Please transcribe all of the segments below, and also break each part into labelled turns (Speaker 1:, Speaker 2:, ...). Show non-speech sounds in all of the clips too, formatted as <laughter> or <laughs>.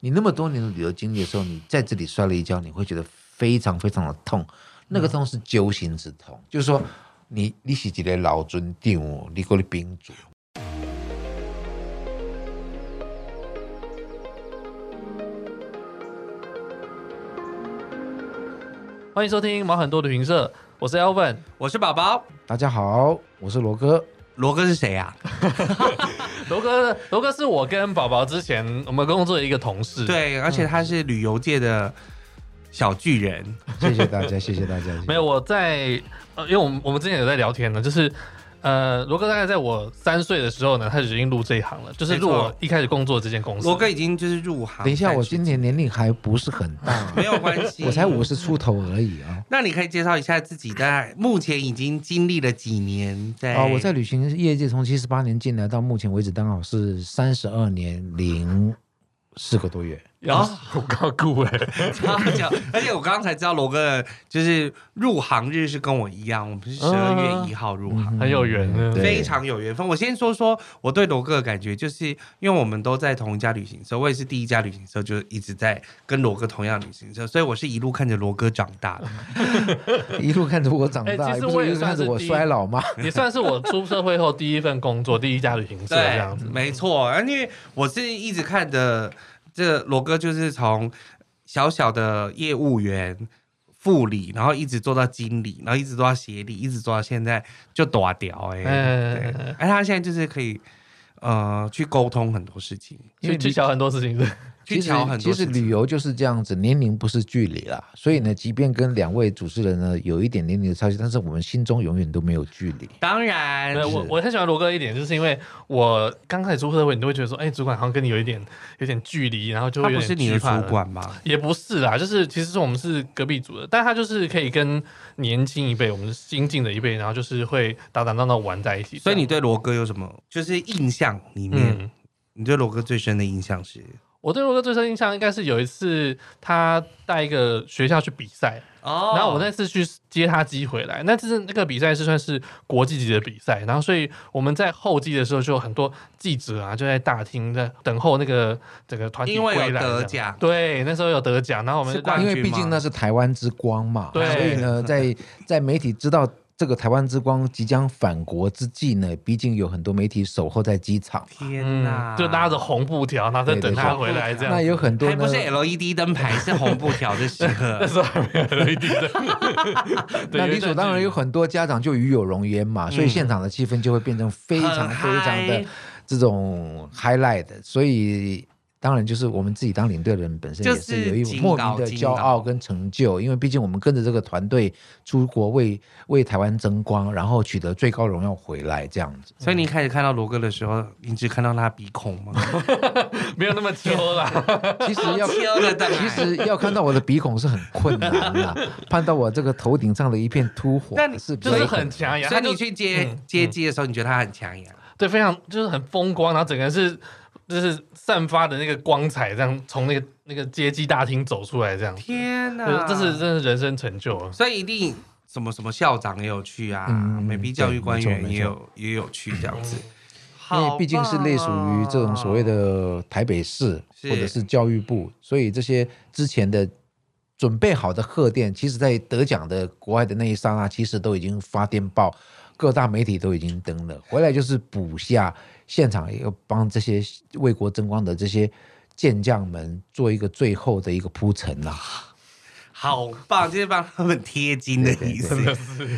Speaker 1: 你那么多年的旅游经历的时候，你在这里摔了一跤，你会觉得非常非常的痛，那
Speaker 2: 嗯
Speaker 1: 个痛是揪心之痛，就是说你你是一个老尊定哦，你过来宾主。
Speaker 2: 欢迎收听毛很多旅行社，我是 Elvin。
Speaker 3: 我是宝宝，
Speaker 1: 大家好，我是罗哥，啊
Speaker 3: 罗哥是谁呀、
Speaker 2: 罗哥，罗哥是我跟宝宝之前我们工作的一个同事。，
Speaker 1: 嗯
Speaker 3: 对，而且他是旅游界的小巨人，
Speaker 1: 谢谢大家，谢谢大家。
Speaker 2: 没有我在，呃，因为我们我们之前有在聊天呢，就是呃，罗哥大概在我三岁的时候呢，他就已经入这一行了，就是入
Speaker 3: 没错
Speaker 2: 我一开始工作这间公司。
Speaker 3: 罗哥已经就是入行。
Speaker 1: 等一下，我今年年龄还不是很
Speaker 2: 嗯
Speaker 1: 大，
Speaker 3: 没有关
Speaker 1: <laughs>
Speaker 3: 系，
Speaker 1: 我才五。十出头而已啊。
Speaker 3: 那你可以介绍一下自己在目前已经经历了几年
Speaker 2: 哎
Speaker 3: 在？
Speaker 1: 啊，我
Speaker 3: <laughs>
Speaker 1: 在旅行业界从七十八年进来到目前为止，刚好是三十二年零四个多月。
Speaker 2: 然
Speaker 3: 啊
Speaker 2: 后我高估哎，
Speaker 3: 欸超久，啊而且我刚才知道罗哥的就是入行日是跟我一样，我们是十二
Speaker 1: 嗯
Speaker 3: 月一号入行。
Speaker 2: 很有缘呢
Speaker 1: 对
Speaker 3: 非常有缘分。我先说说我对罗哥的感觉，就是因为我们都在同一家旅行社，我也是第一家旅行社，就一直在跟罗哥同样旅行社，所以我是一路看着罗哥长大的。
Speaker 1: 一路看着我长
Speaker 2: 哎
Speaker 1: 大，
Speaker 2: 其实
Speaker 1: 不是
Speaker 2: 我也
Speaker 1: 一路看
Speaker 2: 算是
Speaker 1: 着我
Speaker 2: 第一
Speaker 1: 衰老吗？
Speaker 2: <laughs> 也算是我出社会后第一份工作，第一家旅行社这样子。
Speaker 3: 没错。啊因为我是一直看着这罗哥，就是从小小的业务员。副理，然后一直做到经理，然后一直做到协理，一直做到现在就多屌哎、
Speaker 2: 嗯
Speaker 3: 对，哎、他现在就是可以呃去沟通很多事情，
Speaker 1: 因为
Speaker 2: 去
Speaker 1: 你
Speaker 2: 去瞧很多事情是
Speaker 3: 去
Speaker 1: 其实
Speaker 3: 瞧很
Speaker 1: 其
Speaker 3: 多
Speaker 1: 实
Speaker 3: 事情。
Speaker 1: 旅游就是这样子，年龄不是距离啦。所以呢，即便跟两位主持人呢有一点年龄的差距，但是我们心中永远都没有距离。
Speaker 3: 当然
Speaker 2: 没，有，我我很喜欢罗哥一点，就是因为我刚开始出社会，你都会觉得说，哎、主管好像跟你有一点有点距离，然后就
Speaker 3: 他
Speaker 2: 会有
Speaker 3: 不
Speaker 2: 点
Speaker 3: 是你的
Speaker 2: 惧
Speaker 3: 主
Speaker 2: 怕，
Speaker 3: 管吗？
Speaker 2: 也不是啦，就是其实我们是隔壁组的，但他就是可以跟年轻一辈，我们新进的一辈，然后就是会打打闹闹玩在一起。
Speaker 3: 所以你
Speaker 2: 这
Speaker 3: 对罗哥有什么就是印象里
Speaker 2: 样
Speaker 3: 面，
Speaker 2: 嗯，
Speaker 3: 你对罗哥最深的印象是？
Speaker 2: 我对罗哥最深印象应该是有一次他带一个学校去比赛，啊
Speaker 3: 哦
Speaker 2: 然后我那次去接他机回来，那次那个比赛是算是国际级的比赛，然后所以我们在候机的时候就有很多记者啊就在大厅在等候那个整个团体
Speaker 3: 因为
Speaker 2: 归
Speaker 3: 有
Speaker 2: 来
Speaker 3: 得
Speaker 2: 这样，
Speaker 3: 奖，
Speaker 2: 对，那时候有得奖，然后我们
Speaker 3: 是
Speaker 2: 就
Speaker 3: 冠
Speaker 2: 大
Speaker 1: 因为
Speaker 3: 军
Speaker 1: 毕竟
Speaker 3: 吗
Speaker 1: 那是台湾之光嘛，所
Speaker 2: 对
Speaker 1: 以呢，在在媒体知道这个台湾之光即将返国之际呢，毕竟有很多媒体守候在机场，
Speaker 3: 天哪！
Speaker 2: 嗯就拉着红布条，然后在等他回来这样
Speaker 1: 那。有很多
Speaker 3: 还
Speaker 1: 呢
Speaker 3: 不是 LED 灯牌，是红布条的时
Speaker 2: 那 <laughs>
Speaker 3: 刻。
Speaker 2: 时候还没有 LED 灯，对
Speaker 1: 那理所当然有。很多家长就与有容焉嘛，所以现场的气氛就会变成非常
Speaker 3: 很
Speaker 1: 非常
Speaker 3: 嗨
Speaker 2: 嗯
Speaker 1: 的这种 highlight，所以当然就是我们自己当领队的人本身
Speaker 3: 就
Speaker 1: 也是有
Speaker 3: 是
Speaker 1: 一种
Speaker 3: 敬
Speaker 1: 莫
Speaker 3: 老
Speaker 1: 名的
Speaker 3: 敬
Speaker 1: 骄
Speaker 3: 老
Speaker 1: 傲跟成就，因为毕竟我们跟着这个团队出国为为台湾争光，然后取得最高荣耀回来这样子。
Speaker 3: <laughs> 所以你一开始看到罗哥的时候，你只看到他鼻
Speaker 2: <laughs>
Speaker 3: 孔吗？
Speaker 2: 没有那么秋
Speaker 3: <laughs>
Speaker 2: 啦，
Speaker 1: 其实要
Speaker 3: 秋的灯
Speaker 1: 其实要看到我的鼻孔是很困难的、看到我这个头顶上的一片秃火
Speaker 3: 但你
Speaker 1: 是比
Speaker 2: 就
Speaker 1: 较
Speaker 2: 是
Speaker 1: 困
Speaker 2: 很
Speaker 1: 难
Speaker 2: 强牙，
Speaker 3: 所
Speaker 2: 他
Speaker 3: 以
Speaker 2: 就
Speaker 3: 你去接
Speaker 2: 嗯
Speaker 3: 接机的时候，你觉得他很强呀？
Speaker 2: 对非常就是很风光，然后整个人是就是散发的那个光彩，这样从那个那个接机大厅走出来，这样，
Speaker 3: 天哪！
Speaker 2: 对这是真是人生成就啊！
Speaker 3: 所以一定什么什么校长也有去啊，
Speaker 1: 嗯
Speaker 3: 美币教育官员
Speaker 1: 对
Speaker 3: 也有也有去这样子，
Speaker 1: 因为毕竟是类属于这种所谓
Speaker 3: 好棒哦
Speaker 1: 的台北市
Speaker 3: 是
Speaker 1: 或者是教育部，所以这些之前的准备好的贺电，其实在得奖的国外的那一刹那，其实都已经发电报，各大媒体都已经登了。回来就是补下现场，也要帮这些为国争光的这些健将们做一个最后的一个铺陈啦、
Speaker 3: 好棒，就是帮他们贴金的意思。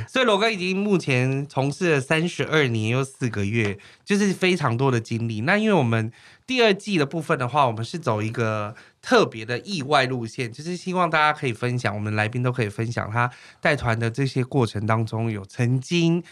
Speaker 3: 所以罗哥已经目前从事了三十二年又四个月，就是非常多的经历。那因为我们第二季的部分的话，我们是走一个特别的意外路线，就是希望大家可以分享，我们来宾都可以分享他带团的这些过程当中有曾经。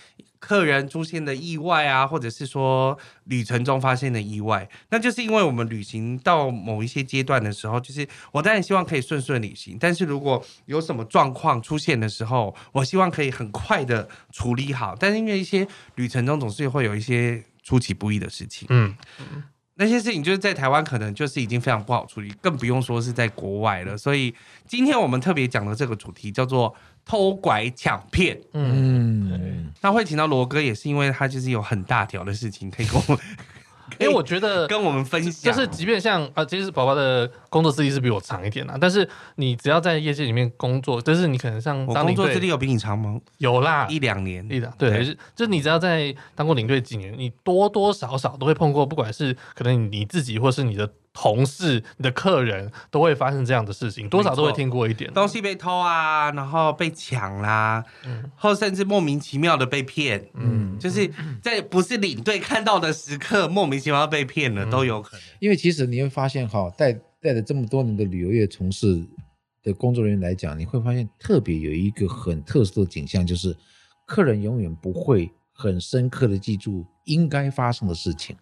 Speaker 3: 客人出现的意外啊，或者是说旅程中发现的意外，那就是因为我们旅行到某一些阶段的时候，就是我当然希望可以顺顺旅行，但是如果有什么状况出现的时候，我希望可以很快的处理好。但是因为一些旅程中总是会有一些出其不意的事情，
Speaker 2: 嗯，
Speaker 3: 那些事情就是在台湾可能就是已经非常不好处理，更不用说是在国外了。所以今天我们特别讲的这个主题叫做偷拐抢骗。
Speaker 2: 嗯，
Speaker 1: 嗯，
Speaker 3: 那会请到罗哥，也是因为他就是有很大条的事情可以跟我们
Speaker 2: 因为我觉得
Speaker 3: 跟我们分享，
Speaker 2: 就是即便像啊，其实宝宝的工作资历是比我长一点啦，但是你只要在业界里面工作，就是你可能像
Speaker 3: 我
Speaker 2: 当
Speaker 3: 工
Speaker 2: 领
Speaker 3: 作资历
Speaker 2: 队啊
Speaker 3: 有比你长吗？
Speaker 2: 有啦。
Speaker 3: 一两年，
Speaker 2: 力的，对，
Speaker 3: 对
Speaker 2: 就是就是你只要在当过领队几年，你多多少少都会碰过，不管是可能你自己或是你的同事、你的客人，都会发生这样的事情，多少都会听过一点。
Speaker 3: 东西被偷啊，然后被抢啦、
Speaker 2: 嗯
Speaker 3: 或甚至莫名其妙的被骗，
Speaker 2: 嗯，
Speaker 3: 就是在不是领队看到的时刻，莫名其妙被骗了、
Speaker 2: 嗯
Speaker 3: 都有可能。
Speaker 1: 因为其实你会发现哈，带带了这么多年的旅游业从事的工作人员来讲，你会发现特别有一个很特殊的景象，就是客人永远不会很深刻的记住应该发生的事情。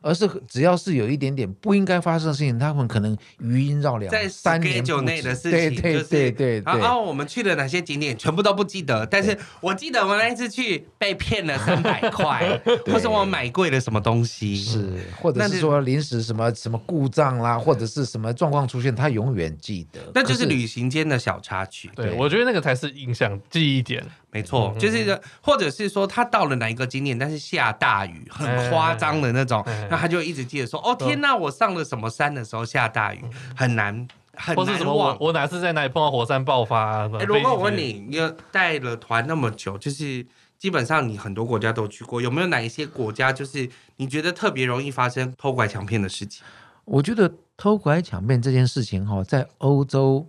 Speaker 1: 而是只要是有一点点不应该发生的事情，他们可能余音绕梁，
Speaker 3: 在
Speaker 1: 三年
Speaker 3: 九
Speaker 1: 不
Speaker 3: 内的
Speaker 1: 止
Speaker 3: 事
Speaker 1: 对
Speaker 3: 情，就
Speaker 1: 对
Speaker 3: 是啊
Speaker 1: 对对对，
Speaker 3: 然后、我们去了哪些景点，全部都不记得。但是我记得我那一次去被骗了三百块，或者我买贵了什么东西。
Speaker 1: 是，或者
Speaker 3: 嗯那
Speaker 1: 是
Speaker 3: 就
Speaker 1: 说临时什么什么故障啦，或者是什么状况出现，他永远记得。
Speaker 3: 那
Speaker 1: 可
Speaker 3: 就是旅行间的小插曲，
Speaker 2: 对，
Speaker 1: 对
Speaker 2: 我觉得那个才是印象记忆点。
Speaker 3: 没
Speaker 2: 嗯
Speaker 3: 错，就是一个，或者是说他到了哪一个景点，但是下大雨，很夸张的那种
Speaker 2: 哎哎哎哎，
Speaker 3: 那他就一直记得说，哦天呐，我上了什么山的时候下大雨，很难很
Speaker 2: 或是什
Speaker 3: 难
Speaker 2: 么我
Speaker 3: 忘。
Speaker 2: 我哪次在哪里碰到火山爆发、啊？
Speaker 3: 哎，如果我问，你，你有带了团那么久，就是基本上你很多国家都去过，有没有哪一些国家就是你觉得特别容易发生偷拐抢骗的事情？
Speaker 1: 我觉得偷拐抢骗这件事情哈、在欧洲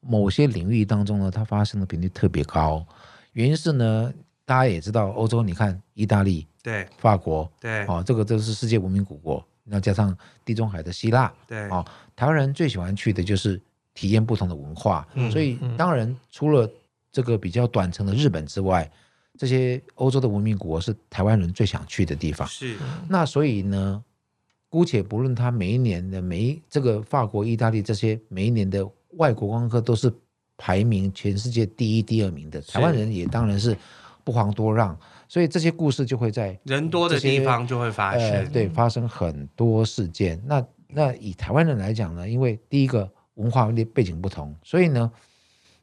Speaker 1: 某些领域当中呢，它发生的频率特别高。原因是呢，大家也知道，欧洲你看意大利、
Speaker 3: 对
Speaker 1: 法国，
Speaker 3: 对
Speaker 1: 哦，这个都是世界文明古国，那加上地中海的希腊，
Speaker 3: 对，
Speaker 1: 哦，台湾人最喜欢去的就是体验不同的文化，
Speaker 3: 嗯
Speaker 1: 所以
Speaker 2: 嗯
Speaker 1: 当然除了这个比较短程的日本之外，这些欧洲的文明古国是台湾人最想去的地方。
Speaker 3: 是
Speaker 1: 那所以呢，姑且不论他每一年的每一这个法国、意大利这些每一年的外国观光客都是排名全世界第一、第二名的，台湾人也当然是不遑多让，所以这些故事就会在
Speaker 3: 人多的
Speaker 1: 这些
Speaker 3: 地方就会发
Speaker 1: 呃，
Speaker 3: 生。
Speaker 1: 对，发生很多事件。那那以台湾人来讲呢，因为第一个文化背背景不同，所以呢，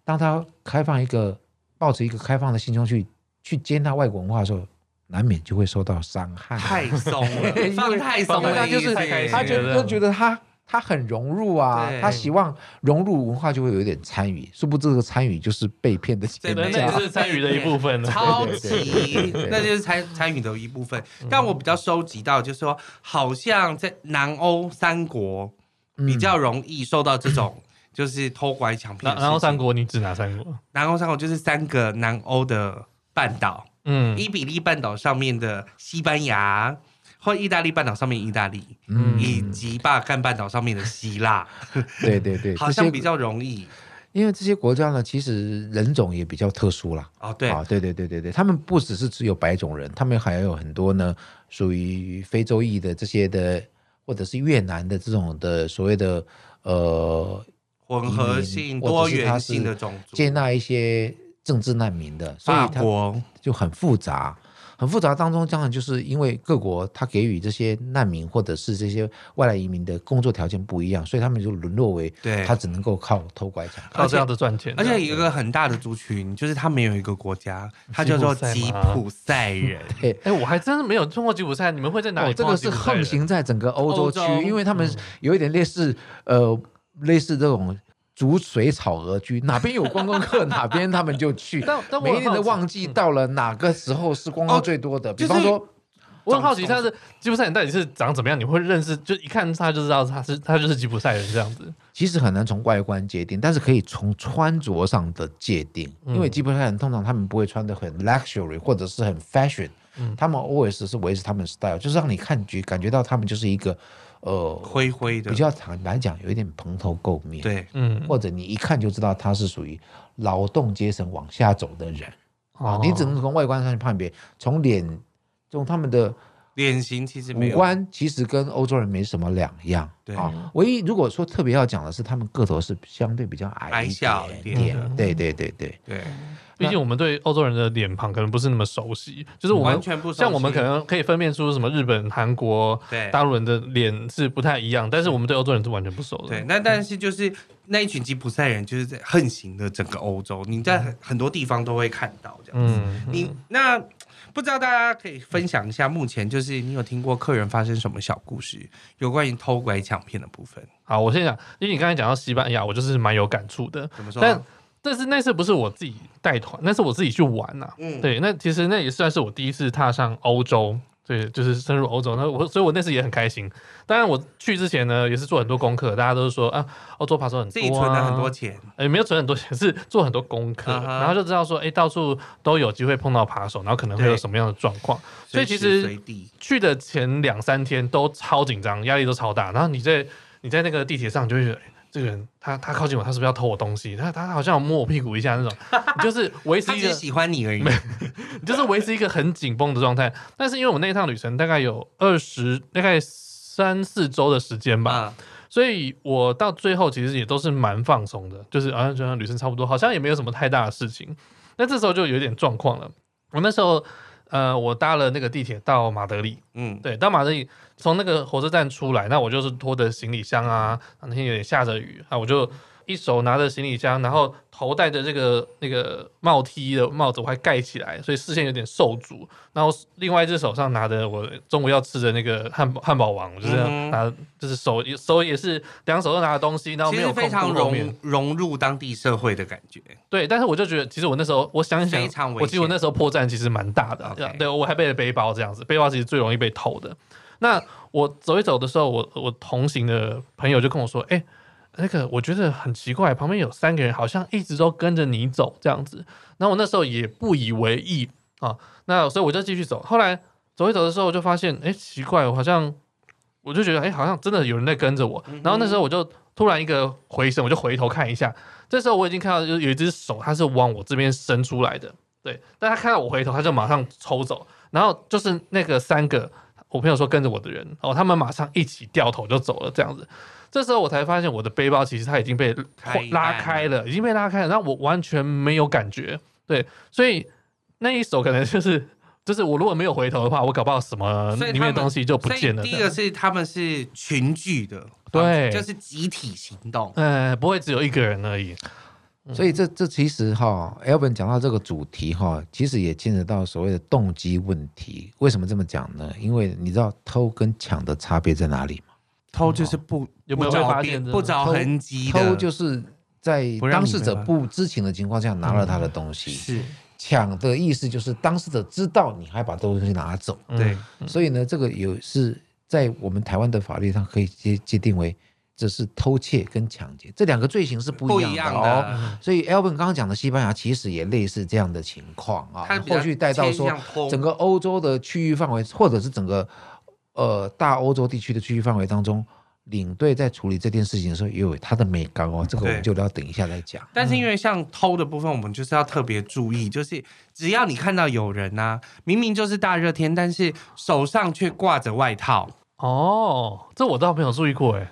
Speaker 1: 当他开放一个，抱着一个开放的心胸去去接纳外国文化的时候，难免就会受到伤 <laughs> 害。
Speaker 3: 太松了，放太松
Speaker 2: 因为
Speaker 3: 了
Speaker 2: 他
Speaker 3: 意
Speaker 2: 就
Speaker 3: 思，
Speaker 2: 是太开心
Speaker 1: 他就
Speaker 2: 了
Speaker 1: 就觉得他他很融入啊，
Speaker 3: 对
Speaker 1: 他希望融入文化就会有一点参与，殊不知这个参与就是被骗的
Speaker 3: 对
Speaker 1: 钱
Speaker 2: 可能
Speaker 3: 没
Speaker 2: 那也
Speaker 3: 错
Speaker 2: 是参与的一部分了。
Speaker 3: <laughs> 超
Speaker 1: 对
Speaker 3: 级
Speaker 1: 对对，嗯
Speaker 3: 那就是参参与的一部分。但我比较收集到，就是说，好像在南欧三国
Speaker 1: 嗯
Speaker 3: 比较容易受到
Speaker 1: <coughs>
Speaker 3: 这种就是偷拐抢骗
Speaker 2: 然
Speaker 3: 的事情。
Speaker 2: 然后三国，你指哪三国？
Speaker 3: 南欧三国就是三个南欧的半岛，
Speaker 2: 嗯，
Speaker 3: 伊比利半岛上面的西班牙。或意大利半岛上面意大利，
Speaker 1: 嗯
Speaker 3: 以及巴尔干半岛上面的希腊，
Speaker 1: 对对对，
Speaker 3: 好
Speaker 1: 这些
Speaker 3: 像比较容易
Speaker 1: 因为这些国家呢，其实人种也比较特殊啦。
Speaker 3: 哦。对，
Speaker 1: 啊，对对对对对，他们不只是只有白种人，他们还有很多呢，属于非洲裔的这些的，或者是越南的这种的所谓的呃
Speaker 3: 混合性、
Speaker 1: 移民或
Speaker 3: 多
Speaker 1: 者是
Speaker 3: 元
Speaker 1: 他是
Speaker 3: 性的种族，
Speaker 1: 接纳一些政治难民的，所以
Speaker 3: 法
Speaker 1: 他
Speaker 3: 国
Speaker 1: 就很复杂。很复杂当中，当然就是因为各国它给予这些难民或者是这些外来移民的工作条件不一样，所以他们就沦落为，
Speaker 3: 对
Speaker 1: 他只能够靠偷拐抢。
Speaker 2: 靠这样子赚钱，
Speaker 3: 而且有一个很大的族群，就是他们有一个国家，它叫做吉普赛
Speaker 2: <laughs>
Speaker 3: 人。
Speaker 1: 对，
Speaker 2: 哎、我还真的没有中过吉普赛，你们会在哪里、
Speaker 1: 哦，这个是横，行在整个欧洲
Speaker 3: 欧洲
Speaker 1: 区，因为他们
Speaker 2: 嗯
Speaker 1: 有一点类似呃类似这种逐水草而居，哪边有观光客哪边他们就去。
Speaker 2: 但但我
Speaker 1: 每一
Speaker 2: 很
Speaker 1: 年的
Speaker 2: 好奇
Speaker 1: 旺季到了哪个时候是观光最多的？比
Speaker 3: 就是
Speaker 1: 方说，
Speaker 2: 我很好奇，他是吉普赛人到底是长怎么样？你会认识，就一看他就知道他是他就是吉普赛人这样子。
Speaker 1: 其实很难从外观界定，但是可以从穿着上的界定，因
Speaker 3: 嗯
Speaker 1: 为吉普赛人通常他们不会穿的很 luxury 或者是很 fashion，、他
Speaker 3: 嗯
Speaker 1: 们 always 是维持他们的 style，就是让你看觉感觉到他们就是一个呃
Speaker 3: 灰灰的，
Speaker 1: 比较坦白讲有一点蓬头垢面，
Speaker 3: 对，
Speaker 2: 嗯，
Speaker 1: 或者你一看就知道他是属于劳动阶层往下走的人啊
Speaker 2: 哦，
Speaker 1: 你只能从外观上去判别，从脸，从他们的
Speaker 3: 脸型其实没
Speaker 1: 五
Speaker 3: 有，
Speaker 1: 官其实跟欧洲人没什么两样，
Speaker 3: 对，
Speaker 1: 啊，唯一如果说特别要讲的是，他们个头是相对比较矮
Speaker 3: 矮
Speaker 1: 一
Speaker 3: 小一
Speaker 1: 点
Speaker 3: 点
Speaker 2: 的
Speaker 1: 点，对对对对，
Speaker 3: 对，
Speaker 2: 毕竟我们对欧洲人的脸庞可能不是那么熟悉，就是我
Speaker 3: 完
Speaker 2: 们
Speaker 3: 全不熟悉
Speaker 2: 像我们可能可以分辨出什么日本、韩国、
Speaker 3: 对
Speaker 2: 大陆人的脸是不太一样，但是我们对欧洲人是完全不熟的。
Speaker 3: 对，那但是就是那一群吉普赛人就是在横行的整个欧洲，你在很很多地方都会看到这样子。
Speaker 2: 嗯，
Speaker 3: 你那不知道大家可以分享一下，目前就是你有听过客人发生什么小故事，有关于偷拐抢骗的部分？
Speaker 2: 好，我先讲，因为你刚才讲到西班牙，我就是蛮有感触的。
Speaker 3: 怎么说？
Speaker 2: 但但是那次不是我自己带团，那是我自己去玩呐、
Speaker 3: 嗯
Speaker 2: 对，那其实那也算是我第一次踏上欧洲，对，就是深入欧洲。那我所以，我那次也很开心。当然，我去之前呢，也是做很多功课，大家都是说啊，欧洲扒手很
Speaker 3: 自
Speaker 2: 多、啊，
Speaker 3: 己存了很多钱，
Speaker 2: 哎，没有存很多 <laughs> 钱，是做很多功课
Speaker 3: 啊哈
Speaker 2: 然后就知道说，哎，到处都有机会碰到扒手，然后可能会
Speaker 3: 对
Speaker 2: 有什么样的状况。所以其
Speaker 3: 随时
Speaker 2: 实
Speaker 3: 随地
Speaker 2: 去的前两三天都超紧张，压力都超大。然后你在你在那个地铁上，你就会觉得。哎这个人，他他靠近我，他是不是要偷我东西？他他好像有摸我屁股一下那种，你就是维持
Speaker 3: 他
Speaker 2: 一
Speaker 3: 只
Speaker 2: 个
Speaker 3: 是，喜欢 <laughs> 你而已。
Speaker 2: 你就是维持一个很紧绷的状态。但是因为我那一趟旅程大概有二十，大概三四周的时间吧，
Speaker 3: 啊，
Speaker 2: 所以我到最后其实也都是蛮放松的，就是好像就像女生差不多，好像也没有什么太大的事情。那这时候就有点状况了。我那时候，呃，我搭了那个地铁到马德里，
Speaker 3: 嗯，
Speaker 2: 对，到马德里从那个火车站出来，那我就是拖着行李箱啊，那天有点下着雨啊，我就一手拿着行李箱，然后头戴着这个那个帽 T 的帽子，我还盖起来，所以视线有点受阻。然后另外一只手上拿着我中午要吃的那个汉堡汉堡王，我就是
Speaker 3: 嗯哼
Speaker 2: 拿、就是手手也是两手都拿着东西，然后
Speaker 3: 其
Speaker 2: 没
Speaker 3: 实
Speaker 2: 有
Speaker 3: 非
Speaker 2: 空
Speaker 3: 常
Speaker 2: 顾后面
Speaker 3: 融。融入当地社会的感觉。
Speaker 2: 对，但是我就觉得，其实我那时候我想一想
Speaker 3: 非常危，险
Speaker 2: 我其实我那时候破绽其实蛮大的啊
Speaker 3: OK
Speaker 2: 对我还背了背包这样子，背包其实最容易被偷的。那我走一走的时候，我我同行的朋友就跟我说，哎、那个我觉得很奇怪，旁边有三个人好像一直都跟着你走这样子。然后我那时候也不以为意啊，那所以我就继续走。后来走一走的时候，我就发现，哎、奇怪，我好像我就觉得，哎、好像真的有人在跟着我。
Speaker 3: 嗯
Speaker 2: 然后那时候我就突然一个回神，我就回头看一下，这时候我已经看到有有一只手，它是往我这边伸出来的，对，但他看到我回头，他就马上抽走，然后就是那个三个我朋友说跟着我的人哦，他们马上一起掉头就走了，这样子。这时候我才发现我的背包其实它已经被
Speaker 3: 开一半
Speaker 2: 拉开了，已经被拉开了，然后我完全没有感觉，对，所以那一手可能就是就是我如果没有回头的话，我搞不好什么
Speaker 3: 所以
Speaker 2: 里
Speaker 3: 他
Speaker 2: 面的
Speaker 3: 们
Speaker 2: 东西就不见了
Speaker 3: 所
Speaker 2: 这
Speaker 3: 以第一
Speaker 2: 样。
Speaker 3: 个是他们是群聚的，
Speaker 2: 对
Speaker 3: 就是集体行动。
Speaker 2: 呃，不会只有一个人而已，
Speaker 1: 所以这这其实哈，Elvin 讲到这个主题哈，其实也牵扯到所谓的动机问题。为什么这么讲呢？因为你知道偷跟抢的差别在哪里吗？
Speaker 3: 偷就是不
Speaker 2: 有没有
Speaker 3: 不
Speaker 2: 会
Speaker 3: 着
Speaker 2: 发
Speaker 3: 边
Speaker 2: 现的
Speaker 3: 不着
Speaker 1: 偷
Speaker 3: 痕迹的，
Speaker 1: 偷就是在
Speaker 3: 不让
Speaker 1: 当
Speaker 3: 你
Speaker 1: 事
Speaker 3: 们
Speaker 1: 者
Speaker 3: 吧
Speaker 1: 不知情的情况下拿了他的东西，
Speaker 3: 是
Speaker 1: 抢的意思就是当事者知道你还把东西拿走。
Speaker 2: 嗯
Speaker 3: <laughs> 对，
Speaker 1: 所以呢，这个有是在我们台湾的法律上可以界界定为这是偷窃跟抢劫这两个罪行是不
Speaker 3: 不
Speaker 1: 一
Speaker 3: 一
Speaker 1: 样
Speaker 3: 样
Speaker 1: 的哦。
Speaker 3: 的。
Speaker 1: 所以 Elvin 刚刚讲的西班牙其实也类似这样的情况啊
Speaker 3: 它，比较
Speaker 1: 后续带到
Speaker 3: 偏
Speaker 1: 说
Speaker 3: 向偷
Speaker 1: 整个欧洲的区域范围，或者是整个呃大欧洲地区的区域范围当中，领队在处理这件事情的时候也有他的美感哦，这个我们
Speaker 3: 对
Speaker 1: 就要等一下再讲。
Speaker 3: 但是因为像偷的部分，我们就是要特别注
Speaker 1: 嗯
Speaker 3: 意，就是只要你看到有人呐、明明就是大热天，但是手上却挂着外套，
Speaker 2: 哦，这我倒没有注意过，哎，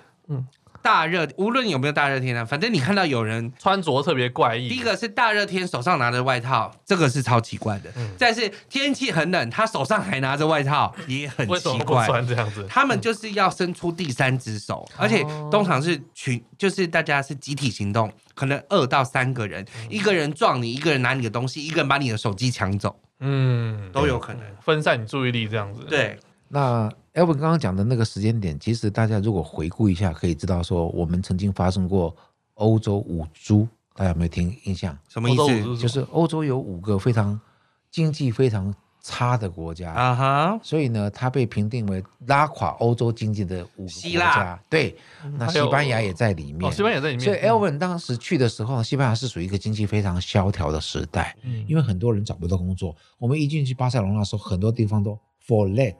Speaker 3: 大热无论有没有大热天啊，反正你看到有人，
Speaker 2: 穿着特别怪异。
Speaker 3: 第一个是大热天手上拿着外套，这个是超奇怪的。再是天气很冷，他手上还拿着外套，也很
Speaker 2: 为什
Speaker 3: 奇
Speaker 2: 么不
Speaker 3: 怪。
Speaker 2: 穿这样子？
Speaker 3: 他们就是要伸出第三只手，而且通常是群，就是大家是集体行动，可能二到三个人，一个人撞你，一个人拿你的东西，一个人把你的手机抢走，
Speaker 2: 嗯，
Speaker 3: 都有可能。
Speaker 2: 分散你注意力这样子。，
Speaker 3: 对，
Speaker 1: 那 Elvin 刚刚讲的那个时间点，其实大家如果回顾一下，可以知道说我们曾经发生过欧洲五猪，大家有没有听印象？
Speaker 3: 什么意思？
Speaker 1: 就是欧洲有五个非常经济非常差的国家，
Speaker 3: 啊哈，
Speaker 1: 所以呢，它被评定为拉垮欧洲经济的五个
Speaker 3: 希
Speaker 1: 国
Speaker 3: 腊
Speaker 1: 家。对，那
Speaker 2: 嗯还
Speaker 1: 西
Speaker 2: 有
Speaker 1: 班牙也在里面。
Speaker 2: 哦，西班牙在里面。
Speaker 1: 所以 Elvin 当时去的时候，西班牙是属于一个经济非常萧条的时代，
Speaker 2: 嗯
Speaker 1: 因为很多人找不到工作。我们一进去巴塞罗那的时候，很多地方都 for let，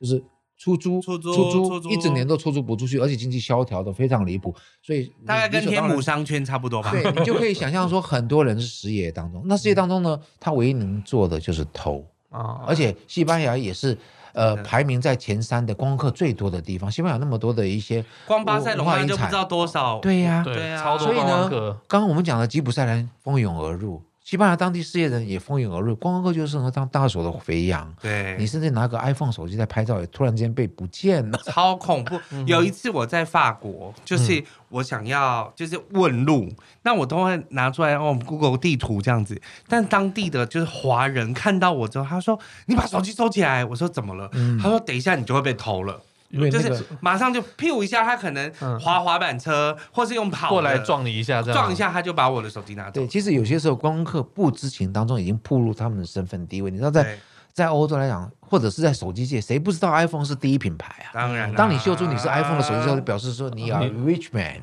Speaker 1: 就是出租、
Speaker 3: 出租出租
Speaker 1: 一整年都出租不出去，而且经济萧条的非常离谱，所以
Speaker 3: 大概跟
Speaker 1: 理所
Speaker 3: 天
Speaker 1: 当然
Speaker 3: 母商圈差不多吧。
Speaker 1: 对你就可以想象说，很多人是失业
Speaker 3: 嗯
Speaker 1: 当中。那失业当中呢，他唯一能做的就是偷，
Speaker 2: 啊，
Speaker 1: 而且西班牙也是，呃
Speaker 3: 真的
Speaker 1: 排名在前三的观光客最多的地方。西班牙有那么多的一些
Speaker 3: 光巴塞隆
Speaker 1: 文化
Speaker 3: 纳
Speaker 1: 遗
Speaker 3: 就不
Speaker 1: 产
Speaker 3: 知道多少，
Speaker 1: 对呀、
Speaker 3: 哦对啊
Speaker 2: 超多
Speaker 1: 所以
Speaker 2: 观光
Speaker 1: 呢
Speaker 2: 客，
Speaker 1: 刚刚我们讲的吉普赛人蜂拥而入，西班牙当地事业人也蜂拥而入，观光客就是能当大手的肥羊。
Speaker 3: 对，
Speaker 1: 你甚至拿个 iPhone 手机在拍照，也突然间被不见
Speaker 3: <laughs>
Speaker 1: 了。
Speaker 3: 超恐怖。
Speaker 1: 嗯
Speaker 3: 有一次我在法国，就是我想要就是问路，那我都会拿出来哦 Google 地图这样子。但当地的就是华人看到我之后，他说：“你把手机收起来。”我说：“怎么了？”他说：“等一下你就会被偷了。”
Speaker 1: 因为
Speaker 3: 就
Speaker 1: 嗯那
Speaker 3: 是
Speaker 1: 个
Speaker 3: 马上就咻一下，他可能
Speaker 2: 嗯
Speaker 3: 滑滑板车，或是用跑的
Speaker 2: 过来撞你一下，这样
Speaker 3: 撞一。下，他就把我的手机拿走
Speaker 1: 对，。其实有些时候观光客不知情当中已经暴露他们的身份地位。你知道在，在
Speaker 3: 对，
Speaker 1: 欧洲来讲，或者是在手机界，谁不知道 iPhone 是第一品牌啊？
Speaker 3: 当然啦，
Speaker 1: 当你秀出你是 iPhone 的手机之后，就表示
Speaker 3: 啊
Speaker 1: 说你
Speaker 3: <laughs>
Speaker 1: are rich man。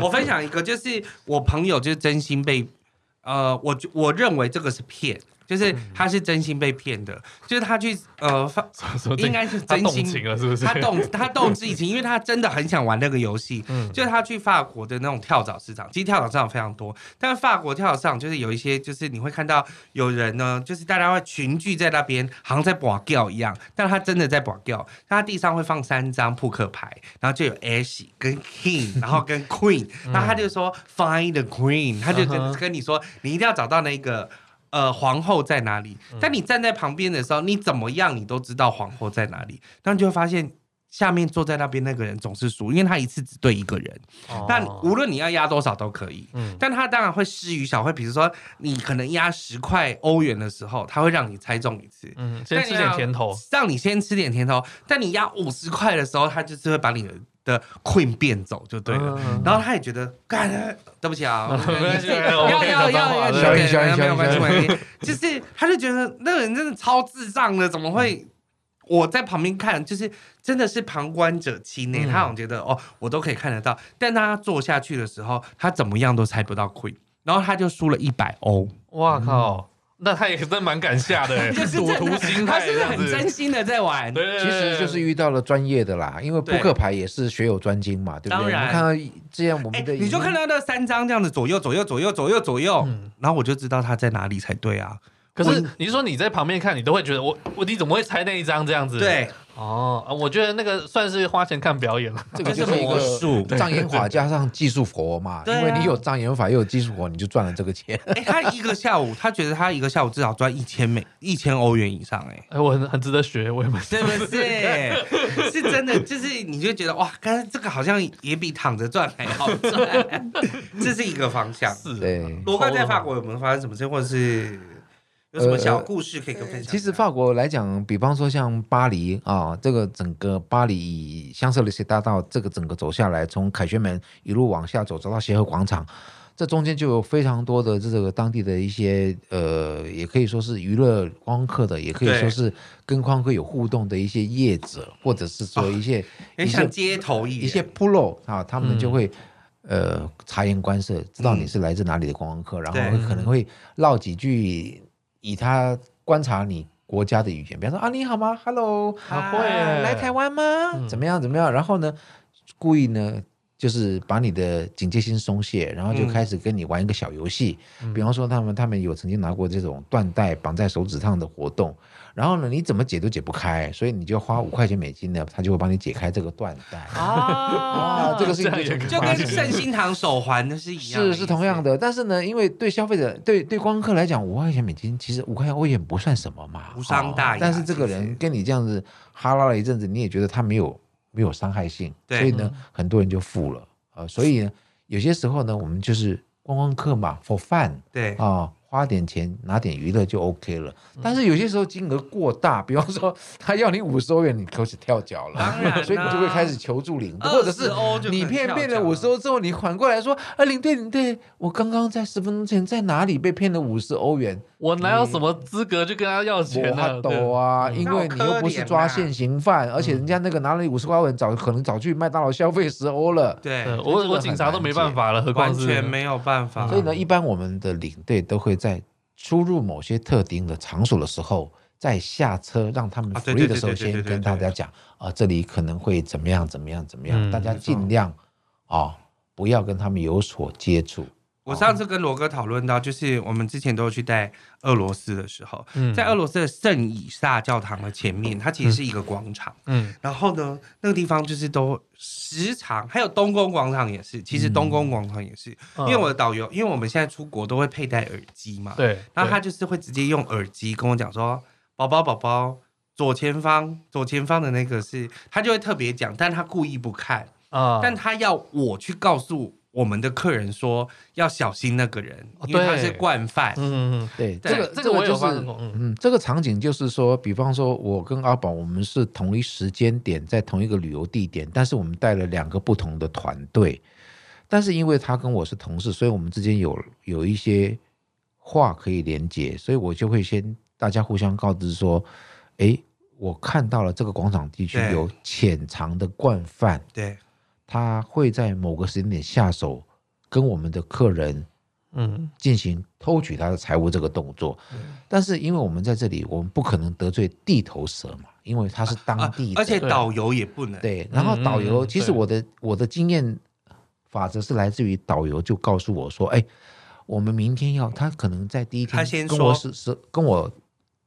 Speaker 3: 我分享一个，就是我朋友就是真心被，呃，我我认为这个是骗，
Speaker 2: 嗯
Speaker 3: 就是他是真心被骗的，就是他去呃，发
Speaker 2: 什么这
Speaker 3: 应该是
Speaker 2: 他
Speaker 3: 真
Speaker 2: 动情
Speaker 3: 心。
Speaker 2: 了，是不是？
Speaker 3: 他动他动之以情，因为他真的很想玩那个游戏。
Speaker 2: 嗯
Speaker 3: 就是他去法国的那种跳蚤市场，其实跳蚤市场非常多，但是法国跳蚤市场就是有一些，就是你会看到有人呢，就是大家会群聚在那边，好像在把吊一样，但他真的在把吊。他地上会放三张扑克牌，然后就有 Ash 跟 King，然后
Speaker 2: <laughs>
Speaker 3: 跟 Queen，然后他就说 Find the Queen，他就
Speaker 2: 嗯
Speaker 3: 跟
Speaker 2: 哼
Speaker 3: 跟你说，你一定要找到那个。呃，皇后在哪里？
Speaker 2: 嗯
Speaker 3: 但你站在旁边的时候，你怎么样，你都知道皇后在哪里。但就会发现，下面坐在那边那个人总是输，因为他一次只对一个人。
Speaker 2: 哦
Speaker 3: 但无论你要压多少都可以。
Speaker 2: 嗯
Speaker 3: 但他当然会施予小惠，比如说你可能压十块欧元的时候，他会让你猜中一次，
Speaker 2: 嗯，先吃点甜头，
Speaker 3: 让你先吃点甜头。但你压五十块的时候，他就是会把你的 queen 变走，就对啊了。
Speaker 2: 嗯
Speaker 3: 然后他也觉觉得，干，呃对不起啊，
Speaker 2: <laughs>
Speaker 3: 我
Speaker 2: 没关系没关系
Speaker 3: 要
Speaker 2: 我
Speaker 3: 要
Speaker 2: 可以
Speaker 3: 要
Speaker 2: 讲脏话
Speaker 3: 要，
Speaker 2: 对
Speaker 1: 消音
Speaker 3: 对
Speaker 1: 消音
Speaker 3: 对没
Speaker 1: 消
Speaker 3: 有关
Speaker 1: 音
Speaker 3: 系，没关系。就是他就觉得那个人真的超智障的，怎么会？我在旁边看，就是真的是旁观者清呢、
Speaker 2: 嗯
Speaker 3: 他好像觉得哦，我都可以看得到，但他坐下去的时候，他怎么样都猜不到 queen，然后他就输了一百欧。
Speaker 2: 哇靠，那他也真蛮敢下
Speaker 3: <laughs>
Speaker 2: 的欸，
Speaker 3: 就是
Speaker 2: 赌
Speaker 3: 真
Speaker 2: 徒
Speaker 3: 的
Speaker 2: 心
Speaker 3: 他
Speaker 2: 态这
Speaker 3: 是
Speaker 2: 样
Speaker 3: 很
Speaker 2: 子，
Speaker 3: 真心的在玩。
Speaker 2: 对对对
Speaker 1: 其实就是遇到了专业的啦，因为扑
Speaker 3: 对
Speaker 1: 克牌也是学有专精嘛，对不
Speaker 3: 当
Speaker 1: 对？我
Speaker 3: 然
Speaker 1: 们看到这样我
Speaker 3: 哎、
Speaker 1: 们的荧幕，
Speaker 3: 你就看到那三张这样子左右左右左右左右左右，
Speaker 1: 嗯
Speaker 3: 然后我就知道他在哪里才对啊。
Speaker 2: 可是你是说你在旁边看，你都会觉得我我你怎么会猜那一张这样子？
Speaker 3: 对，
Speaker 2: 哦，啊我觉得那个算是花钱看表演了。
Speaker 1: 这个就
Speaker 3: 这
Speaker 1: 是是一
Speaker 3: 魔
Speaker 1: 个
Speaker 3: 术。
Speaker 1: 障眼法加上技术活嘛，
Speaker 3: 对啊
Speaker 1: 因为你有障眼法又有技术活，你就赚了这个钱。
Speaker 3: 哎、他一个下午，他觉得他一个下午至少赚一千美一千欧元以上、哎。
Speaker 2: 哎，我很很值得学，我也蛮
Speaker 3: 是不 <laughs> 是？是真的，就是你就觉得哇，刚才这个好像也比躺着赚还好赚，这是一啊个方向。
Speaker 2: 是。
Speaker 1: 对
Speaker 3: 罗哥在法国有没有发生什么事，或者是有什么小故事可以跟我分享？
Speaker 1: 呃其实法国来讲，比方说像巴黎啊，这个整个巴黎以香榭丽榭大道这个整个走下来，从凯旋门一路往下走，走到协和广场，这中间就有非常多的这个当地的一些呃，也可以说是娱乐观光客的，也可以
Speaker 3: 对
Speaker 1: 说是跟观光客有互动的一些业者，或者是说一些、
Speaker 3: 很
Speaker 1: 一
Speaker 3: 像
Speaker 1: 些
Speaker 3: 街头艺人
Speaker 1: 一些 pro 啊，他们就会、呃察言观色，知道你是来自哪里的观光客，然后
Speaker 3: 对
Speaker 1: 会可能会唠几句，以他观察你国家的语言，比方说啊你好吗，hello，
Speaker 3: 啊
Speaker 2: 会耶
Speaker 1: 来台湾吗、
Speaker 2: 嗯
Speaker 1: 怎么样怎么样？然后呢，故意呢。就是把你的警戒心松懈，然后就
Speaker 3: 嗯
Speaker 1: 开始跟你玩一个小游戏，
Speaker 2: 嗯
Speaker 1: 比方说他们他们有曾经拿过这种缎带绑在手指上的活动，然后呢你怎么解都解不开，所以你就
Speaker 2: 嗯
Speaker 1: 花五块钱美金呢，他就会帮你解开这个缎带。
Speaker 3: 啊
Speaker 1: 啊，这个是一
Speaker 2: 哦这样也
Speaker 1: 个
Speaker 2: 可以
Speaker 3: 就跟圣心堂手环的是一样，
Speaker 1: 是是同样。的，但是呢，因为对消费者对对观光客来讲，五块钱美金其实五块钱欧元不算什么嘛，
Speaker 3: 无伤大雅
Speaker 1: 哦但是这个
Speaker 3: 其实
Speaker 1: 人跟你这样子哈拉了一阵子，你也觉得他没有没有伤害性，
Speaker 3: 对嗯
Speaker 1: 所以呢，很多人就付了。呃，所以呢，有些时候呢，我们就是观光客嘛，for fun
Speaker 3: 对
Speaker 1: 啊、，花点钱拿点娱乐就 OK 了。
Speaker 3: 嗯
Speaker 1: 但是有些时候金额过大，比方说他要你五十欧元，你开始跳脚了，
Speaker 3: 当然啦
Speaker 1: 所以你就会开始求助领，或者是
Speaker 3: 20欧就
Speaker 1: 你骗骗了
Speaker 3: 我
Speaker 1: 五十欧之后，你缓过来说啊，领队领队，我刚刚在十分钟前在哪里被骗了五十欧元？
Speaker 2: 我哪有什么资格去跟他要
Speaker 1: 我
Speaker 2: 钱
Speaker 1: 哈
Speaker 2: 呢？
Speaker 1: 抖啊，因为你又不是抓现行犯，而且人家那个拿了五十欧元，早可能早去麦当劳消费十欧了。
Speaker 3: 对
Speaker 2: 对，对我我警察都没办法了，何况
Speaker 3: 完
Speaker 2: 是
Speaker 3: 全没有办法。
Speaker 1: 所以呢，一般我们的领队都会在出入某些特定的场所的时候，在下车让他们
Speaker 3: 啊
Speaker 1: 福
Speaker 3: 对
Speaker 1: 利
Speaker 3: 对
Speaker 1: 的
Speaker 3: 对
Speaker 1: 时候，
Speaker 3: 对对对
Speaker 1: 先
Speaker 3: 对
Speaker 1: 跟
Speaker 3: 对
Speaker 1: 大家讲啊，这里可能会怎么样怎么样怎么样，
Speaker 2: 嗯
Speaker 1: 大家
Speaker 3: 没错
Speaker 1: 尽量啊不要跟他们有所接触。
Speaker 3: 我上次跟罗哥讨论到，就是我们之前都有去带俄罗斯的时候，
Speaker 2: 嗯
Speaker 3: 在俄罗斯的圣以撒教堂的前面，它其实是一个广场。
Speaker 2: 嗯
Speaker 3: 然后呢，那个地方就是都时常，还有东宫广场也是。其实
Speaker 2: 嗯
Speaker 3: 东宫广场也是，因为我的导游，因为我们现在出国都会佩戴耳机嘛，
Speaker 2: 对，
Speaker 3: 然后他
Speaker 2: 对
Speaker 3: 就是会直接用耳机跟我讲说：“宝宝，宝宝，左前方，左前方的那个是。”他就会特别讲，但他故意不看，
Speaker 2: 啊，
Speaker 3: 但他要我去告诉我们的客人说要小心那个人，
Speaker 2: 哦
Speaker 3: 因为他
Speaker 2: 对
Speaker 3: 是惯犯。
Speaker 2: 嗯嗯
Speaker 1: 对，
Speaker 3: 对
Speaker 1: 这个
Speaker 2: 这个
Speaker 1: 个
Speaker 2: 我有
Speaker 1: 就
Speaker 2: 发
Speaker 1: 是
Speaker 2: 生过嗯
Speaker 1: 嗯，这个场景就是说，比方说，我跟阿宝，我们是同一时间点在同一个旅游地点，但是我们带了两个不同的团队，但是因为他跟我是同事，所以我们之间有有一些话可以连接，所以我就会先大家互相告知说，诶，我看到了这个广场地区
Speaker 3: 对
Speaker 1: 有潜藏的惯犯，
Speaker 3: 对
Speaker 1: 他会在某个时间点下手，跟我们的客人
Speaker 2: 嗯
Speaker 1: 进行偷取他的财物这个动作。
Speaker 3: 嗯
Speaker 1: 但是因为我们在这里，我们不可能得罪地头蛇嘛，因为他是当
Speaker 3: 啊
Speaker 1: 地的，
Speaker 3: 而且
Speaker 2: 对
Speaker 3: 导游也不能。
Speaker 1: 对。然后导
Speaker 2: 嗯
Speaker 1: 游，
Speaker 2: 嗯嗯
Speaker 1: 其实
Speaker 2: 对
Speaker 1: 我的我的经验法则是来自于导游就告诉我说，哎，我们明天要他可能在第一
Speaker 3: 他先
Speaker 1: 天跟我是
Speaker 3: 说
Speaker 1: 是跟我。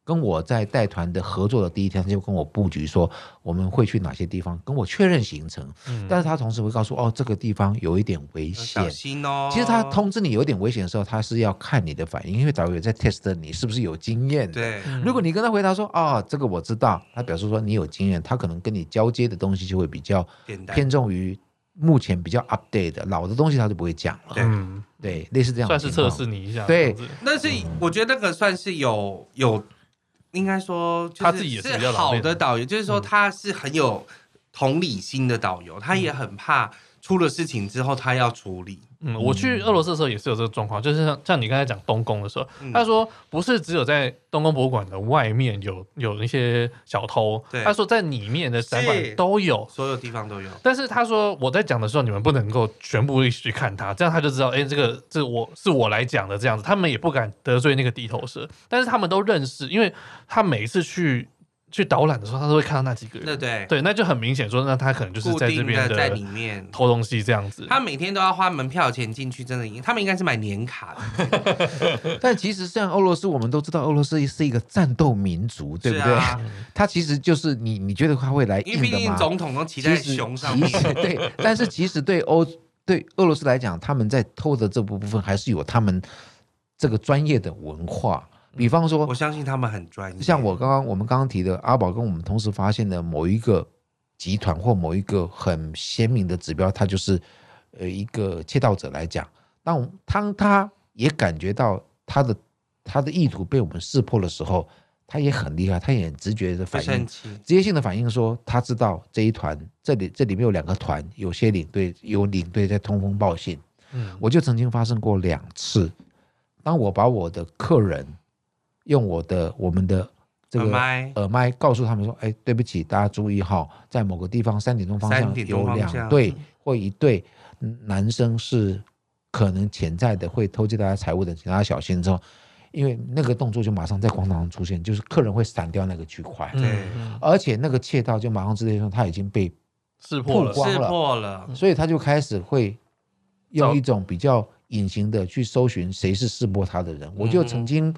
Speaker 1: 跟我在带团的合作的第一天，他就跟我布局说我们会去哪些地方，跟我确认行程。
Speaker 2: 嗯，
Speaker 1: 但是他同时会告诉我哦，这个地方有一点危
Speaker 3: 要
Speaker 1: 险
Speaker 3: 小，心哦！
Speaker 1: 其实他通知你有点危险的时候，他是要看你的反应，因为导游也在 test 你是不是有经验的。
Speaker 3: 对
Speaker 2: 嗯
Speaker 1: 如果你跟他回答说啊、这个我知道，他表示说你有经验，他可能跟你交接的东西就会比较
Speaker 3: 简单
Speaker 1: 偏重于目前比较 update 的老的东西，他就不会讲了。
Speaker 3: 对
Speaker 2: 嗯
Speaker 1: 对，类似这样的
Speaker 2: 算是
Speaker 1: 情
Speaker 2: 测
Speaker 1: 况
Speaker 2: 试你一下，
Speaker 1: 对
Speaker 2: 这样子
Speaker 3: 但是
Speaker 1: 嗯
Speaker 3: 我觉得那个算是有有，应该说就是
Speaker 2: 他自己也是比较老
Speaker 3: 好
Speaker 2: 练的
Speaker 3: 的导游，就是
Speaker 1: 嗯
Speaker 3: 说他是很有同理心的导游，他也很怕出了事情之后他要处理。
Speaker 2: 嗯，我去俄罗斯的时候也是有这个状况，就是像像你刚才讲东宫的时候，
Speaker 3: 嗯
Speaker 2: 他说不是只有在东宫博物馆的外面有有那些小偷，
Speaker 3: 对
Speaker 2: 他说在里面的展
Speaker 3: 是
Speaker 2: 馆都有。
Speaker 3: 所有地方都有，
Speaker 2: 但是他说我在讲的时候，你们不能够全部一起去看他，这样他就知道，哎、这个这我是我来讲的这样子，他们也不敢得罪那个地头蛇，但是他们都认识，因为他每一次去去导览的时候，他都会看到那几个人，
Speaker 3: 对不对？
Speaker 2: 对，那就很明显说，那他可能就是
Speaker 3: 固
Speaker 2: 在这
Speaker 3: 定
Speaker 2: 边
Speaker 3: 的在
Speaker 2: 的
Speaker 3: 里面。
Speaker 2: 偷东西这样子，
Speaker 3: 他每天都要花门票钱进去，真的，他们应该是买年卡 <laughs> 的，
Speaker 1: 但其实像俄罗斯，我们都知道俄罗斯是一个战斗民族，对不
Speaker 3: 是
Speaker 1: 对？
Speaker 3: 啊？
Speaker 1: 他其实就是你，你觉得他会来
Speaker 3: <laughs> 因为
Speaker 1: 硬
Speaker 3: 毕
Speaker 1: 的
Speaker 3: 竟
Speaker 1: 吗？
Speaker 3: 总统都骑
Speaker 1: 其
Speaker 3: 在
Speaker 1: 实
Speaker 3: 熊上面
Speaker 1: 其，实对，但是其实对欧对俄罗斯来讲，他们在偷的这部分还是有他们这个专业的文化。比方
Speaker 3: 嗯我
Speaker 1: 说，
Speaker 3: 相信他们很专业。
Speaker 1: 像我刚刚我们刚刚提的，阿宝跟我们同时发现的某一个集团或某一个很鲜明的指标，它就是呃一个窃盗者来讲，当当他也感觉到他的他的意图被我们识破的时候，他也很厉害，他也很直觉的
Speaker 3: 会
Speaker 1: 反应
Speaker 3: 生气，
Speaker 1: 直接性的反应说，他知道这一团这里这里面有两个团，有些领队有领队在通风报信。
Speaker 2: 嗯
Speaker 1: 我就曾经发生过两次，当我把我的客人用我的我们的这
Speaker 3: 耳
Speaker 1: 个
Speaker 3: 麦
Speaker 1: 耳麦告诉他们说，哎，对不起，大家注意哈，在某个地方三点钟方
Speaker 3: 三
Speaker 1: 向
Speaker 3: 点钟
Speaker 1: 有
Speaker 3: 方
Speaker 1: 两
Speaker 3: 向
Speaker 1: 对或一对男生是可能潜在的会偷窃大家财物的，请大家小心之后，因为那个动作就马上在广场上出现，就是客人会闪掉那个区块。
Speaker 2: 嗯
Speaker 3: 对
Speaker 2: 嗯
Speaker 1: 而且那个窃盗就马上直接说他已经被，
Speaker 2: 识破
Speaker 1: 曝
Speaker 2: 了，
Speaker 1: 光
Speaker 3: 识
Speaker 1: 了
Speaker 3: 破了，
Speaker 1: 所以他就开始会用
Speaker 2: 找
Speaker 1: 一种比较隐形的去搜寻谁是识破他的人。我就曾经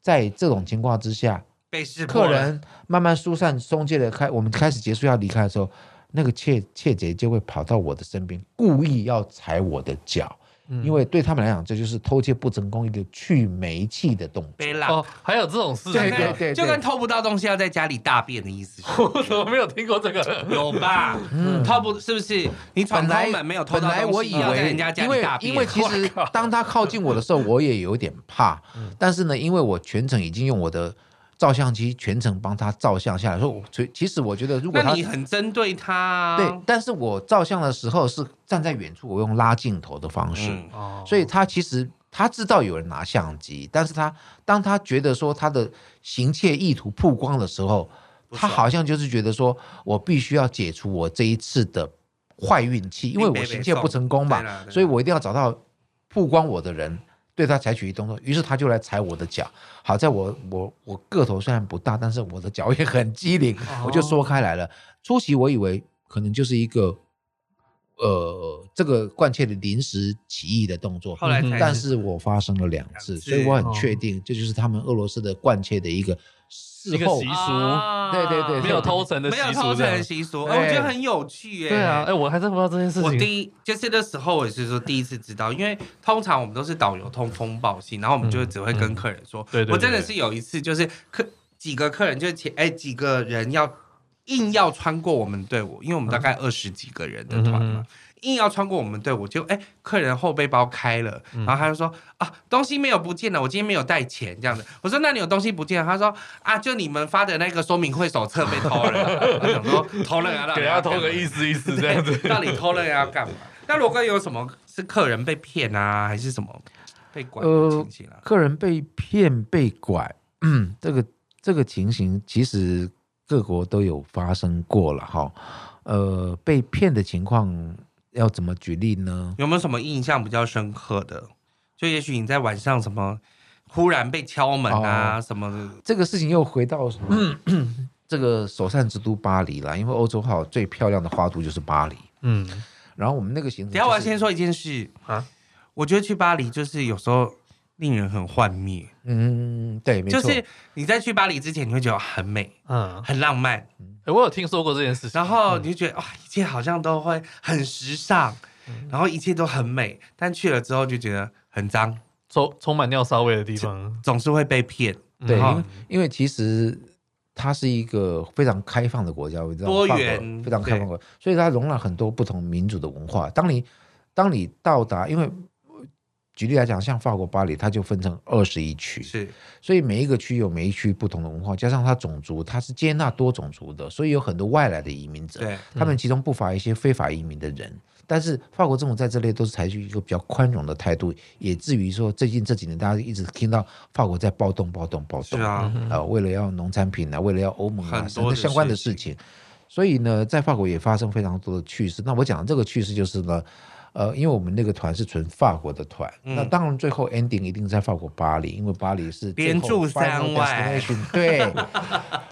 Speaker 1: 在这种情况之下，
Speaker 3: 被识破
Speaker 1: 客
Speaker 3: 了。
Speaker 1: 人慢慢疏散松懈的开，我们开始结束要离开的时候，那个窃窃贼就会跑到我的身边，故意要踩我的脚，因为对他们来讲，这就是偷窃不成功一个去煤气的动作。
Speaker 3: 被拉
Speaker 2: 哦，还有这种事，
Speaker 1: 对
Speaker 3: 就
Speaker 1: 对
Speaker 3: 跟
Speaker 1: 对对
Speaker 3: 就跟偷不到东西要在家里大便的意思是一
Speaker 2: <laughs>
Speaker 3: 样，
Speaker 1: <laughs>
Speaker 2: 我怎么没有听过这个？
Speaker 3: 有吧？
Speaker 1: 嗯
Speaker 3: 偷不是不是？你闯
Speaker 1: 本来
Speaker 3: 空门没有偷
Speaker 1: 本
Speaker 3: 到
Speaker 1: 来我
Speaker 3: 东西，
Speaker 1: 以
Speaker 3: 要在
Speaker 1: 为，
Speaker 3: 人家家
Speaker 1: 因
Speaker 3: 里
Speaker 1: 为
Speaker 3: 大便，
Speaker 1: 因为其实当他靠近我的时候，我也有点怕。
Speaker 3: 嗯
Speaker 1: 但是呢，因为我全程已经用我的照相机全程帮他照相下来，说我其其实我觉得如果
Speaker 3: <laughs> 那
Speaker 1: 他
Speaker 3: 你很针对他啊，
Speaker 1: 对，但是我照相的时候是站在远处，我用拉镜头的方式，
Speaker 3: 嗯，
Speaker 2: 哦
Speaker 1: 所以他其实他知道有人拿相机，但是他当他觉得说他的行窃意图曝光的时候，
Speaker 3: 不
Speaker 1: 他
Speaker 3: 爽
Speaker 1: 好像就是觉得说我必须要解除我这一次的坏运气，因为
Speaker 3: 北
Speaker 1: 我
Speaker 3: 北
Speaker 1: 行窃
Speaker 3: 宋
Speaker 1: 不成功嘛
Speaker 3: 对啦对，啦
Speaker 1: 所以我一定要找到曝光我的人。对他采取一动作，于是他就来踩我的脚。好在我我我个头虽然不大，但是我的脚
Speaker 3: 哦
Speaker 1: 也很机灵，我就缩开来了。初期我以为可能就是一个呃这个贯彻的临时起义的动作，
Speaker 3: 后来
Speaker 2: 嗯
Speaker 3: 才
Speaker 1: 但
Speaker 3: 是
Speaker 1: 是我发生了两
Speaker 3: 两次哦
Speaker 1: 次，所以我很确定这就是他们俄罗斯的贯彻的一个事
Speaker 2: 一个
Speaker 1: 后
Speaker 2: 习。
Speaker 3: 啊
Speaker 1: 对对对
Speaker 2: 哦没有偷成的
Speaker 3: 没有
Speaker 2: 习
Speaker 3: 偷
Speaker 2: 俗
Speaker 3: 成
Speaker 2: 这样
Speaker 3: 的。习俗，哎，我觉
Speaker 1: 对
Speaker 3: 得很有趣耶。
Speaker 2: 对啊，哎、我还真不知道这件事
Speaker 3: 我
Speaker 2: 情。
Speaker 3: 第一就是那时候，我是说第一次知道，因为通常我们都是导游通风报信，然后我们就只会跟客人说。
Speaker 2: 嗯对对对
Speaker 3: 我真的是有一次，就是客几个客人就是前哎几个人要硬要穿过我们队伍，因为我们大概二十几个人的
Speaker 2: 嗯
Speaker 3: 团
Speaker 2: 嗯嗯
Speaker 3: 嘛。硬要穿过我们队伍，就哎、客人后背包开了，
Speaker 2: 嗯
Speaker 3: 然后他就说啊，东西没有不见了，我今天没有带钱这样子。我说那你有东西不见了？他说啊，就你们发的那个说明会手册被偷了。 <laughs> 我想说偷了啊，到底
Speaker 2: 给
Speaker 3: 要
Speaker 2: 他偷
Speaker 3: 干嘛
Speaker 2: 个意思意思这
Speaker 3: 对，
Speaker 2: 样子。
Speaker 3: 到底偷了要干嘛？那罗哥有什么是客人被骗啊，还是什么被拐的情形啊？
Speaker 1: 客人被骗被拐， <clears throat> 嗯，这个这个情形其实各国都有发生过了哈。呃，被骗的情况要怎么举例呢？
Speaker 3: 有没有什么印象比较深刻的？就也许你在晚上什么忽然被敲门啊、什么的，
Speaker 1: 这个事情又回到、
Speaker 3: <clears throat>
Speaker 1: 这个首善之都巴黎啦，因为欧洲好最漂亮的花都就是巴黎。
Speaker 2: 嗯，
Speaker 1: 然后我们那个行程、
Speaker 3: 等一下我要先，说一件事
Speaker 2: 啊
Speaker 3: 啊，我觉得去巴黎就是有时候令人很幻灭，
Speaker 1: 嗯，对，没
Speaker 3: 就
Speaker 1: 错，
Speaker 3: 是你在去巴黎之前你会觉得很美、
Speaker 2: 嗯，
Speaker 3: 很浪漫，
Speaker 2: 哎我有听说过这件事情。
Speaker 3: 然后你就觉得哇、一切好像都会很时尚，然后一切都很美，但去了之后就觉得很脏。
Speaker 2: 充充满尿骚味的地方，
Speaker 3: 总是会被骗，
Speaker 1: 对，
Speaker 2: 嗯
Speaker 1: 因
Speaker 3: 好
Speaker 1: 为因为其实它是一个非常开放的国家，我知道
Speaker 3: 多
Speaker 1: 法国
Speaker 3: 元
Speaker 1: 非常开放国家，所以它容纳很多不同民族的文化。当你当你到达，因为呃举例来讲，像法国巴黎，它就分成二十一区，
Speaker 3: 是
Speaker 1: 所以每一个区有每一区不同的文化，加上它种族，它是接纳多种族的，所以有很多外来的移民者。
Speaker 3: 对，
Speaker 1: 他们其中不乏一些非法移民的人。但是法国政府在这类都是采取一个比较宽容的态度，也至于说最近这几年大家一直听到法国在暴动、暴动、暴
Speaker 3: 是
Speaker 1: 动，
Speaker 3: 啊，
Speaker 2: 嗯
Speaker 1: 呃，为了要农产品啊，为了要欧盟
Speaker 3: 很
Speaker 1: 啊，
Speaker 3: 多
Speaker 1: 什么
Speaker 3: 的
Speaker 1: 相关的
Speaker 3: 事
Speaker 1: 事情。所以呢，在法国也发生非常多的趣事。那我讲的这个趣事就是呢，呃，因为我们那个团是纯法国的团，
Speaker 3: 嗯
Speaker 1: 那当然最后 ending 一定在法国巴黎，因为巴黎是
Speaker 3: 连
Speaker 1: 最后
Speaker 3: 住三
Speaker 1: final
Speaker 3: 晚
Speaker 1: destination，对，
Speaker 3: <laughs>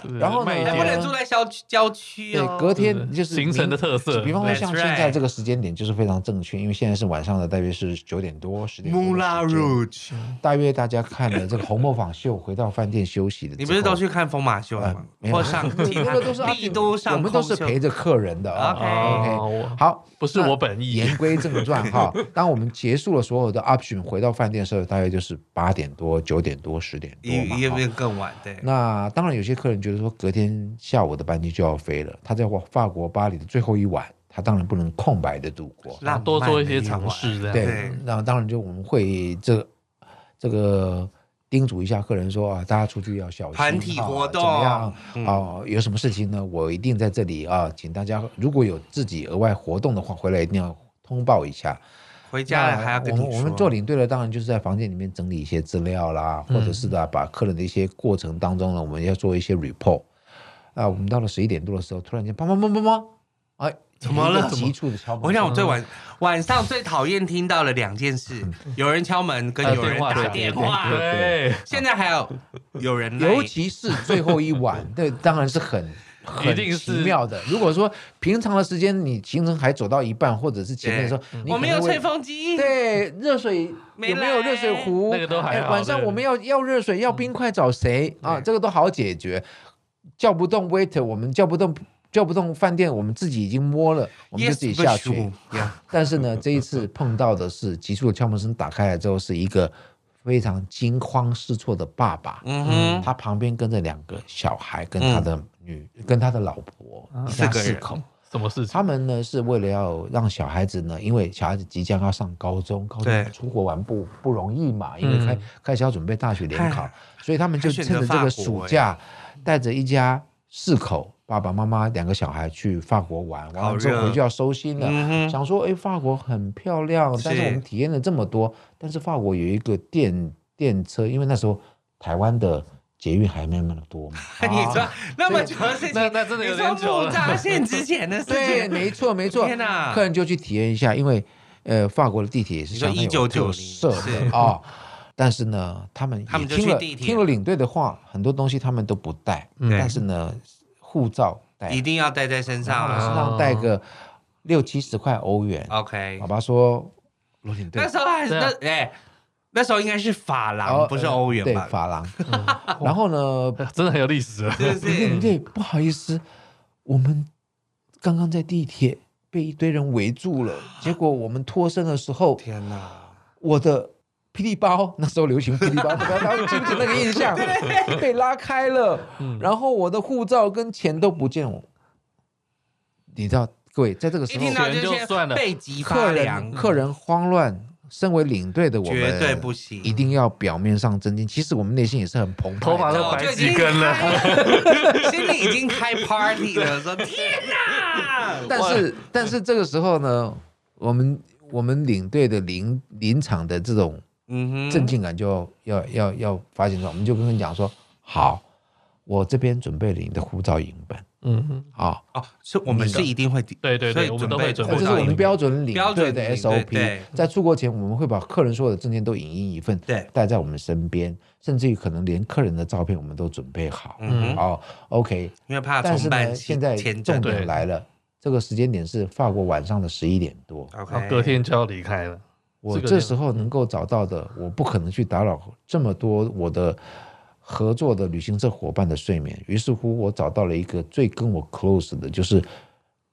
Speaker 2: 对
Speaker 1: 然后呢
Speaker 2: 慢一
Speaker 3: 还
Speaker 2: 点
Speaker 3: 哎不能住在郊区郊
Speaker 1: 嗯
Speaker 3: 区
Speaker 1: 对，
Speaker 3: 哦。
Speaker 1: 隔天就是
Speaker 2: 行嗯程的特色
Speaker 1: 比方说像
Speaker 3: That's
Speaker 1: 现在这个时间点就是非常正确，因为现在是晚上的，大约是九点多、十点多的时间。
Speaker 3: Moulin Rouge，
Speaker 1: 大约大家看了这个红磨坊秀，回到饭店休息的。
Speaker 3: 你不是都？去看疯马秀了吗
Speaker 1: 呃？没有
Speaker 3: 或
Speaker 1: <laughs>
Speaker 3: 上
Speaker 1: 那
Speaker 3: 听
Speaker 1: 个都是阿
Speaker 3: 帝
Speaker 1: 平
Speaker 3: 都上
Speaker 1: 我
Speaker 3: 空
Speaker 1: 们都是
Speaker 3: 秀
Speaker 1: 陪着客人的啊。
Speaker 2: 哦
Speaker 1: OK
Speaker 3: 哎
Speaker 2: 我
Speaker 1: 好，
Speaker 2: 不是
Speaker 1: 那
Speaker 2: 我本意。
Speaker 1: 言归正传
Speaker 3: <laughs>
Speaker 1: 哈，当我们结束了所有的 option，回到饭店的时候，大约就是八点多、九点多、十点多
Speaker 3: 也
Speaker 1: 嘛。
Speaker 3: 也
Speaker 1: 哈
Speaker 3: 没有更晚，对，
Speaker 1: 那当然，有些客人觉得说隔天下午的班机就要飞了，他在法国巴黎的最后一晚，他当然不能空白的度过。
Speaker 3: 浪漫
Speaker 2: 多做一些
Speaker 3: 的夜
Speaker 2: 尝
Speaker 3: 晚
Speaker 2: 试，这样。
Speaker 1: 对
Speaker 3: 对，
Speaker 1: 那当然就我们会这个这个叮嘱一下客人说啊，大家出去要小心，
Speaker 3: 团体
Speaker 1: 啊
Speaker 3: 活
Speaker 1: 怎
Speaker 3: 动
Speaker 1: 么样？
Speaker 3: 嗯
Speaker 1: 哦、有什么事情呢？我一定在这里啊，请大家如果有自己额外活动的话，回来一定要通报一下。
Speaker 3: 回家了还要跟
Speaker 1: 我
Speaker 3: 你
Speaker 1: 们
Speaker 3: 说。
Speaker 1: 我们做领队的当然就是在房间里面整理一些资料啦，
Speaker 3: 嗯
Speaker 1: 或者是的、把客人的一些过程当中呢，我们要做一些 report。啊，我们到了十一点多的时候，突然间砰砰砰砰砰，哎，
Speaker 3: 怎么了
Speaker 1: 一个急促的敲门声。
Speaker 3: 我想我最晚晚上最讨厌听到了两件事：
Speaker 1: 嗯
Speaker 3: 有人敲门跟
Speaker 2: 还有
Speaker 3: 有
Speaker 2: 呃
Speaker 3: 人
Speaker 2: 电话
Speaker 3: 打
Speaker 2: 对
Speaker 3: 电
Speaker 1: 对
Speaker 3: 话。
Speaker 2: 对，
Speaker 3: 现在还有有人来
Speaker 1: 尤其是最后一
Speaker 3: <laughs>
Speaker 1: 晚，那当然是很
Speaker 2: 一
Speaker 1: 很
Speaker 2: 定是
Speaker 1: 奇妙的。如果说平常的时间你行程还走到一半，或者是前面的时候，你
Speaker 3: 我
Speaker 1: 可
Speaker 3: 没
Speaker 1: 能
Speaker 3: 有
Speaker 1: 会
Speaker 3: 吹风机，
Speaker 1: 对热水
Speaker 3: <laughs> 没
Speaker 1: 有没有
Speaker 3: 来
Speaker 1: 热水壶？
Speaker 2: 那个都还
Speaker 1: 哎
Speaker 2: 好
Speaker 1: 晚上
Speaker 2: 对
Speaker 1: 我们要要热水要冰块找谁啊？这个都好解决，叫不动 waiter，我们叫不动。叫不动饭店，我们自己已经摸了，我们就
Speaker 3: Yes，
Speaker 1: 自己
Speaker 3: 不
Speaker 1: 下
Speaker 3: 舒
Speaker 1: 去。啊
Speaker 3: 服呀
Speaker 1: 但是呢，这一
Speaker 3: <laughs>
Speaker 1: 次碰到的是急促的敲门声打开来之后，是一个非常惊慌失措的爸爸。
Speaker 3: 嗯哼，
Speaker 1: 他旁边跟着两个小孩，跟他的女，跟他的老婆，一家
Speaker 3: 四个
Speaker 1: 四
Speaker 3: 人
Speaker 1: 口。
Speaker 2: 什么事情？
Speaker 1: 他们呢是为了要让小孩子呢，因为小孩子即将要上高中，高
Speaker 3: 对嗯
Speaker 1: 中出国玩不不容易嘛，因为开、开始要准备大学联考
Speaker 3: 哎，
Speaker 1: 所以他们就
Speaker 3: 还选
Speaker 1: 趁
Speaker 3: 择
Speaker 1: 着这
Speaker 3: 法
Speaker 1: 个
Speaker 3: 国哎
Speaker 1: 暑假，带着一家四口，爸爸妈妈两个小孩去法国玩，玩
Speaker 3: 好
Speaker 1: 完之
Speaker 3: 热
Speaker 1: 后回去要收心了，
Speaker 3: 嗯哼
Speaker 1: 想说哎，法国很漂亮，但是
Speaker 3: 是
Speaker 1: 我们体验了这么多，但是法国有一个电电车，因为那时候台湾的捷运还没那么多嘛。
Speaker 3: <laughs> 你说
Speaker 1: 哦
Speaker 3: 那么久的事情，
Speaker 2: 那那真的有
Speaker 3: 你
Speaker 2: 点
Speaker 3: 说
Speaker 2: 久
Speaker 3: 木
Speaker 2: 了。
Speaker 3: 栅线之前的事
Speaker 1: 对，
Speaker 3: 情，
Speaker 1: 没错没错。
Speaker 3: 天哪
Speaker 1: 客人就去体验一下，因为呃，法国的地铁也是
Speaker 3: 你说
Speaker 1: 相当有特
Speaker 3: 1990
Speaker 1: 色
Speaker 3: 是
Speaker 1: 的啊。但是呢，他们也
Speaker 3: 他们就
Speaker 1: 听
Speaker 3: 去
Speaker 1: 了
Speaker 3: 地铁
Speaker 1: 听了领队的话，很多东西他们都不带，
Speaker 2: 嗯
Speaker 1: 但是呢，护照带，
Speaker 3: 一定要带在身上哦
Speaker 1: 身
Speaker 3: 啊！
Speaker 1: 上带个六七十块欧元，
Speaker 3: OK，
Speaker 1: 爸爸说罗点哦对
Speaker 3: 那，时候还是
Speaker 2: 对
Speaker 3: 那
Speaker 2: 啊
Speaker 3: 哎，那时候应该是法
Speaker 1: 然后
Speaker 3: 郎，不是欧元
Speaker 1: 哦对
Speaker 3: 吧？嗯哦
Speaker 1: 法郎，然后呢，
Speaker 2: 真的很有历史啊了。
Speaker 3: 就
Speaker 1: 对
Speaker 3: 是
Speaker 1: 对，不好意思，我们刚刚在地铁被一堆人围住
Speaker 3: <laughs>
Speaker 1: 了，结果我们脱身的时候，
Speaker 3: 天哪！
Speaker 1: 我的霹雳包那时候流行霹雳包，大家记不记得那个印
Speaker 3: <laughs>
Speaker 1: 象？被拉开了，
Speaker 3: 嗯
Speaker 1: 然后我的护照跟钱都不见了。你知道，各位在这个时
Speaker 3: 一
Speaker 1: 候
Speaker 3: 听，到
Speaker 2: 钱
Speaker 3: 就
Speaker 2: 就算了
Speaker 3: 背脊
Speaker 1: 客
Speaker 3: 发凉
Speaker 1: 人，客人慌乱。身为领队的我们，
Speaker 3: 绝对不行
Speaker 1: 一定要表面上镇定。其实我们内心也是很澎湃的，
Speaker 2: 头发都
Speaker 3: 我哦就
Speaker 2: 白
Speaker 3: 已经
Speaker 2: 几根了
Speaker 3: 开， <laughs> 心里已经开 party
Speaker 1: <laughs>
Speaker 3: 了，说天哪！
Speaker 1: 但是但是这个时候呢，我们我们领队的临临场的这种
Speaker 3: 嗯哼，
Speaker 1: 镇静感就要、要要要发现出来，我们就跟人讲说，好，我这边准备了你的护照影本
Speaker 2: 嗯，嗯
Speaker 1: 啊，
Speaker 3: 哦，是我们是一定会
Speaker 2: 对对
Speaker 3: 所以
Speaker 2: 对，我们
Speaker 3: 准
Speaker 2: 都
Speaker 3: 备
Speaker 2: 会准
Speaker 1: 那
Speaker 2: 备
Speaker 1: 这是
Speaker 2: 到
Speaker 1: 我
Speaker 2: 一
Speaker 1: 们
Speaker 2: 个
Speaker 1: 标准领
Speaker 3: 标
Speaker 1: 队
Speaker 3: 准
Speaker 1: 的
Speaker 3: 领队对
Speaker 1: SOP。在出国前，我们会把客人所有的证件都影印一份，
Speaker 3: 对
Speaker 1: 带在我们身边，甚至于可能连客人的照片我们都准备好。
Speaker 3: 嗯哼，
Speaker 1: 哦，OK，
Speaker 3: 因为怕
Speaker 1: 但是
Speaker 3: 重办
Speaker 1: 呢，
Speaker 3: 签
Speaker 1: 现在
Speaker 3: 签
Speaker 1: 重
Speaker 3: 证
Speaker 1: 点
Speaker 2: 对
Speaker 1: 来了，这个时间点是法国晚上的十一点多。
Speaker 2: 然后
Speaker 3: ，OK，
Speaker 2: 啊隔天就要离开了。
Speaker 1: 我
Speaker 2: 这个嗯
Speaker 1: 这
Speaker 2: 就
Speaker 1: 时候能够找到的，我不可能去打扰这么多我的合作的旅行社伙伴的睡眠。于是乎，我找到了一个最跟我 close 的，就是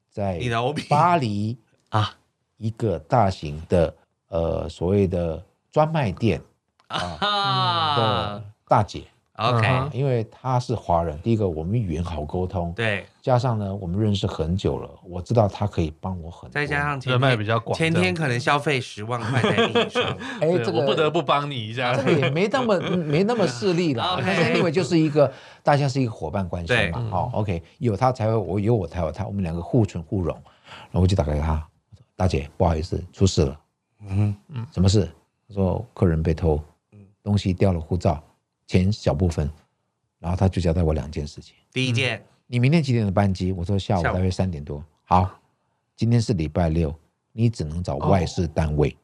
Speaker 1: 在
Speaker 3: 你的 OP
Speaker 1: 巴黎
Speaker 3: 啊，
Speaker 1: 一个大型的呃所谓的专卖店
Speaker 3: 啊
Speaker 2: 嗯
Speaker 1: 的大姐啊
Speaker 3: ，OK，，
Speaker 1: 因为她是华人，第一个我们语言好沟通，
Speaker 3: 对，
Speaker 1: 加上呢我们认识很久了，我知道她可以帮我很多。
Speaker 3: 再加上前
Speaker 2: 人脉
Speaker 3: 天
Speaker 2: 比较广
Speaker 3: 前天可能消费十万块台币以上，
Speaker 1: 哎，
Speaker 2: 对
Speaker 1: 这个
Speaker 2: 我不得不帮你一下
Speaker 1: 这。个也没那么没那么势利啦
Speaker 3: OK，
Speaker 1: 但是因为就是一个大家是一个伙伴关系
Speaker 3: 对
Speaker 1: 嘛，哦，OK，有他才有我，有我才有他，我们两个互存互融。然后我就打给他，大姐，不好意思，出事了，
Speaker 3: 嗯，
Speaker 1: 什么事？他说客人被偷，东西掉了，护照，钱小部分。然后他就交代我两件事情：
Speaker 3: 第一件
Speaker 1: 你明天几点的班机？我说下午
Speaker 3: 下午
Speaker 1: 大约三点多。好，今天是礼拜六，你只能找
Speaker 3: 哦
Speaker 1: 外事单
Speaker 3: 嗯
Speaker 1: 位，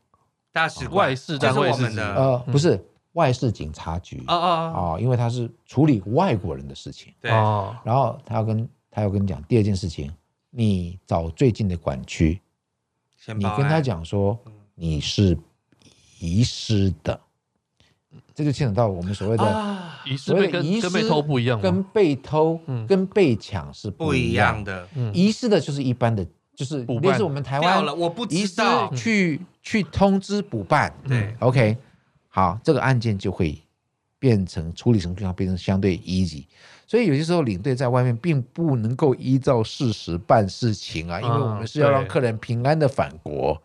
Speaker 3: 大使馆
Speaker 2: 外事单位
Speaker 3: 就是我们
Speaker 2: 指
Speaker 3: 的
Speaker 1: 呃，不是外事警察局
Speaker 3: 嗯哦哦，哦
Speaker 1: 哦，因为他是处理外国人的事情，
Speaker 3: 对，
Speaker 2: 哦，
Speaker 1: 然后他要跟他要跟你讲第二件事情，你找最近的管区，
Speaker 3: 先
Speaker 1: 你
Speaker 3: 报
Speaker 1: 跟他
Speaker 3: 案
Speaker 1: 讲说你是遗失的，这就牵扯到我们所谓的
Speaker 3: 啊，
Speaker 2: 仪式
Speaker 1: 所
Speaker 2: 被
Speaker 1: 谓的
Speaker 2: 跟
Speaker 1: 遗失
Speaker 2: 跟被偷不一样
Speaker 1: 跟
Speaker 2: 吗？
Speaker 1: 被偷
Speaker 2: 嗯
Speaker 1: 跟被抢是
Speaker 3: 不一
Speaker 1: 样
Speaker 3: 样。的，嗯
Speaker 1: 遗失的就是一般的，就是
Speaker 2: 补办
Speaker 1: 类似我们台
Speaker 3: 掉
Speaker 1: 湾
Speaker 3: 了我不
Speaker 1: 遗
Speaker 3: 知
Speaker 1: 失
Speaker 3: 道，
Speaker 1: 去去通知补办，
Speaker 3: 对，
Speaker 1: OK，好，这个案件就会变成处理程序上变成相对 easy。所以有些时候领队在外面并不能够依照事实办事情啊，因为我们是要让
Speaker 2: 对
Speaker 1: 客人平安的返国。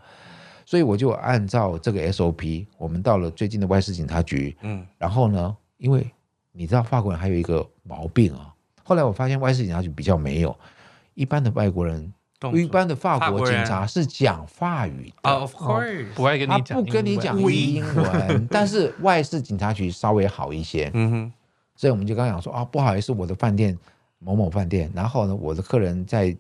Speaker 1: 所以我就按照这个 SOP，我们到了最近的外事警察局，
Speaker 3: 嗯，
Speaker 1: 然后呢，因为你知道法国人还有一个毛病啊，后来我发现外事警察局比较没有，一般的外国人，
Speaker 3: 动
Speaker 1: 一
Speaker 3: 作
Speaker 1: 般的法
Speaker 3: 法
Speaker 1: 国
Speaker 3: 国
Speaker 1: 警
Speaker 3: 人
Speaker 1: 察是讲法语的
Speaker 3: 啊，of
Speaker 2: 哦
Speaker 3: course，
Speaker 2: 不爱跟
Speaker 1: 他
Speaker 2: 你讲，
Speaker 1: 不跟你讲
Speaker 2: 英文
Speaker 1: 英文，但是外事警察局稍微好一些，
Speaker 3: 嗯哼，
Speaker 1: 所以我们就刚讲说啊，不好意思，我的饭店某某饭店，然后呢，我的客人在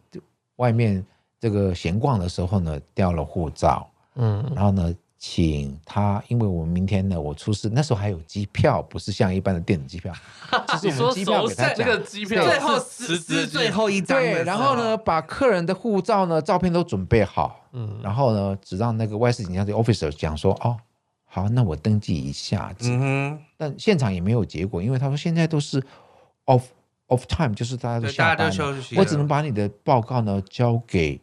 Speaker 1: 外面这个闲逛的时候呢，掉了护照，
Speaker 2: 嗯，
Speaker 1: 然后呢，请他，因为我明天呢，我出事，那时候还有机票，不是像一般的电子机 <laughs> 票，就是我们机票给他
Speaker 2: 这
Speaker 1: 讲。
Speaker 2: 个机票
Speaker 3: 最后
Speaker 2: 十
Speaker 3: 撕
Speaker 2: 只
Speaker 3: 撕最，后一张的时
Speaker 1: 对，
Speaker 3: 候，
Speaker 1: 然后呢，把客人的护照呢、照片都准备好，
Speaker 2: 嗯，
Speaker 1: 然后呢，只让那个外事警察局 officer 讲说，哦，好，那我登记一下，
Speaker 3: 嗯哼，
Speaker 1: 但现场也没有结果，因为他说现在都是 off off time，就是大家都
Speaker 3: 对，
Speaker 1: 下
Speaker 3: 大家
Speaker 1: 班
Speaker 3: 都
Speaker 1: 了。
Speaker 3: 休息了，
Speaker 1: 我只能把你的报告呢交给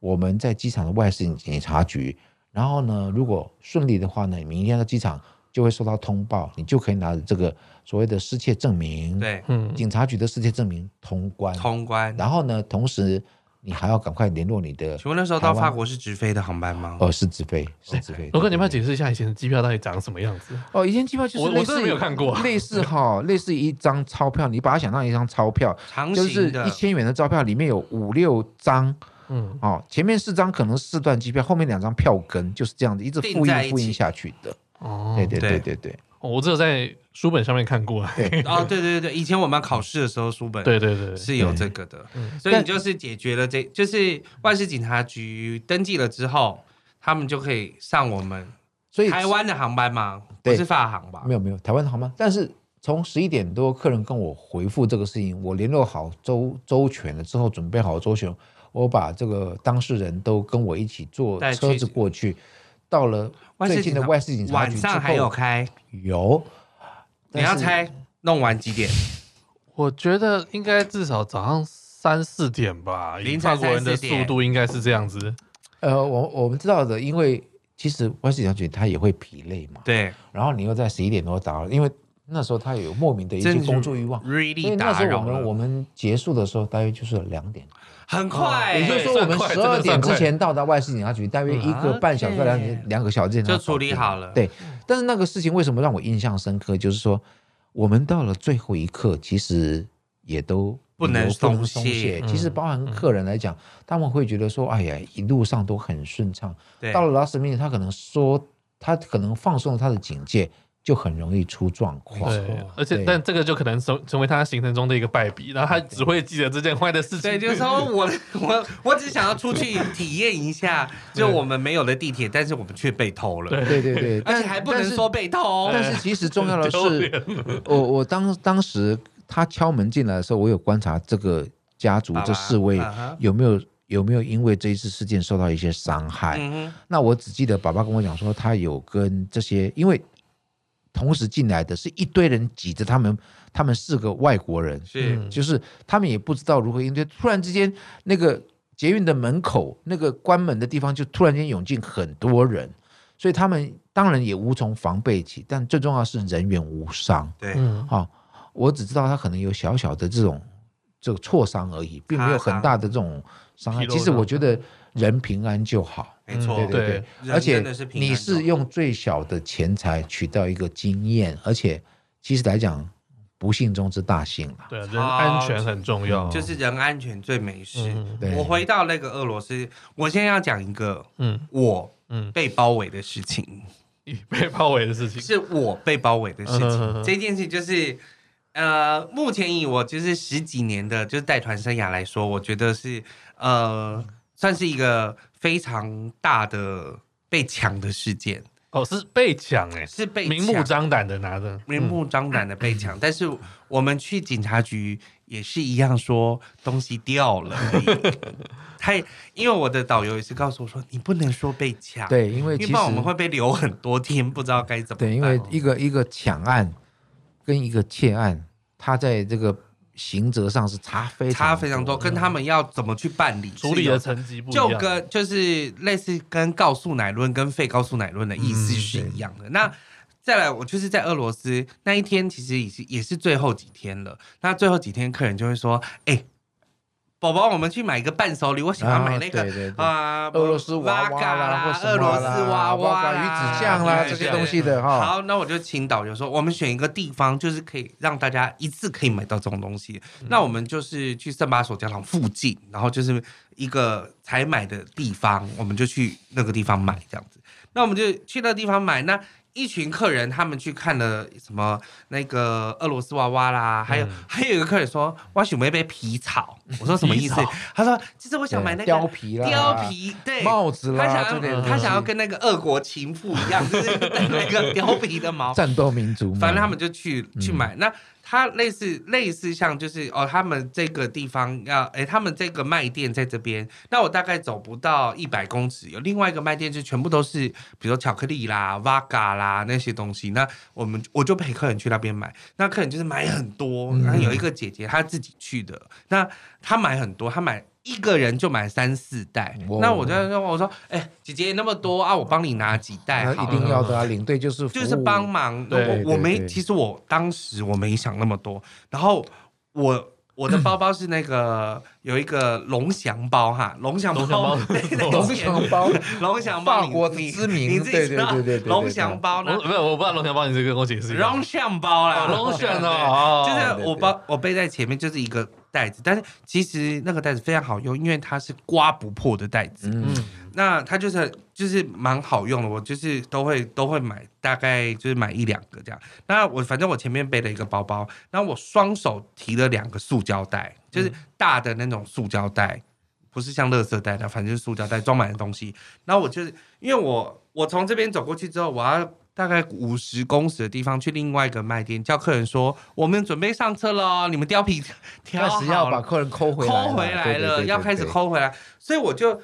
Speaker 1: 我们在机场的外事警察局，然后呢，如果顺利的话呢，你明天到机场就会收到通报，你就可以拿着这个所谓的失窃证明，，
Speaker 3: 对
Speaker 2: 嗯，
Speaker 1: 警察局的失窃证明通关。
Speaker 3: 通关。
Speaker 1: 然后呢，同时你还要赶快联络你的
Speaker 3: 请问那时候到
Speaker 1: 台湾
Speaker 3: 法国是直飞的航班吗？
Speaker 1: 呃是直飞，是直飞。
Speaker 2: 我跟你们
Speaker 1: 对对对
Speaker 2: 解释一下以前的机票到底长什么样子。
Speaker 1: 哦，以前机票就是
Speaker 2: 我我
Speaker 1: 类
Speaker 2: 真
Speaker 1: 似
Speaker 2: 的没有
Speaker 1: 于
Speaker 2: 看过
Speaker 1: <laughs> 类似哈，类似于一张钞票，你把它想象一张钞票，
Speaker 3: 长
Speaker 1: 就是
Speaker 3: 形的
Speaker 1: 一，千元的钞票，里面有五六张
Speaker 2: 嗯，
Speaker 1: 哦，前面四张可能是四段机票，后面两张票根，就是这样子，一直
Speaker 3: 并
Speaker 1: 复
Speaker 3: 在
Speaker 1: 印
Speaker 3: 一
Speaker 1: 复印
Speaker 3: 起嗯
Speaker 1: 下去的。
Speaker 2: 哦，
Speaker 1: 对对对
Speaker 3: 对
Speaker 1: 对对，
Speaker 2: 哦我只有在书本上面看过。啊
Speaker 3: <laughs> 哦，对对对，以前我们考试的时候，书本
Speaker 2: 对对对，嗯
Speaker 3: 是有这个的，所以你就是解决了这，就是万事警察局登记了之后，他们就可以上我们
Speaker 1: 所以
Speaker 3: 台湾的航班吗？不
Speaker 1: 对嗯
Speaker 3: 是法航吧
Speaker 1: 没？有没有台湾好吗？但是从十一点多客人跟我回复这个事情，我联络好周周全了之后，准备好周全，我把这个当事人都跟我一起坐
Speaker 2: 带去
Speaker 1: 车子过去，到了
Speaker 3: 外
Speaker 1: 最
Speaker 3: 事
Speaker 1: 近
Speaker 3: 警
Speaker 1: 的
Speaker 3: 察
Speaker 1: 外事警察
Speaker 3: 晚
Speaker 1: 局之
Speaker 3: 上还有
Speaker 1: 后，
Speaker 3: 开，
Speaker 1: 有，
Speaker 3: 你要
Speaker 1: 但是
Speaker 3: 猜弄完几点？
Speaker 2: 我觉得应该至少早上三四点吧，以
Speaker 3: 凌晨
Speaker 2: 法国人的
Speaker 3: 3-4
Speaker 2: 速
Speaker 3: 点
Speaker 2: 度应该是这样子。
Speaker 1: 呃，我我们知道的，因为其实外事警察局他也会疲累嘛，
Speaker 3: 对，
Speaker 1: 然后你又在十一点多打扰，因为那时候他有莫名的一些
Speaker 3: 真的是
Speaker 1: 工作欲望。哦所以
Speaker 3: really
Speaker 1: 那
Speaker 3: 打
Speaker 1: 时候我
Speaker 3: 扰
Speaker 1: 们我
Speaker 3: 了，
Speaker 1: 们结束的时候，大约就是两点，
Speaker 3: 很哎快，
Speaker 1: 也就是说我们
Speaker 2: 算快
Speaker 1: 十
Speaker 2: 真的
Speaker 1: 二
Speaker 2: 算
Speaker 1: 点之
Speaker 2: 快
Speaker 1: 前到达外事警察局，大约一个半小时到两
Speaker 3: 嗯了解
Speaker 1: 两个小时
Speaker 3: 就处理好
Speaker 1: 了。
Speaker 3: 了。
Speaker 1: 对，但是那个事情为什么让我印象深刻？就是说，我们到了最后一刻，其实也都
Speaker 3: 不能
Speaker 1: 理由
Speaker 3: 松
Speaker 1: 松
Speaker 3: 懈
Speaker 1: 懈。
Speaker 2: 嗯
Speaker 1: 其实包含客人来讲，他们会觉得说，哎呀，一路上都很顺畅。
Speaker 3: 对，
Speaker 1: 到了 last minute，他可能说，他可能放松了他的警戒，就很容易出状况。
Speaker 2: 对，
Speaker 3: 哦
Speaker 2: 而且
Speaker 1: 对
Speaker 2: 但这个就可能成成为他行程中的一个败笔，然后他只会记得这件坏的事情。
Speaker 3: 对，就是说我我我只想要出
Speaker 1: <laughs>
Speaker 3: 去体验一下，就我们没有了地铁，但是我们却被偷了，
Speaker 2: 对
Speaker 1: 对对对，
Speaker 3: <laughs> 而
Speaker 1: 但
Speaker 3: 且还不
Speaker 1: 但
Speaker 3: 能
Speaker 1: 是
Speaker 3: 说哎被偷，哦
Speaker 1: 但是其实重
Speaker 3: <laughs>
Speaker 1: 要的
Speaker 2: 丢
Speaker 1: 是
Speaker 2: 脸，
Speaker 1: 我我当当时他敲门进来的时候，我有观察这个家族
Speaker 3: 爸爸
Speaker 1: 这四位
Speaker 3: 嗯哼
Speaker 1: 有没有有没有因为这一次事件受到一些伤害。
Speaker 3: 嗯哼，
Speaker 1: 那我只记得爸爸跟我讲说，他有跟这些，因为同时进来的是一堆人挤着他们，他们四个外国人，
Speaker 3: 是
Speaker 2: 嗯
Speaker 1: 就是他们也不知道如何应对。突然之间，那个捷运的门口那个关门的地方就突然间涌进很多人，所以他们当然也无从防备起。但最重要是人员无伤。
Speaker 3: 对，
Speaker 2: 嗯，
Speaker 1: 好、哦我只知道他可能有小小的这种这个挫伤而已，并没有很大的这种伤害。
Speaker 2: 擦伤
Speaker 1: 其实我觉得人平安就好。
Speaker 3: 没错，
Speaker 1: 对对
Speaker 3: 嗯人
Speaker 1: 而且
Speaker 3: 真的是平安
Speaker 1: 你
Speaker 3: 的
Speaker 1: 是用最小的钱财取到一个经验，而且其实来讲，不幸中之大幸了。
Speaker 2: 对，啊人安全很重要，
Speaker 3: 就是人安全最美事。
Speaker 2: 嗯
Speaker 1: 对
Speaker 3: 我回到那个俄罗斯，我现在要讲一个
Speaker 2: 嗯
Speaker 3: 我
Speaker 2: 嗯，
Speaker 3: 被包围的事情，
Speaker 1: 嗯
Speaker 2: 被包围的事情，
Speaker 3: 是我被包围的事情。
Speaker 2: 嗯哼哼
Speaker 3: 这件事就是，呃，目前以我就是十几年的就是带团生涯来说，我觉得是呃，算是一个非常大的被抢的事件，
Speaker 2: <laughs> 哦，是被抢哎，
Speaker 3: 是被
Speaker 2: 明目
Speaker 3: 抢
Speaker 2: 张胆的拿着，
Speaker 1: 嗯
Speaker 3: 明目张胆的被
Speaker 1: <laughs>
Speaker 3: 抢，但是我们去警察局也是一样说东西掉了而已。
Speaker 1: <laughs>
Speaker 3: 他也因为我的导游也是告诉我说，你不能说被抢，，
Speaker 1: 对，因为其
Speaker 3: 因为
Speaker 1: 实
Speaker 3: 不然我们会被留很多天，不知道该怎么办。哦
Speaker 1: 对，因为一个一个抢案跟一个窃案，它在这个刑责上是差非常嗯
Speaker 3: 差非常多，跟他们要怎么去办理
Speaker 2: 处理的层级不一
Speaker 3: 就
Speaker 2: 样，
Speaker 3: 跟就是类似跟告诉乃论跟废告诉乃论的意思是一样
Speaker 1: 嗯
Speaker 3: 的。那再来，我就是在俄罗斯那一天，其实也是也是最后几天了。那最后几天，客人就会说：“哎、宝宝，我们去买一个伴手礼，我想要买那
Speaker 1: 啊
Speaker 3: 个
Speaker 1: 对对对
Speaker 3: 啊，
Speaker 1: 俄罗斯娃
Speaker 3: 嘎
Speaker 1: 娃啦，或什么
Speaker 3: 俄罗
Speaker 1: 啦
Speaker 3: 斯
Speaker 1: 哇
Speaker 3: 娃娃
Speaker 1: 嘎
Speaker 3: 啦、
Speaker 1: 鱼子酱啦
Speaker 2: 对
Speaker 1: 这些
Speaker 2: 对
Speaker 1: 东西的哈。
Speaker 3: 好，那我就请导游说，我们选一个地方，就是可以让大家一次可以买到这种东西。
Speaker 1: 嗯
Speaker 3: 那我们就是去圣巴索教堂附近，然后就是一个采买的地方，我们就去那个地方买这样子。那我们就去那个地方买，那一群客人他们去看了什么那个呃俄罗斯娃娃啦，还有、
Speaker 1: 嗯
Speaker 3: 还有一个客人说，我想买一杯皮草，我说什么意
Speaker 1: <laughs>
Speaker 3: 思
Speaker 2: 皮草？
Speaker 3: 他说，就是我想买那个
Speaker 1: 貂皮啦，
Speaker 3: 貂皮，对，
Speaker 1: 帽子
Speaker 3: 他
Speaker 1: 啦，这
Speaker 3: 想
Speaker 1: 类
Speaker 3: 要
Speaker 1: 的
Speaker 3: 他想要跟那个俄国情妇一样，就是戴那个貂皮的毛。
Speaker 1: 战斗民族嘛，
Speaker 3: 反正他们就去去买。
Speaker 1: 嗯
Speaker 3: 那他类似类似像就是哦，他们这个地方要哎，他们这个卖店在这边，那我大概走不到一百公尺，有另外一个卖店就全部都是比如说巧克力啦、v 嘎啦那些东西。那我们我就陪客人去那边买，那客人就是买很多。
Speaker 1: 嗯
Speaker 3: 然后有一个姐姐她自己去的，那她买很多，她买。一个人就买三四袋，
Speaker 1: 哇
Speaker 3: 那我就说，我说，哎、姐姐那么多啊，我帮你拿几袋
Speaker 1: 那
Speaker 3: 好
Speaker 1: 一
Speaker 3: 了，
Speaker 1: 定要的啊，领队就是服
Speaker 3: 就是
Speaker 1: 务
Speaker 3: 帮忙。
Speaker 2: 对
Speaker 3: 那我我
Speaker 1: 哦对
Speaker 3: 没，
Speaker 1: 对
Speaker 3: 其实我当时我没想那么多。然后我我的包包是那个有一个龙翔包哈，龙翔
Speaker 2: 龙翔包
Speaker 3: 包，
Speaker 2: <laughs>
Speaker 3: 对对对
Speaker 1: 龙翔包，
Speaker 3: <laughs> 龙翔包，
Speaker 1: 法
Speaker 3: 你
Speaker 1: 国
Speaker 3: 你
Speaker 1: 知名，
Speaker 3: 你自己
Speaker 1: 对对
Speaker 3: 知道
Speaker 1: 对对对，对
Speaker 3: 龙翔。包呢
Speaker 2: 我，没有，我不知道龙翔帮你这个跟我解释一下，啊
Speaker 3: 龙翔包啦，
Speaker 2: 龙翔哦，
Speaker 3: 就
Speaker 1: 对
Speaker 3: 是
Speaker 1: 对
Speaker 3: 我包我背在前面就是一个袋子，但是其实那个袋子非常好用，因为它是刮不破的袋子。
Speaker 1: 嗯，
Speaker 3: 那它就是就是蛮好用的，我就是都会都会买，大概就是买一两个这样。那我反正我前面背了一个包包，然后我双手提了两个塑胶袋，就是大的那种塑胶袋，不是像垃圾袋那，反正就是塑胶袋装满的东西。然后我就是因为我我从这边走过去之后，我要大概五十公尺的地方去另外一个卖店，叫客人说：“我们准备上车了哦，你们貂皮挑
Speaker 1: 开
Speaker 3: 好
Speaker 1: 始
Speaker 3: 了，
Speaker 1: 要把客人抠回来了，
Speaker 3: 抠回来
Speaker 1: 对对对
Speaker 3: 了，
Speaker 1: 对
Speaker 3: 要开始
Speaker 1: 对
Speaker 3: 抠回来。所以我就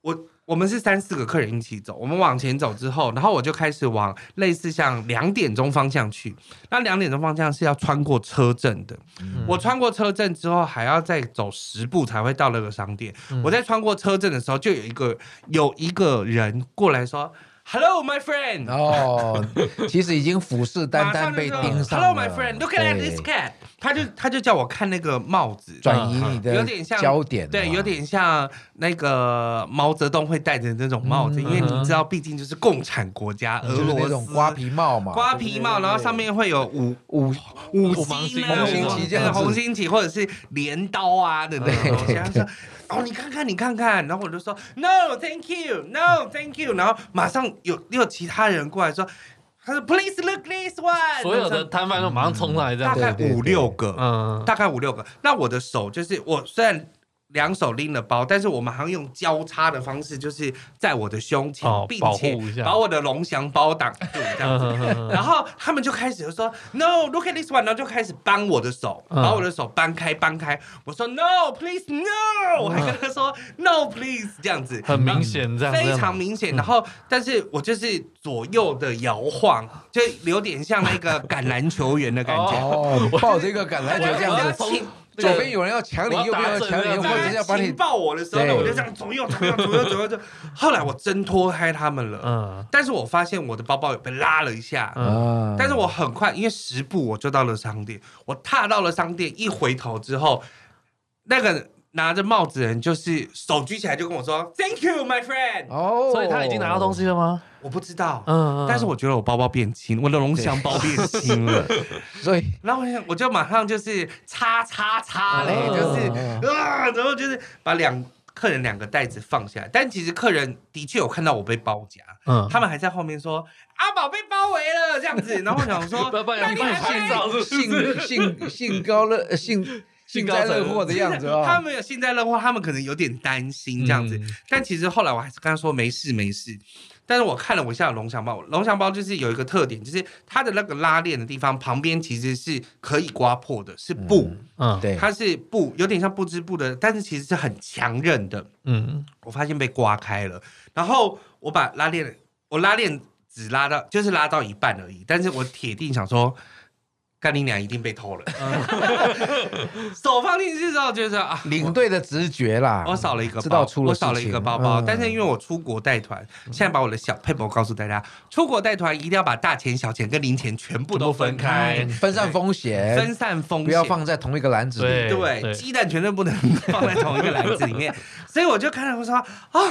Speaker 3: 我我们是三四个客人一起走，我们往前走之后，然后我就开始往类似像两点钟方向去。那两点钟方向是要穿过车阵的，
Speaker 1: 嗯
Speaker 3: 我穿过车阵之后还要再走十步才会到那个商店。
Speaker 2: 嗯
Speaker 3: 我在穿过车阵的时候，就有一个有一个人过来说：“Hello, my friend。”
Speaker 1: 哦，其实已经虎视眈眈被盯上了。
Speaker 3: Hello, my friend. Look at
Speaker 1: 对
Speaker 3: this cat. 他就他就叫我看那个帽子，
Speaker 1: 转移你
Speaker 3: 有
Speaker 1: 的
Speaker 3: 点像
Speaker 1: 焦点，
Speaker 3: 对，有点像那个毛泽东会戴的那种帽子，
Speaker 1: 嗯
Speaker 3: 因为你知道，毕竟就是共产国家，
Speaker 1: 就
Speaker 3: 俄
Speaker 1: 是
Speaker 3: 罗斯
Speaker 1: 那种瓜皮帽嘛，
Speaker 3: 瓜皮帽，
Speaker 1: 对对对
Speaker 3: 然后上面会有五
Speaker 1: 五
Speaker 3: 五
Speaker 2: 五芒星
Speaker 3: 星啊
Speaker 1: 红心旗这样
Speaker 3: 对
Speaker 1: 子嗯
Speaker 3: 红星旗或者是镰刀啊的那
Speaker 1: 对
Speaker 3: 种东西。
Speaker 1: 对
Speaker 3: 他说：“哦，你看看，你看看。”然后我就说：“No，thank you，No，thank you。”然后马上有又有其他人过来说：“他说，Please look this one。”
Speaker 2: 所有的摊贩都马上冲上来这
Speaker 3: 大
Speaker 2: 样子，
Speaker 3: 概
Speaker 1: 对对
Speaker 3: 五
Speaker 1: 对
Speaker 3: 六个，
Speaker 2: 嗯，
Speaker 3: 大概五六个。那我的手就是我虽然两手拎了包，但是我们好像用交叉的方式，就是在我的胸前，
Speaker 2: 哦
Speaker 3: 并
Speaker 2: 保
Speaker 3: 且
Speaker 2: 护一下
Speaker 3: 把我的龙翔包挡住这
Speaker 2: 嗯
Speaker 3: 样子。然后他们就开始就说 “No, look at this one”，然后就开始扳我的手，
Speaker 2: 嗯
Speaker 3: 把我的手扳开，扳开。我说 “No, please, no”，我还跟他说 “No, please” 这样子，
Speaker 2: 很明显嗯这样子，
Speaker 3: 非常明显。
Speaker 2: 嗯
Speaker 3: 然后，但是我就是左右的摇晃，就有点像那个橄榄球员的感觉。
Speaker 1: 哦，你抱着一个橄榄
Speaker 3: 我
Speaker 1: 球这
Speaker 3: 我要
Speaker 1: 样子，
Speaker 3: 请
Speaker 1: 左边有人要抢你，
Speaker 2: 我要
Speaker 1: 右边要
Speaker 2: 打
Speaker 1: 抢
Speaker 2: 正
Speaker 1: 你，
Speaker 2: 这
Speaker 1: <laughs>
Speaker 2: 样
Speaker 1: 或
Speaker 2: 子
Speaker 1: 者是要把你
Speaker 3: 情报我的时候呢，
Speaker 1: 对
Speaker 3: 我就这样左右左右左右左右就。后来我挣脱开他们了，
Speaker 2: 嗯
Speaker 3: 但是我发现我的包包有被拉了一下。
Speaker 2: 嗯
Speaker 1: 啊
Speaker 3: 但是我很快，因为十步我就到了商店。我踏到了商店，一回头之后，那个拿着帽子的人就是手举起来就跟我说 “Thank you, my friend”。
Speaker 1: 哦，
Speaker 2: 所以他已经拿到东西了吗？
Speaker 3: 我不知道，
Speaker 2: 嗯，嗯
Speaker 3: 但是我觉得我包包变轻，我的龙翔包变轻了。
Speaker 1: 所以
Speaker 3: 然后我想，我就马上就是叉叉叉嘞，
Speaker 2: 哦
Speaker 3: 啊就是啊，然后就是把两客人两个袋子放下来。但其实客人的确有看到我被包夹，
Speaker 2: 嗯，
Speaker 3: 他们还在后面说阿宝被包围了这样子。然后我想说，
Speaker 2: <laughs> 不不然你
Speaker 3: 那
Speaker 2: 帮
Speaker 3: 你
Speaker 2: 你
Speaker 3: 还
Speaker 2: 拍照是不是？
Speaker 1: 性性性高乐呃性幸
Speaker 2: 兴高
Speaker 1: 灾
Speaker 2: 采
Speaker 1: 乐
Speaker 2: 烈
Speaker 1: 祸的样子
Speaker 3: 他
Speaker 1: 啊，
Speaker 3: 们有幸灾乐祸，他们可能有点担心这样子。
Speaker 2: 嗯
Speaker 3: 但其实后来我还是跟他说没事没事。但是我看了我一下龙翔包，龙翔包就是有一个特点，就是它的那个拉链的地方旁边其实是可以刮破的，是布。
Speaker 1: 嗯
Speaker 2: 嗯
Speaker 1: 对，
Speaker 3: 它是布，有点像布织布的，但是其实是很强韧的。
Speaker 2: 嗯
Speaker 3: 我发现被刮开了，然后我把拉链，我拉链只拉到就是拉到一半而已，但是我铁定想说。干你娘一定被偷了！ <laughs> 手放进去之后就是啊，
Speaker 1: 领队的直觉啦，
Speaker 3: 我少了一个包，
Speaker 1: 知道出了
Speaker 3: 我少了
Speaker 1: 事
Speaker 3: 一个
Speaker 1: 情
Speaker 3: 包包，
Speaker 1: 嗯
Speaker 3: 但是因为我出国带团，现在把我的小配博告诉大家，出国带团一定要把大钱、小钱跟零钱全部都分开，
Speaker 1: 分散风险，
Speaker 3: 分散风险，
Speaker 1: 不要放在同一个篮子里。
Speaker 2: 对
Speaker 3: 对，鸡蛋绝对不能放在同一个篮子里
Speaker 2: <laughs>
Speaker 3: 面。所以我就看到我说啊，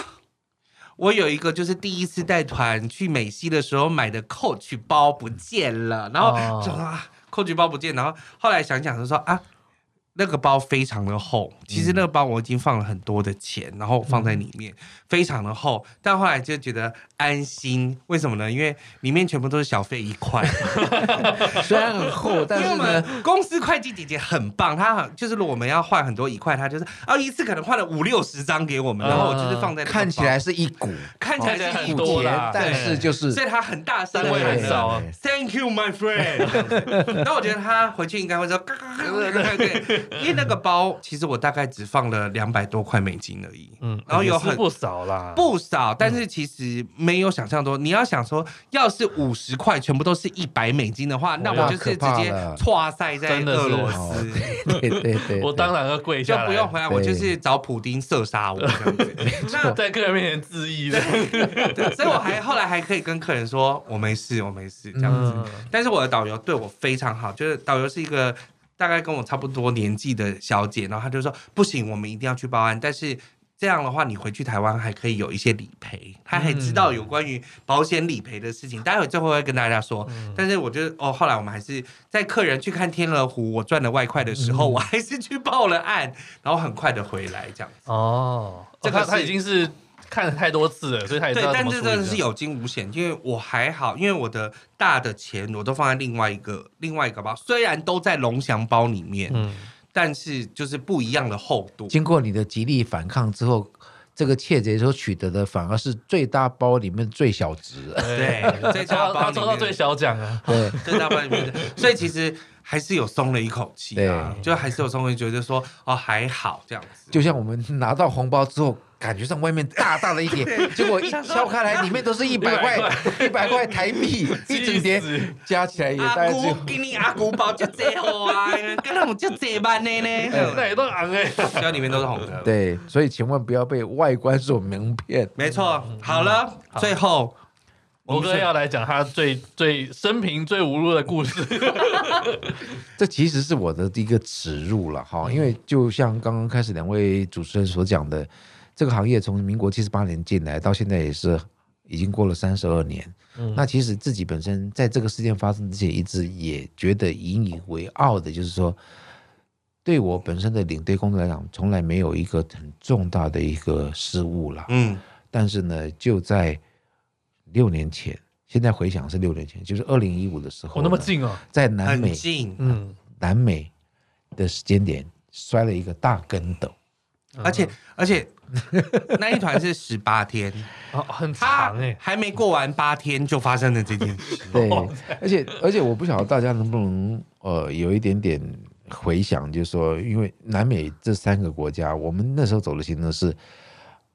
Speaker 3: 我有一个就是第一次带团去美西的时候买的 Coach 包不见了，然后
Speaker 2: 哦
Speaker 3: 就说啊，Coach 包不见，然后后来想想就说啊。那个包非常的厚，其实那
Speaker 2: 嗯
Speaker 3: 个包我已经放了很多的钱，然后放在里面，非常的厚。但后来就觉得安心，为什么呢？因为里面全部都是小费一块，
Speaker 1: 虽然很厚，但
Speaker 3: 因为
Speaker 1: 是
Speaker 3: 我
Speaker 1: 呢，
Speaker 3: 们公司会计姐姐很棒，她很就是如果我们要换很多一块，她就是啊一次可能换了五六十张给我们，
Speaker 2: 嗯
Speaker 3: 然后我就是放在那个
Speaker 1: 看起来是一股
Speaker 3: 看起来
Speaker 2: 看起来
Speaker 3: 是一
Speaker 2: 很
Speaker 1: 股
Speaker 2: 多
Speaker 1: 钱
Speaker 2: 啦，
Speaker 1: 但
Speaker 2: 对
Speaker 1: 是就是
Speaker 3: 所以她很大声
Speaker 2: 单位很少啊
Speaker 1: 对对对
Speaker 3: Thank you, my friend。那我觉得她回去应该会说，嘎嘎嘎嘎嘎嘎对，因为那个包其实我大概只放了两百多块美金而已，
Speaker 2: 嗯，
Speaker 3: 然后有
Speaker 2: 也是
Speaker 3: 很
Speaker 2: 不少啦，
Speaker 3: 不少，但是其实没有想象多。你要想说，要是五十块全部都是一百美金的话，那我就是直
Speaker 1: 那可怕
Speaker 3: 接
Speaker 1: 了
Speaker 3: 跨赛在
Speaker 2: 真的是
Speaker 3: 俄罗
Speaker 1: 哦
Speaker 3: 斯。
Speaker 1: 对对对对，
Speaker 2: 我当然要跪
Speaker 3: 就
Speaker 2: 下来，
Speaker 3: 不用回来，我
Speaker 1: 对
Speaker 3: 就是找普丁射杀我这样子。那
Speaker 2: 在客人面前自缢的，
Speaker 3: 对所以我还后来还可以跟客人说我没事，我没事这样子。
Speaker 2: 嗯
Speaker 3: 但是我的导游对我非常好，就是导游是一个大概跟我差不多年纪的小姐，然后她就说不行，我们一定要去报案，但是。这样的话，你回去台湾还可以有一些理赔，她还知道有关于保险理赔的事情。待会最后会跟大家说。但是我觉得，哦，后来我们还是在客人去看天鹅湖，我赚了外快的时候，我还是去报了案，然后很快的回来这样。
Speaker 2: 哦，
Speaker 3: 这
Speaker 2: 这
Speaker 3: 个
Speaker 2: 个
Speaker 3: 是
Speaker 2: 他已经是看了太多次了，所以他也知
Speaker 3: 对
Speaker 2: 道，怎
Speaker 3: 但
Speaker 2: 么
Speaker 3: 这
Speaker 2: 处
Speaker 3: 真
Speaker 2: 理
Speaker 3: 的是有惊无险，因为我还好，因为我的大的钱我都放在另外一个另外一个包，虽然都在龙翔包里面，
Speaker 2: 嗯，
Speaker 3: 但是就是不一样的厚度。
Speaker 1: 经过你的极力反抗之后，这个窃贼所取得的反而是最大包里面最小值。
Speaker 3: 对最大
Speaker 2: 他他
Speaker 3: 包里
Speaker 2: 抽到
Speaker 3: 面
Speaker 2: 最小奖啊，
Speaker 1: 对，
Speaker 3: 最大班里面的，所以其实还是有松了一口气啊，
Speaker 1: 对
Speaker 3: 就还是有松了，觉得说哦还好这样子。
Speaker 1: 就像我们拿到红包之后，感觉上外面大大的一叠，结果一敲开来，里面都是一百块，一百块台币，一整叠
Speaker 2: 气死
Speaker 1: 加起来也大
Speaker 3: 阿
Speaker 1: 概只
Speaker 3: 姑
Speaker 1: 有。
Speaker 3: 给你阿姑包就这好啊，跟他们就这班的
Speaker 2: <laughs> 那
Speaker 3: 呢，
Speaker 2: 也都昂哎，
Speaker 3: 只要里面都是红的。
Speaker 1: 对，所以千万不要被外观所蒙骗。
Speaker 3: 没错，好了，最后
Speaker 2: 罗嗯哥要来讲他最最生平最无路的故事，
Speaker 1: 这其实是我的一个耻辱了哈，因为
Speaker 2: 嗯
Speaker 1: 就像刚刚开始两位主持人所讲的，这个行业从民国七十八年进来到现在也是已经过了三十二年。
Speaker 2: 嗯
Speaker 1: 那其实自己本身在这个事件发生之前，一直也觉得引以为傲的，就是说，对我本身的领队工作来讲，从来没有一个很重大的一个失误啦。
Speaker 3: 嗯
Speaker 1: 但是呢，就在六年前，现在回想是六年前，就是二零一五的时候，
Speaker 2: <laughs> 我那么，近哦，
Speaker 1: 在南
Speaker 3: 很
Speaker 1: 美
Speaker 3: 近，
Speaker 2: 嗯，
Speaker 1: 南美的时间点摔了一个大跟斗，
Speaker 3: 而
Speaker 2: 嗯
Speaker 3: 且而且那一团是十八天，
Speaker 2: 哦很
Speaker 3: 他
Speaker 2: <laughs> 长哎，
Speaker 3: 还没过完八天就发生了这件事。
Speaker 2: <laughs>
Speaker 1: <laughs> 对，而且而且我不晓得大家能不能呃有一点点回想，就是说，因为南美这三个国家，我们那时候走的行程是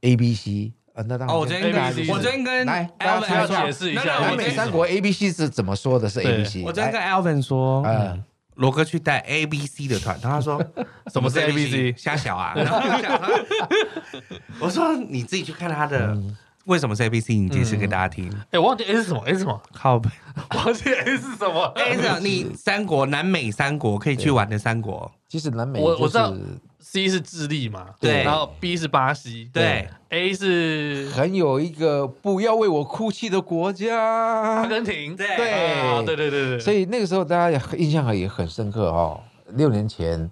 Speaker 1: A、B、C 啊，那当然
Speaker 3: 哦，我昨天跟
Speaker 2: ABC
Speaker 3: 我昨天跟
Speaker 1: 来
Speaker 3: Alvin 哎
Speaker 1: 大家猜一下
Speaker 3: 说
Speaker 2: 解释一下
Speaker 3: 那那
Speaker 1: 南
Speaker 3: 我
Speaker 1: 美
Speaker 3: 跟
Speaker 1: 三国 A、B、C 是怎么说的？是 A、B、C。
Speaker 3: 我昨天跟 Alvin 说，
Speaker 1: 啊，
Speaker 3: 罗哥去带 A B C 的团，然后他说
Speaker 2: <laughs> 什么是 ABC
Speaker 3: 瞎
Speaker 2: <laughs>
Speaker 3: 小啊。然后我想说我说你自己去看他的，
Speaker 2: 嗯
Speaker 3: 为什么是 A B C？你解释给大家听。
Speaker 2: 哎，我忘记 A 是什么，A 是什么，
Speaker 3: 靠背
Speaker 2: 忘记 A 是什么，
Speaker 3: ，A 哎是啊你三国南美三国可以去玩的三国，
Speaker 1: 其实南美
Speaker 2: 我
Speaker 1: 就
Speaker 2: 我知道
Speaker 1: 是
Speaker 2: C 是智利嘛，
Speaker 3: 对
Speaker 2: 然后 B 是巴西，
Speaker 3: 对
Speaker 2: ，A 是
Speaker 1: 很有一个不要为我哭泣的国
Speaker 2: 阿
Speaker 1: 家。
Speaker 2: 根廷，
Speaker 3: 对
Speaker 2: 啊对对对对，
Speaker 1: 所以那个时候大家也很印象很也很深刻哦。六年前，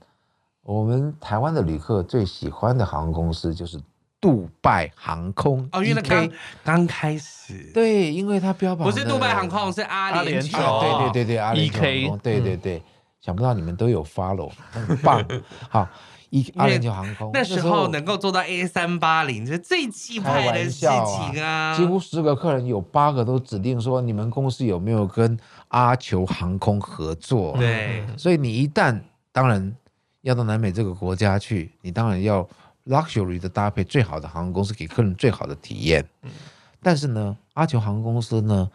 Speaker 1: 我们台湾的旅客最喜欢的航空公司就是杜拜航空 DK。
Speaker 3: 哦，
Speaker 2: E
Speaker 3: 因为那刚刚开始，
Speaker 1: 对，因为它标榜
Speaker 3: 不
Speaker 1: 的
Speaker 3: 是杜拜航空，是哦 E 阿联酋。
Speaker 1: 啊，对对对对，阿联
Speaker 2: EK
Speaker 1: 酋航空，对对
Speaker 3: 嗯
Speaker 1: 对，想不到你们都有 follow，很
Speaker 3: <laughs>
Speaker 1: 棒。好，一阿联酋航空
Speaker 3: 那时候能够做到 A 三八零，是最气派的事情啊！
Speaker 1: 几乎十个客人有八个都指定说你们公司有没有跟阿酋航空合
Speaker 2: 嗯
Speaker 1: 作？
Speaker 3: 对，
Speaker 1: 所以你一旦当然要到南美这个国家去，你当然要 luxury 的搭配最好的航空公司，给客人最好的体验。
Speaker 3: 嗯
Speaker 1: 但是呢，阿酋航空公司呢，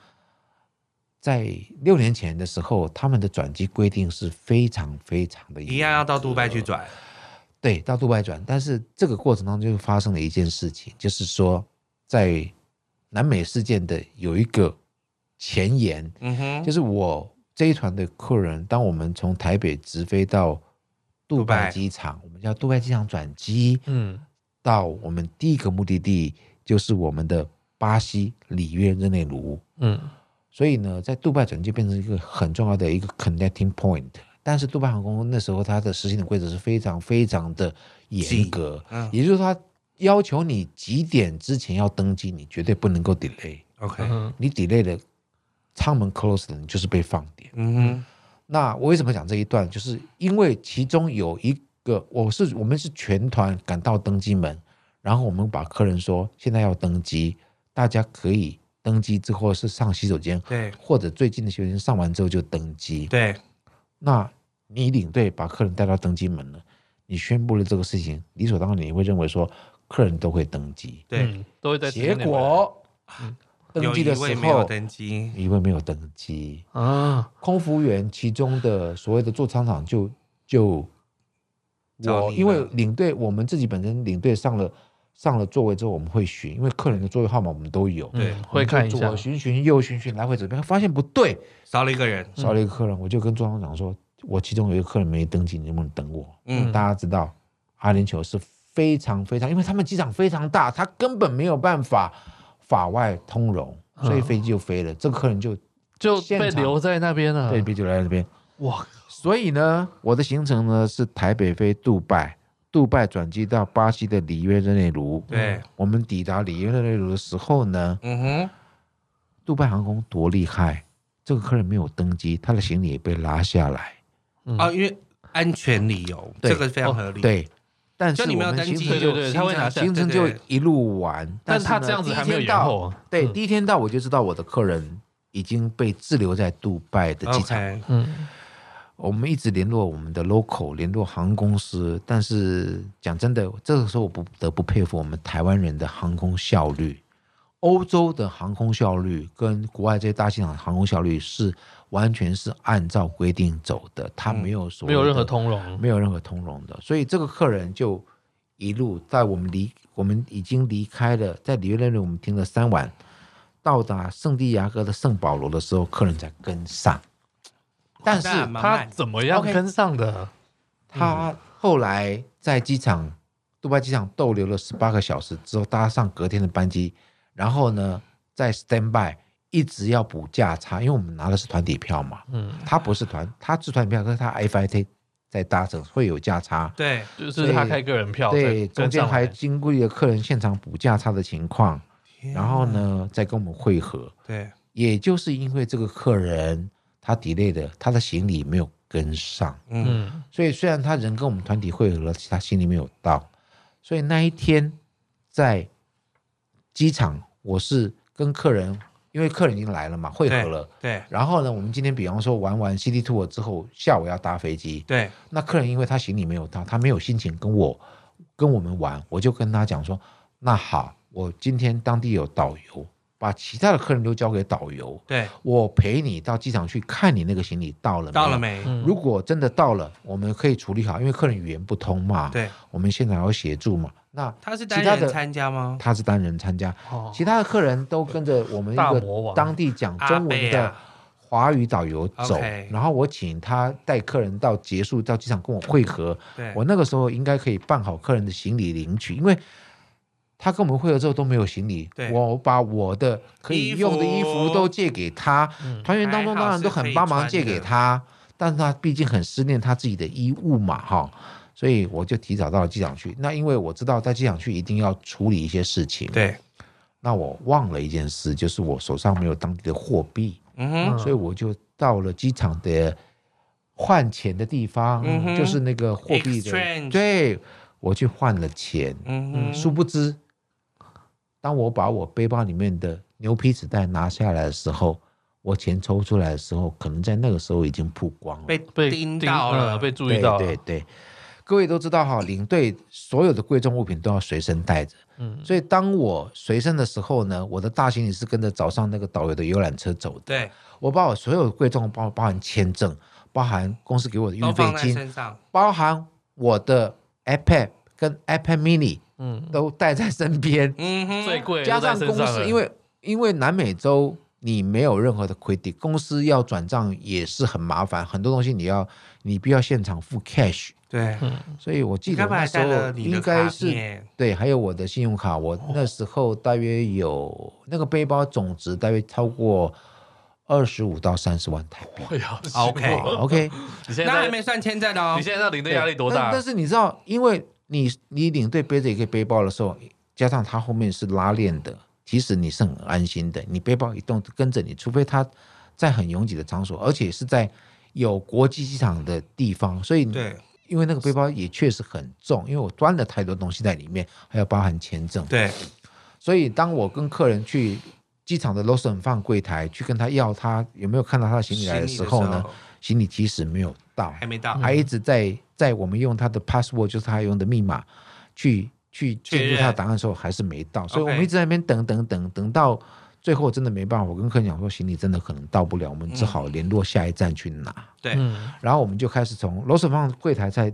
Speaker 1: 在六年前的时候，他们的转机规定是非常非常的
Speaker 3: 一样要到杜拜去转。
Speaker 1: 对，到杜拜转。但是这个过程当中就发生了一件事情，就是说在南美事件的有一个前言，
Speaker 3: 嗯哼，
Speaker 1: 就是我这一团的客人，当我们从台北直飞到杜
Speaker 3: 杜拜
Speaker 1: 拜机场，我们叫杜拜机场转机，
Speaker 2: 嗯，
Speaker 1: 到我们第一个目的地就是我们的巴西里约热内卢。
Speaker 2: 嗯
Speaker 1: 所以呢，在杜拜转机变成一个很重要的一个 connecting point。但是杜拜航空那时候它的实行的规则是非常非常的严格，
Speaker 3: 嗯
Speaker 1: 也就是说，它要求你几点之前要登机，你绝对不能够 delay。
Speaker 3: ，OK，
Speaker 2: 嗯，
Speaker 1: 你 delay 了，舱门 close 了，你就是被放点。
Speaker 3: 嗯哼。
Speaker 1: 那我为什么讲这一段？就是因为其中有一个，我是我们是全团赶到登机门，然后我们把客人说现在要登机，大家可以登机之后是上洗手间，
Speaker 3: 对
Speaker 1: 或者最近的洗手间上完之后就登机。
Speaker 3: 对，
Speaker 1: 那你领队把客人带到登机门了，你宣布了这个事情，理所当然你会认为说客人都会登机，
Speaker 3: 对
Speaker 2: 嗯都会在
Speaker 1: 结
Speaker 2: 十年内
Speaker 1: 果登
Speaker 3: 有
Speaker 1: 机
Speaker 3: 一
Speaker 1: 的
Speaker 3: 位
Speaker 1: 时
Speaker 3: 没啊嗯有
Speaker 1: 候。
Speaker 3: 登机，
Speaker 1: 一位没有登机，
Speaker 2: 啊，
Speaker 1: 空服员其中的所谓的做舱长就就
Speaker 3: 找
Speaker 1: 我
Speaker 3: 你
Speaker 1: 因为
Speaker 3: 了
Speaker 1: 领队我们自己本身领队上了上了座位之后，我们会巡，因为客人的座位号码我们都有，
Speaker 2: 对
Speaker 3: 对，
Speaker 1: 我
Speaker 2: 嗯会
Speaker 1: 们就
Speaker 2: 看一下
Speaker 1: 左，巡巡右巡巡来回走遍，发现不对，
Speaker 3: 少了一个
Speaker 2: 嗯
Speaker 3: 人。
Speaker 1: 少了一个客人，我就跟座舱长说，我其中有一个客人没登记，你能不能等我？
Speaker 3: 嗯
Speaker 1: 大家知道阿联酋是非常非常，因为他们机场非常大，他根本没有办法法外通融，所以
Speaker 2: 嗯
Speaker 1: 飞机就飞了，这个客人就
Speaker 2: 就
Speaker 1: 现
Speaker 2: 被
Speaker 1: 场
Speaker 2: 留在那边了
Speaker 1: 对，，啊飞机就来这边。
Speaker 2: 哇，
Speaker 1: 所以呢，我的行程呢是台北飞杜拜，杜拜转机到巴西的里约热内卢。
Speaker 3: 对，
Speaker 1: 我们抵达里约热内卢的时候呢，
Speaker 3: 嗯哼，
Speaker 1: 杜拜航空多厉害，这个客人没有登机，他的行李也被拉下来。
Speaker 2: 嗯
Speaker 1: 哦
Speaker 3: 哦啊，因为安全理由，
Speaker 1: 对哦
Speaker 3: 这个非常合理。，
Speaker 1: 对，但是
Speaker 3: 就
Speaker 1: 我
Speaker 3: 你没有
Speaker 1: 们
Speaker 3: 登
Speaker 1: 行
Speaker 3: 记
Speaker 1: 程
Speaker 2: 对对
Speaker 1: 就
Speaker 2: 对他会
Speaker 1: 行
Speaker 2: 拿下
Speaker 1: 程行程
Speaker 3: 对
Speaker 1: 就
Speaker 3: 对
Speaker 1: 一路玩，
Speaker 2: 但
Speaker 1: 是
Speaker 2: 他
Speaker 1: 呢
Speaker 2: 这样子
Speaker 1: 第一
Speaker 2: 还没有
Speaker 1: 天
Speaker 2: 延
Speaker 1: 到
Speaker 2: 后啊。
Speaker 1: 对，
Speaker 2: 嗯
Speaker 1: 第一天到我就知道我的客人已经被滞留在杜拜的机场。
Speaker 3: OK，
Speaker 2: 嗯，
Speaker 1: 我们一直联络我们的 local，联络航空公司，但是讲真的，这个时候我不得不佩服我们台湾人的航空效率。欧洲的航空效率跟国外这些大机场的航空效率是完全是按照规定走的，它没有所谓
Speaker 2: 嗯没有任
Speaker 1: 的
Speaker 2: 何通融。
Speaker 1: 没有任何通融的，所以这个客人就一路在我们离我们已经离开了，在里约热内卢我们停了三晚，到达圣地亚哥的圣保罗的时候，客人才跟上。但是
Speaker 3: 那蛮
Speaker 2: 他
Speaker 3: 慢
Speaker 2: 怎么样
Speaker 1: OK
Speaker 2: 跟上的？嗯
Speaker 1: 他后来在机场，杜拜机场逗留了十八个小时之后，搭上隔天的班机，然后呢，在 stand by 一直要补价差，因为我们拿的是团体票嘛，
Speaker 2: 嗯，
Speaker 1: 他不是团，他是团体票，可是他 FIT 在搭乘会有价差，
Speaker 3: 对，
Speaker 2: 就是他开个人票，
Speaker 1: 对，
Speaker 2: 再
Speaker 1: 中
Speaker 2: 跟
Speaker 1: 间
Speaker 2: 上
Speaker 1: 还
Speaker 2: 来
Speaker 1: 经过了客人现场补价差的情况，
Speaker 2: 啊
Speaker 1: 然后呢，再跟我们会合。
Speaker 3: 对，
Speaker 1: 也就是因为这个客人他 delay 的，他的行李没有跟上，
Speaker 3: 嗯，
Speaker 2: 嗯，
Speaker 1: 所以虽然他人跟我们团体会合了，他行李没有到，所以那一天在机场，我是跟客人，因为客人已经来了嘛，会合了。
Speaker 3: 对
Speaker 1: 然后呢，我们今天比方说玩完 City Tour 之后，下午要搭飞机，
Speaker 3: 对
Speaker 1: 那客人因为他行李没有到，他没有心情跟我跟我们玩，我就跟他讲说，那好，我今天当地有导游，把其他的客人都交给导游，
Speaker 3: 对，
Speaker 1: 我陪你到机场去看你那个行李到了没
Speaker 3: 到了？没？
Speaker 2: 嗯
Speaker 1: 如果真的到了，我们可以处理好，因为客人语言不通嘛，
Speaker 3: 对，
Speaker 1: 我们现场要协助嘛。那
Speaker 3: 他是单
Speaker 1: 其他的
Speaker 3: 人参加吗？
Speaker 1: 他是单人参加，
Speaker 2: 哦
Speaker 1: 其他的客人都跟着我们一
Speaker 2: 大
Speaker 1: 个
Speaker 2: 魔王
Speaker 1: 当地讲
Speaker 3: 啊阿
Speaker 1: 中文
Speaker 3: 贝
Speaker 1: 的
Speaker 3: 啊
Speaker 1: 华语导游走
Speaker 3: OK，
Speaker 1: 然后我请他带客人到结束到机场跟我会合。
Speaker 3: 对，
Speaker 1: 我那个时候应该可以办好客人的行李领取，因为他跟我们会合之后都没有行李
Speaker 3: 对，
Speaker 1: 我把我的可以用的衣
Speaker 3: 衣
Speaker 1: 服
Speaker 3: 服
Speaker 1: 都借给他。
Speaker 2: 嗯
Speaker 1: 团员当中当然都很帮忙借给他，但是他毕竟很思念他自己的衣物嘛，哈，所以我就提早到了机场去。那因为我知道在机场去一定要处理一些事情，
Speaker 3: 对，
Speaker 1: 那我忘了一件事，就是我手上没有当地的货币，
Speaker 3: 嗯哼，
Speaker 2: 嗯
Speaker 1: 所以我就到了机场的换钱的地方，
Speaker 3: 嗯哼
Speaker 1: 就是那个货币的
Speaker 3: Exchange
Speaker 1: 对我去换了钱。
Speaker 3: 嗯哼，
Speaker 1: 殊不知，当我把我背包里面的牛皮纸袋拿下来的时候，我钱抽出来的时候，可能在那个时候已经曝光了。
Speaker 3: 被
Speaker 2: 被
Speaker 3: 盯
Speaker 2: 盯
Speaker 3: 到
Speaker 2: 嗯
Speaker 3: 了，
Speaker 2: 被注
Speaker 1: 对
Speaker 2: 意到
Speaker 1: 对
Speaker 2: 了，
Speaker 1: 对，各位都知道哈，领队所有的贵重物品都要随身带着。
Speaker 2: 嗯，
Speaker 1: 所以当我随身的时候呢，我的大行李是跟着早上那个导游的游览车走的。
Speaker 3: 对，
Speaker 1: 我把我所有贵重，包包含签证，包含公司给我的运
Speaker 3: 都
Speaker 1: 费
Speaker 3: 放在
Speaker 1: 金，
Speaker 3: 身上，
Speaker 1: 包含我的 iPad 跟 iPad mini
Speaker 2: 嗯，
Speaker 1: 都带在身边。
Speaker 3: 嗯哼，
Speaker 2: 最贵的
Speaker 1: 加
Speaker 2: 都在
Speaker 1: 上
Speaker 2: 身
Speaker 1: 公
Speaker 2: 了
Speaker 1: 司，因为因为南美洲你没有任何的 credit，公司要转账也是很麻烦，很多东西你要你必须要现场付 cash，
Speaker 3: 对，
Speaker 1: 所以我记
Speaker 3: 你
Speaker 1: 得
Speaker 3: 该
Speaker 1: 我
Speaker 3: 不会
Speaker 1: 那
Speaker 3: 还
Speaker 1: 时
Speaker 3: 带了
Speaker 1: 候
Speaker 3: 你的
Speaker 1: 应
Speaker 3: 卡
Speaker 1: 该是
Speaker 3: 片？
Speaker 1: 对，还有我的信用卡，我那时候大约有那个背包总值大约超过二十五到三十万台币。
Speaker 2: 哎呀
Speaker 3: OK
Speaker 1: <laughs> 哦 OK，
Speaker 2: 你现
Speaker 3: 那
Speaker 2: 在
Speaker 3: 还没算签证的哦
Speaker 2: 你，现在到领队压力多
Speaker 1: 但
Speaker 2: 大
Speaker 1: 但？是你知道，因为你你领队背着一个背包的时候，加上它后面是拉链的，其实你是很安心的。你背包一动跟着你，除非它在很拥挤的场所，而且是在有国际机场的地方，所以你
Speaker 3: 对
Speaker 1: 因为那个背包也确实很重，因为我端了太多东西在里面，还要包含签证。
Speaker 3: 对，
Speaker 1: 所以当我跟客人去机场的 l o s o n 放柜台去跟他要他有没有看到他的行李来的时候呢，行李其实没有到，
Speaker 3: 还没到，
Speaker 1: 还一直在在我们用他的 password，就是他用的密码去去
Speaker 3: 确认
Speaker 1: 进入他的档案的时候，还是没到，所以我们一直在那边等等等等到最后真的没办法，我跟客人讲说行李真的可能到不了，我们只
Speaker 3: 嗯
Speaker 1: 好联络下一站去拿。
Speaker 3: 对，
Speaker 2: 嗯，
Speaker 1: 然后我们就开始从罗斯放柜台在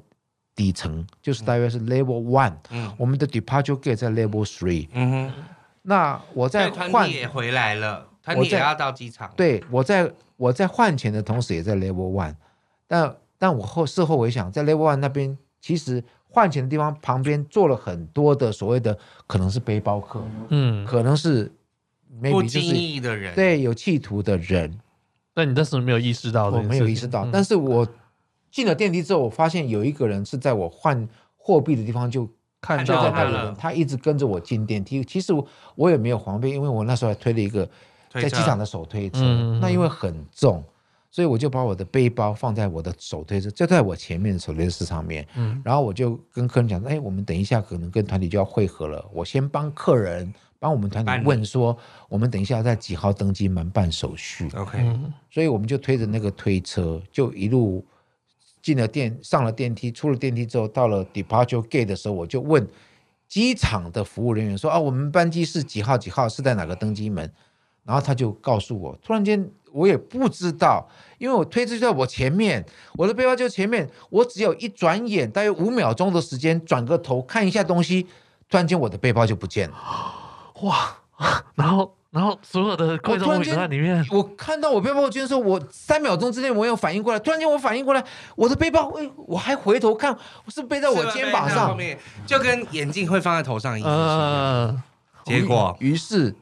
Speaker 1: 底层，就是大约是 level one，、
Speaker 3: 嗯
Speaker 1: 我们的 departure gate 在 level three。
Speaker 3: 嗯哼，
Speaker 1: 那我
Speaker 3: 所
Speaker 1: 在
Speaker 3: 以团
Speaker 1: 换
Speaker 3: 体也回来了，团
Speaker 1: 我
Speaker 3: 体也
Speaker 1: 在
Speaker 3: 要到机场，
Speaker 1: 对我在我在换钱的同时，也在 Level One，但但我后事后回想，在 Level One 那边，其实换钱的地方旁边坐了很多的所谓的可能是背包客，
Speaker 2: 嗯，
Speaker 1: 可能是
Speaker 3: 不
Speaker 1: maybe 就
Speaker 3: 经
Speaker 1: 是
Speaker 3: 意的人，
Speaker 1: 对有企图的人，
Speaker 2: 那你当时没有意识到
Speaker 3: 哦
Speaker 2: 这
Speaker 1: 我
Speaker 2: 件事情，
Speaker 1: 没有意识到，
Speaker 2: 嗯
Speaker 1: 但是我进了电梯之后，我发现有一个人是在我换货币的地方就。看
Speaker 3: 到
Speaker 1: 到那
Speaker 3: 他
Speaker 1: 个
Speaker 3: 了
Speaker 1: 人，他一直跟着我进电梯。其实我我也没有防备，因为我那时候还推了一个
Speaker 3: 推
Speaker 1: 在
Speaker 3: 车，
Speaker 1: 机场的手推车，
Speaker 2: 嗯嗯嗯
Speaker 1: 那因为很重，所以我就把我的背包放在我的手推车，就在我前面的手推车上面。
Speaker 2: 嗯，
Speaker 1: 然后我就跟客人讲说，哎，我们等一下可能跟团体就要会合了，我先帮客人帮我们团
Speaker 3: 办理
Speaker 1: 体问说，我们等一下在几号登机门办手续。
Speaker 3: OK，
Speaker 2: 嗯
Speaker 1: 所以我们就推着那个推车，就一路进了电，上了电梯，出了电梯之后，到了 departure gate 的时候，我就问机场的服务人员说：“啊，我们班机是几号几号，是在哪个登机门？”然后他就告诉我，突然间我也不知道，因为我推车就在我前面，我的背包就前面，我只有一转眼，大约五秒钟的时间，转个头看一下东西，突然间我的背包就不见了。
Speaker 2: 哇，然后然后所有的贵
Speaker 1: 我突
Speaker 2: 重
Speaker 1: 然
Speaker 2: 物品
Speaker 1: 间
Speaker 2: 都在里面，
Speaker 1: 我看到我背包，我觉得说我三秒钟之内我有反应过来，突然间我反应过来，我的背包，哎，我还回头看，我是背在我肩膀
Speaker 3: 后
Speaker 1: 上。
Speaker 3: 面就跟眼镜会放在头上一样。
Speaker 2: 嗯，
Speaker 3: 结果
Speaker 1: 于是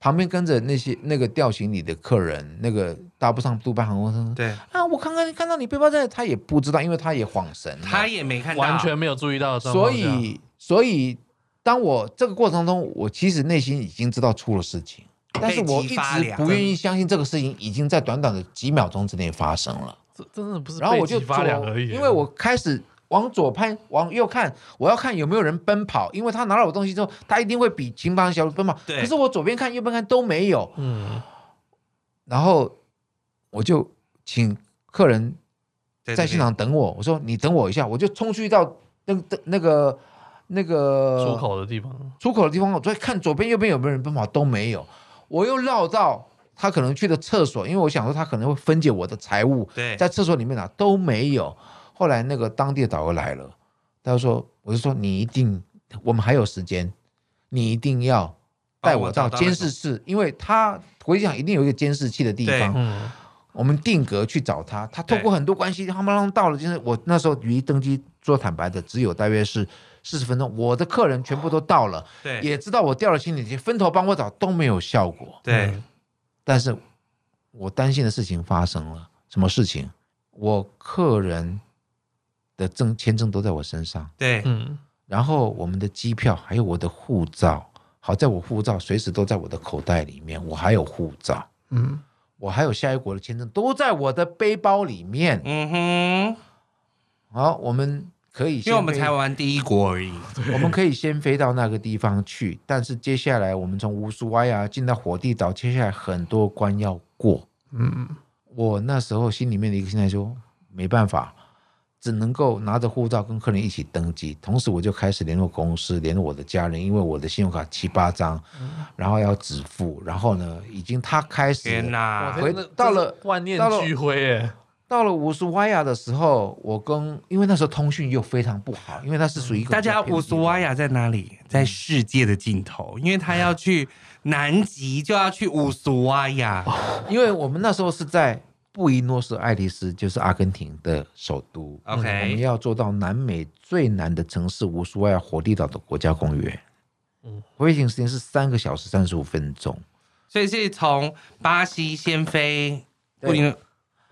Speaker 1: 旁边跟着那些那个吊行李的客人，那个搭不上杜拜航空说
Speaker 3: 对
Speaker 1: 啊，我刚刚看到你背包在，他也不知道，因为他也晃神了，
Speaker 3: 他也没看到，
Speaker 2: 完全没有注意到的状
Speaker 1: 所
Speaker 2: 况下，
Speaker 1: 以所以当我这个过程中，我其实内心已经知道出了事情。但是我
Speaker 3: 被
Speaker 1: 一
Speaker 3: 激发
Speaker 1: 直
Speaker 3: 了
Speaker 1: 不愿意相信这个事情已经在短短的几秒钟之内发生了。
Speaker 2: 这真的不是
Speaker 1: 然后
Speaker 2: 被
Speaker 1: 我就
Speaker 2: 激发
Speaker 1: 左
Speaker 2: 两而已，啊嗯
Speaker 1: 因为我开始往左看，往右看，我要看有没有人奔跑，因为他拿了我东西之后，他一定会比秦邦小路奔跑。
Speaker 3: 对
Speaker 1: 可是我左边看、右边看都没有，
Speaker 2: 嗯
Speaker 1: 然后我就请客人
Speaker 3: 对
Speaker 1: 在现，场等我，我说你等我一下，我就冲去到那个那个那个
Speaker 2: 出口的地方，
Speaker 1: 出口的地方，我再看左边右边有没有人奔跑都没有，我又绕到他可能去的厕所，因为我想说他可能会分解我的财物，
Speaker 3: 对对对
Speaker 1: 在厕所里面哪都没有。后来那个当地的导游来了，他就说：“我就说你一定，我们还有时间，你一定要带我到监视室，因为他回想一定有一个监视器的地
Speaker 3: 对
Speaker 1: 方，
Speaker 2: 嗯，
Speaker 1: 我们定格去找他。他透
Speaker 3: 对
Speaker 1: 过很多关系，他们让到了，就是我那时候离登机说坦白的只有大约是四十分钟，我的客人全部都到了，
Speaker 3: 对
Speaker 1: 也知道我掉了行李，分头帮我找都没有效果。
Speaker 3: 对
Speaker 1: 但是我担心的事情发生了，什么事情？我客人的证签证都在我身上，
Speaker 3: 对
Speaker 2: 嗯，
Speaker 1: 然后我们的机票还有我的护照，好在我护照随时都在我的口袋里面，我还有护照，
Speaker 2: 嗯
Speaker 1: 我还有下一国的签证都在我的背包里面。
Speaker 3: 嗯哼，
Speaker 1: 好，我们可以先飞，
Speaker 3: 因为我们才玩第一国而已，
Speaker 1: 我们可以先飞到那个地方去，但是接下来我们从乌苏埃啊进到火地岛，接下来很多关要过。
Speaker 2: 嗯，
Speaker 1: 我那时候心里面的一个心态说，没办法，只能够拿着护照跟客人一起登记。同时，我就开始联络公司，联络我的家人，因为我的信用卡七八张，然后要止付。然后呢，已经他开始
Speaker 3: 天
Speaker 1: 了
Speaker 3: 哪！
Speaker 1: 嗯回
Speaker 2: 那真
Speaker 1: 到
Speaker 2: 是
Speaker 1: 了
Speaker 2: 万念
Speaker 1: 到了
Speaker 2: 俱灰耶，
Speaker 1: 到了乌苏瓦亚的时候，我跟因为那时候通讯又非常不好，因为那是属于一个
Speaker 3: 嗯大家乌苏瓦
Speaker 1: 亚
Speaker 3: 亚在哪里？
Speaker 1: 嗯
Speaker 3: 在世界的尽头，因为他要去南极，就要去乌苏瓦亚。
Speaker 1: 因为我们那时候是在布宜诺斯艾利斯，就是阿根廷的首都。嗯我们
Speaker 3: OK，
Speaker 1: 要做到南美最难的城市无苏外火地岛的国家公园。
Speaker 2: 嗯
Speaker 1: 嗯，飞行时间是三个小时三十五分钟。
Speaker 3: 所以是从巴西先飞布
Speaker 1: 对
Speaker 3: 宜诺布宜诺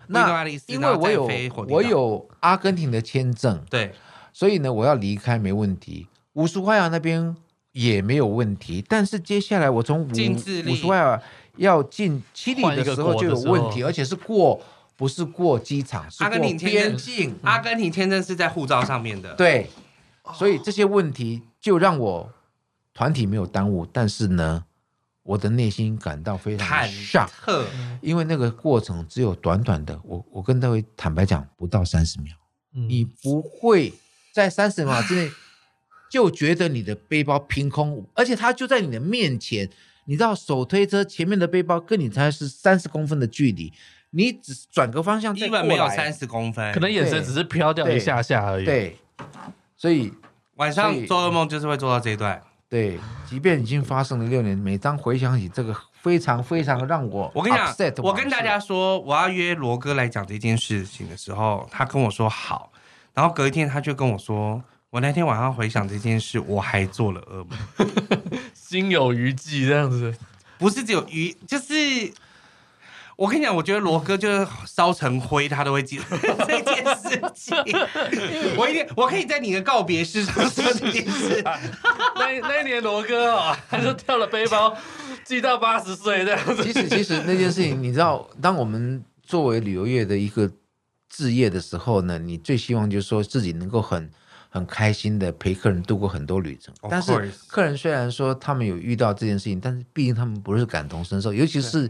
Speaker 1: 那
Speaker 3: 艾利斯，
Speaker 1: 因
Speaker 3: 然
Speaker 1: 为
Speaker 3: 后
Speaker 1: 我
Speaker 3: 再
Speaker 1: 有
Speaker 3: 飞火地岛
Speaker 1: 我有阿根廷的签证，
Speaker 3: 对
Speaker 1: 所以呢，我要离开没问题。乌苏外亚那边也没有问题，但是接下来我从
Speaker 3: 进智利
Speaker 1: 乌乌苏外亚要进七里
Speaker 2: 换一
Speaker 1: 的
Speaker 2: 个
Speaker 1: 时候
Speaker 2: 国的
Speaker 1: 就有
Speaker 2: 时候
Speaker 1: 问题，而且是过不是过机场，是
Speaker 3: 阿
Speaker 1: 过
Speaker 3: 根廷签证
Speaker 1: 边境。
Speaker 3: 阿根廷签证是在护照上面的，
Speaker 1: 嗯对，所以这些问题就让我团体没有耽误，但是呢，我的内心感到非常
Speaker 3: 忐
Speaker 1: 傻，
Speaker 3: 忑。
Speaker 1: 因为那个过程只有短短的，我我跟各位坦白讲，不到三十秒，你
Speaker 2: 嗯，
Speaker 1: 不会在三十秒
Speaker 3: <sighs>
Speaker 1: 之内就觉得你的背包凭空，而且它就在你的面前。你知道手推车前面的背包跟你才是三十公分的距离，你只是转个方向再
Speaker 3: 基
Speaker 1: 过来，
Speaker 3: 本没有三十公分，
Speaker 2: 可能眼神只是飘掉一下下而已，，
Speaker 1: 对，所以
Speaker 3: 晚
Speaker 1: 所
Speaker 3: 上
Speaker 1: 以
Speaker 3: 做噩梦就是会做到这一段。
Speaker 1: 对，即便已经发生了六年，每当回想起这个，非常非常让我
Speaker 3: 我跟你
Speaker 1: upset
Speaker 3: 讲，
Speaker 1: 的
Speaker 3: 我
Speaker 1: 往
Speaker 3: 跟
Speaker 1: 事
Speaker 3: 大家说，我要约罗哥来讲这件事情的时候，他跟我说好，然后隔一天他就跟我说，我那天晚上回想这件事，我还做了噩梦，
Speaker 2: 心有余悸这样子，
Speaker 3: 不是只有鱼，就是。我跟你讲，我觉得罗哥就是烧成灰，他都会记得 <laughs> 这件事
Speaker 1: <laughs>
Speaker 3: 情。我一定，我可以在你的告别式上说这件事。
Speaker 2: <laughs> 那那一年罗哥啊，他就掉了背包，寄到八十岁这样子，
Speaker 1: 其实其实那件事情，你知道，当我们作为旅游业的一个置业的时候呢，你最希望就是说自己能够很很开心的陪客人度过很多旅程。
Speaker 3: Of
Speaker 1: 但是
Speaker 3: course
Speaker 1: 客人虽然说他们有遇到这件事情，但是毕竟他们不是感同身受，尤其是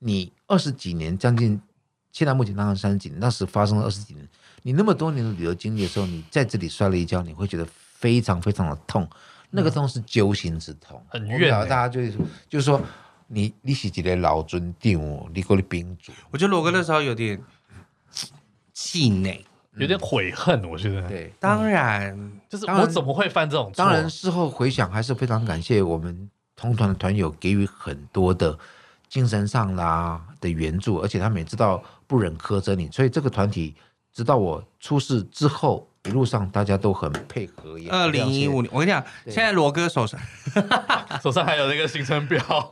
Speaker 1: 你二十几年将近，现在目前当然三十几年，那时发生了二十几年，你那么多年的旅游经历的时候，你在这里摔了一跤，你会觉得非常非常的痛，那个痛是揪心之痛，
Speaker 2: 很
Speaker 1: 我
Speaker 2: 怨
Speaker 1: 不晓
Speaker 2: 欸
Speaker 1: 得大家就是就是说。你你是一个老尊长哦，你过来宾主，
Speaker 3: 我觉得罗哥那时候有点气馁。
Speaker 2: 有点悔恨，我觉得，
Speaker 1: 对，
Speaker 3: 当然，
Speaker 2: 就是
Speaker 1: 当然
Speaker 2: 我怎么会犯这种错？
Speaker 1: 当然事后回想还是非常感谢我们同团的团友给予很多的精神上啦的援助，而且他们也知道不忍苛责你，所以这个团体直到我出事之后，一路上大家都很配合。嗯也
Speaker 3: 二零一五年，我跟你讲，
Speaker 1: 对
Speaker 3: 现在罗哥手上，
Speaker 2: 手上还有那个行程表，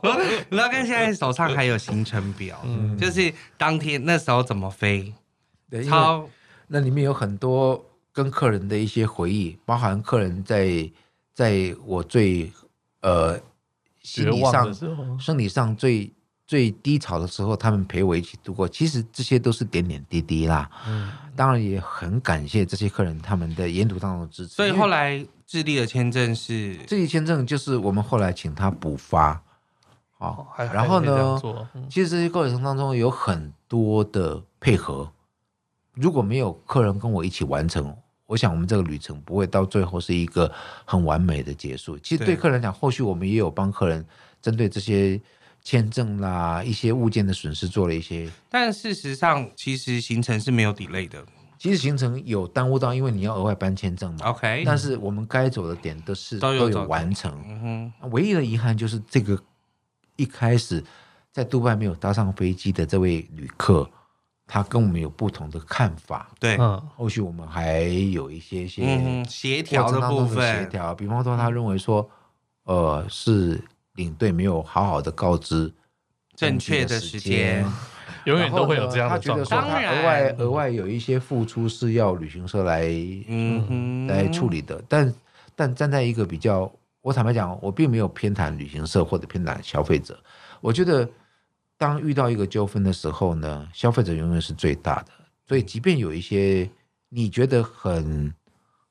Speaker 3: 罗哥现在手上还有行程表，
Speaker 2: 嗯
Speaker 3: 就是当天那时候怎么飞，
Speaker 1: 对，因为
Speaker 3: 超
Speaker 1: 那里面有很多跟客人的一些回忆，包含客人在在我最呃 <laughs> 心
Speaker 2: 绝
Speaker 1: 理
Speaker 2: 望
Speaker 1: 上
Speaker 2: 的时候，
Speaker 1: 生理上最最低潮的时候，他们陪我一起度过。其实这些都是点点滴滴啦，
Speaker 2: 嗯
Speaker 1: 当然也很感谢这些客人他们的沿途当中的支持。
Speaker 3: 所以后
Speaker 1: 来
Speaker 3: 来智利的签证是
Speaker 1: 这一签证就是我们后来请他补发，哦，
Speaker 2: 还
Speaker 1: 然后
Speaker 2: 还可以这样
Speaker 1: 呢，
Speaker 2: 做嗯
Speaker 1: 其实这些过程当中有很多的配合，如果没有客人跟我一起完成，我想我们这个旅程不会到最后是一个很完美的结束。其实对
Speaker 3: 对
Speaker 1: 客人来讲，后续我们也有帮客人针对这些签证啦、一些物件的损失做了一些。
Speaker 3: 但事实上，其实行程是没有 delay 的。
Speaker 1: 其实行程有耽误到，因为你要额外办签证嘛。
Speaker 3: OK，
Speaker 1: 但是我们该走的点都是
Speaker 3: 哦都
Speaker 1: 都
Speaker 3: 有走
Speaker 1: 有
Speaker 3: 到
Speaker 1: 完成，
Speaker 3: 嗯哼，
Speaker 1: 唯一的遗憾就是这个一开始在杜拜没有搭上飞机的这位旅客，他跟我们有不同的看法。
Speaker 3: 对，
Speaker 2: 嗯，
Speaker 1: 后续我们还有一些些
Speaker 3: 嗯哼，
Speaker 1: 过
Speaker 3: 协调
Speaker 1: 程
Speaker 3: 的
Speaker 1: 当
Speaker 3: 部
Speaker 1: 中的协
Speaker 3: 分，
Speaker 1: 调，比方说他认为说，呃，是领队没有好好的告知
Speaker 3: 正确的
Speaker 1: 的
Speaker 3: 时
Speaker 1: 间
Speaker 3: 间，
Speaker 2: 永远都会有这样
Speaker 1: 然后呢他
Speaker 2: 的
Speaker 1: 觉
Speaker 2: 状
Speaker 1: 得说
Speaker 2: 况。
Speaker 1: 他
Speaker 3: 当然
Speaker 1: 额外额外有一些付出是要旅行社来
Speaker 3: 嗯哼，
Speaker 1: 来处。理的，但但站在一个比较，我坦白讲，我并没有偏袒旅行社或者偏袒消费者。我觉得，当遇到一个纠纷的时候呢，消费者永远是最大的。所以，即便有一些你觉得很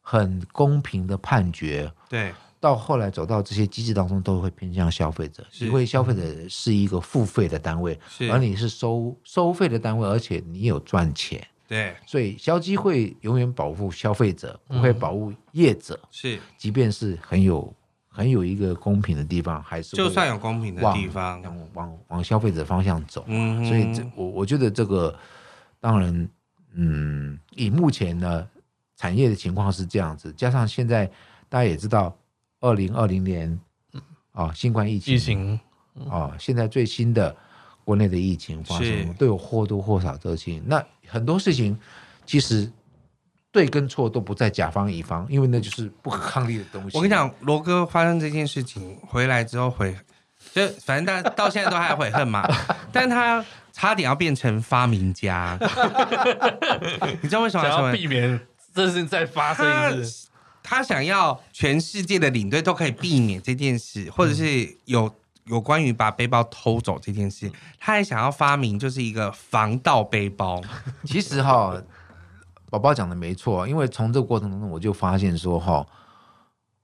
Speaker 1: 很公平的判决，
Speaker 3: 对，
Speaker 1: 到后来走到这些机制当中，都会偏向消费者，
Speaker 3: 是嗯
Speaker 1: 因为消费者是一个付费的单位，
Speaker 3: 是
Speaker 1: 而你是收收费的单位，而且你有赚钱。
Speaker 3: 对，
Speaker 1: 所以消基会永远保护消费者，
Speaker 3: 嗯
Speaker 1: 不会保护业者，
Speaker 3: 是，
Speaker 1: 即便是很有很有一个公平的地方，还是会
Speaker 3: 就算有公平的
Speaker 1: 往
Speaker 3: 地方，
Speaker 1: 往往往消费者方向走。
Speaker 3: 嗯哼，
Speaker 1: 所以这我我觉得这个当然，嗯，以目前呢产业的情况是这样子，加上现在大家也知道，二零二零年
Speaker 3: 嗯
Speaker 1: 啊、新冠疫情
Speaker 2: 疫情
Speaker 1: 啊、现在最新的国内的疫情发
Speaker 3: 是
Speaker 1: 生，都有或多或少的情。那很多事情其实对跟错都不在甲方乙方，因为那就是不可抗力的东西。
Speaker 3: 我跟你，讲，罗哥发生这件事情回来之后悔，就反正大到现在都还悔恨 <laughs> 嘛，但他差点要变成发明家， <laughs> 你啊知道为什么
Speaker 2: 想
Speaker 3: 吗？
Speaker 2: 要避免这事情再发生一次，
Speaker 3: 他想要全世界的领队都可以避免这件事，或者是有有关于把背包偷走这件事，他还想要发明就是一个防盗背包。
Speaker 1: 其实哈，宝宝讲的没错，因为从这个过程当中，我就发现说哈，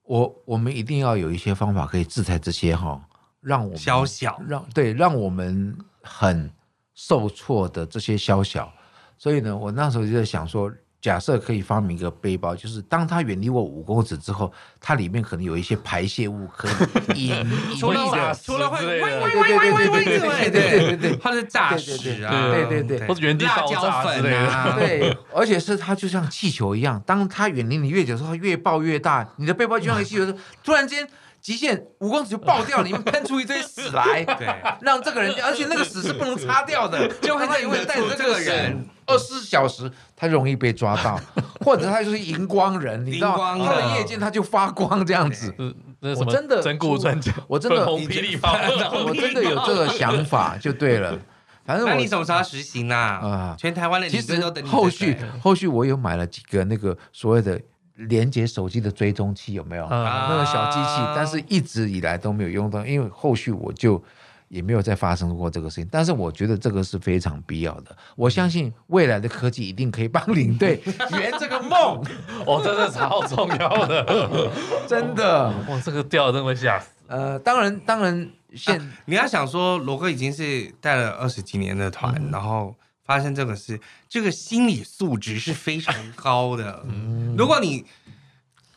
Speaker 1: 我我们一定要有一些方法可以制裁这些哈，让我们
Speaker 3: 宵小
Speaker 1: 让对让我们很受挫的这些宵小。所以呢，我那时候就在想说，假设可以发明一个背包，就是当它远离我五公尺之后，它里面可能有一些排泄物可以 <laughs> 隐
Speaker 2: 除
Speaker 1: 隐
Speaker 2: 了
Speaker 1: 匿的。
Speaker 2: 除了会
Speaker 3: 之类的
Speaker 2: 喂喂
Speaker 1: 对对对对对
Speaker 3: 对
Speaker 1: 对
Speaker 3: 对
Speaker 1: 对对
Speaker 3: 对，
Speaker 1: 对
Speaker 3: 或者炸屎啊，
Speaker 1: 对对对
Speaker 2: 或者原地
Speaker 3: 辣
Speaker 2: 爆
Speaker 3: 椒
Speaker 2: 炸之
Speaker 3: 粉
Speaker 2: 类的，
Speaker 3: 啊，
Speaker 1: 对，而且是它就像气球一样，当它远离你越久的时候，它越爆越大，你的背包就像一个气球， <laughs> 突然间极限五公尺就爆掉，里面喷出一堆屎 <laughs> 来，
Speaker 3: 对，
Speaker 1: 让这个人，而且那个屎是不能擦掉的，就会他永远带着这个
Speaker 3: 这个人
Speaker 1: 人。二十四小时，他容易被抓
Speaker 3: <laughs>
Speaker 1: 到，或者他就是荧光人，你知道
Speaker 3: 荧光，人
Speaker 1: 他的夜间他就发光这样子。
Speaker 2: 是嗯那什
Speaker 1: 我
Speaker 2: 么
Speaker 1: 真的
Speaker 2: 真骨专家，
Speaker 1: 我真的
Speaker 2: 粉红霹雳炮，
Speaker 1: 我真的有这个想
Speaker 3: <laughs>
Speaker 1: 法就对了，反正
Speaker 3: 那
Speaker 1: 我
Speaker 3: 你什么时候要实行啊
Speaker 1: 啊？
Speaker 3: 全台湾的
Speaker 1: 其
Speaker 3: 领队
Speaker 1: 实
Speaker 3: 都等你这个。
Speaker 1: 后续后续我有买了几个那个所谓的连接手机的追踪器，有没有？
Speaker 2: 嗯
Speaker 1: 那个小机器
Speaker 3: 啊，
Speaker 1: 但是一直以来都没有用到，因为后续我就也没有再发生过这个事情。但是我觉得这个是非常必要的。我相信未来的科技一定可以帮领 <laughs> 队圆这个 <laughs> 梦，
Speaker 2: 哦，真的超重要的，
Speaker 1: 真的。
Speaker 2: 哇，这个掉了真的会吓死。
Speaker 1: 呃，当然，当然，现、
Speaker 3: 你要想说，罗哥已经是带了二十几年的团，
Speaker 1: 嗯
Speaker 3: 然后发生这个事，这个心理素质是非常高的。
Speaker 1: 嗯
Speaker 3: 如果你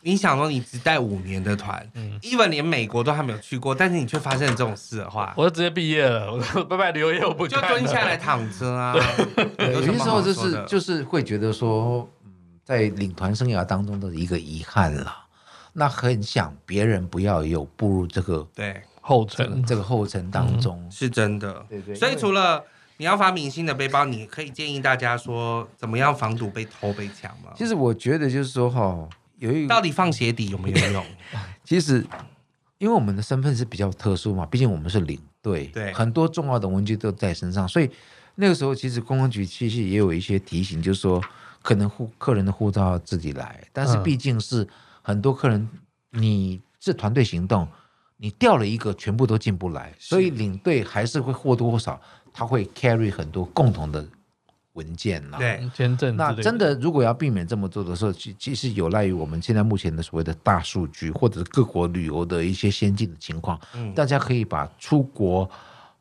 Speaker 3: 你想说你只带五年的团
Speaker 2: 嗯
Speaker 3: ，even 连美国都还没有去过，但是你却发生了这种事的话，
Speaker 2: 我就直接毕业了，我拜拜留业我不
Speaker 3: 就
Speaker 2: 看了
Speaker 3: 蹲下来躺着
Speaker 1: <laughs>
Speaker 3: 啊。
Speaker 1: 呃有
Speaker 3: 什
Speaker 1: 些
Speaker 3: 么
Speaker 1: 时
Speaker 3: 好
Speaker 1: 候就
Speaker 3: 说
Speaker 1: 是
Speaker 3: 的
Speaker 1: 就是会觉得说，嗯，在领团生涯当中的一个遗憾了。那很想别人不要有步入这个
Speaker 3: 对，
Speaker 2: 后
Speaker 1: 这个
Speaker 2: 尘。
Speaker 1: 这个后尘当中，
Speaker 3: 是真的。
Speaker 1: 嗯对对
Speaker 3: 所以
Speaker 1: 因为
Speaker 3: 除了你要发明新的背包，你可以建议大家说怎么样防堵被偷被抢吗？
Speaker 1: 其实我觉得就是说哈，有一
Speaker 3: 到底放鞋底有没
Speaker 1: <laughs>
Speaker 3: 有用？
Speaker 1: 其实因为我们的身份是比较特殊嘛，毕竟我们是领队，
Speaker 3: 对
Speaker 1: 很多重要的文具都在身上，所以那个时候其实公安局其实也有一些提醒，就是说可能护客人的护照要自己来，但是
Speaker 2: 嗯
Speaker 1: 毕竟是很多客人，你是团队行动。你掉了一个，全部都进不来，所以领队还是会或多或少，他会 carry 很多共同的文件啊啦。
Speaker 3: 嗯对，
Speaker 2: 嗯签证之
Speaker 1: 那
Speaker 2: 类
Speaker 1: 真的，如果要避免这么做的时候，其其实有赖于我们现在目前的所谓的大数据，或者是各国旅游的一些先进的情况，
Speaker 3: 嗯，
Speaker 1: 大家可以把出国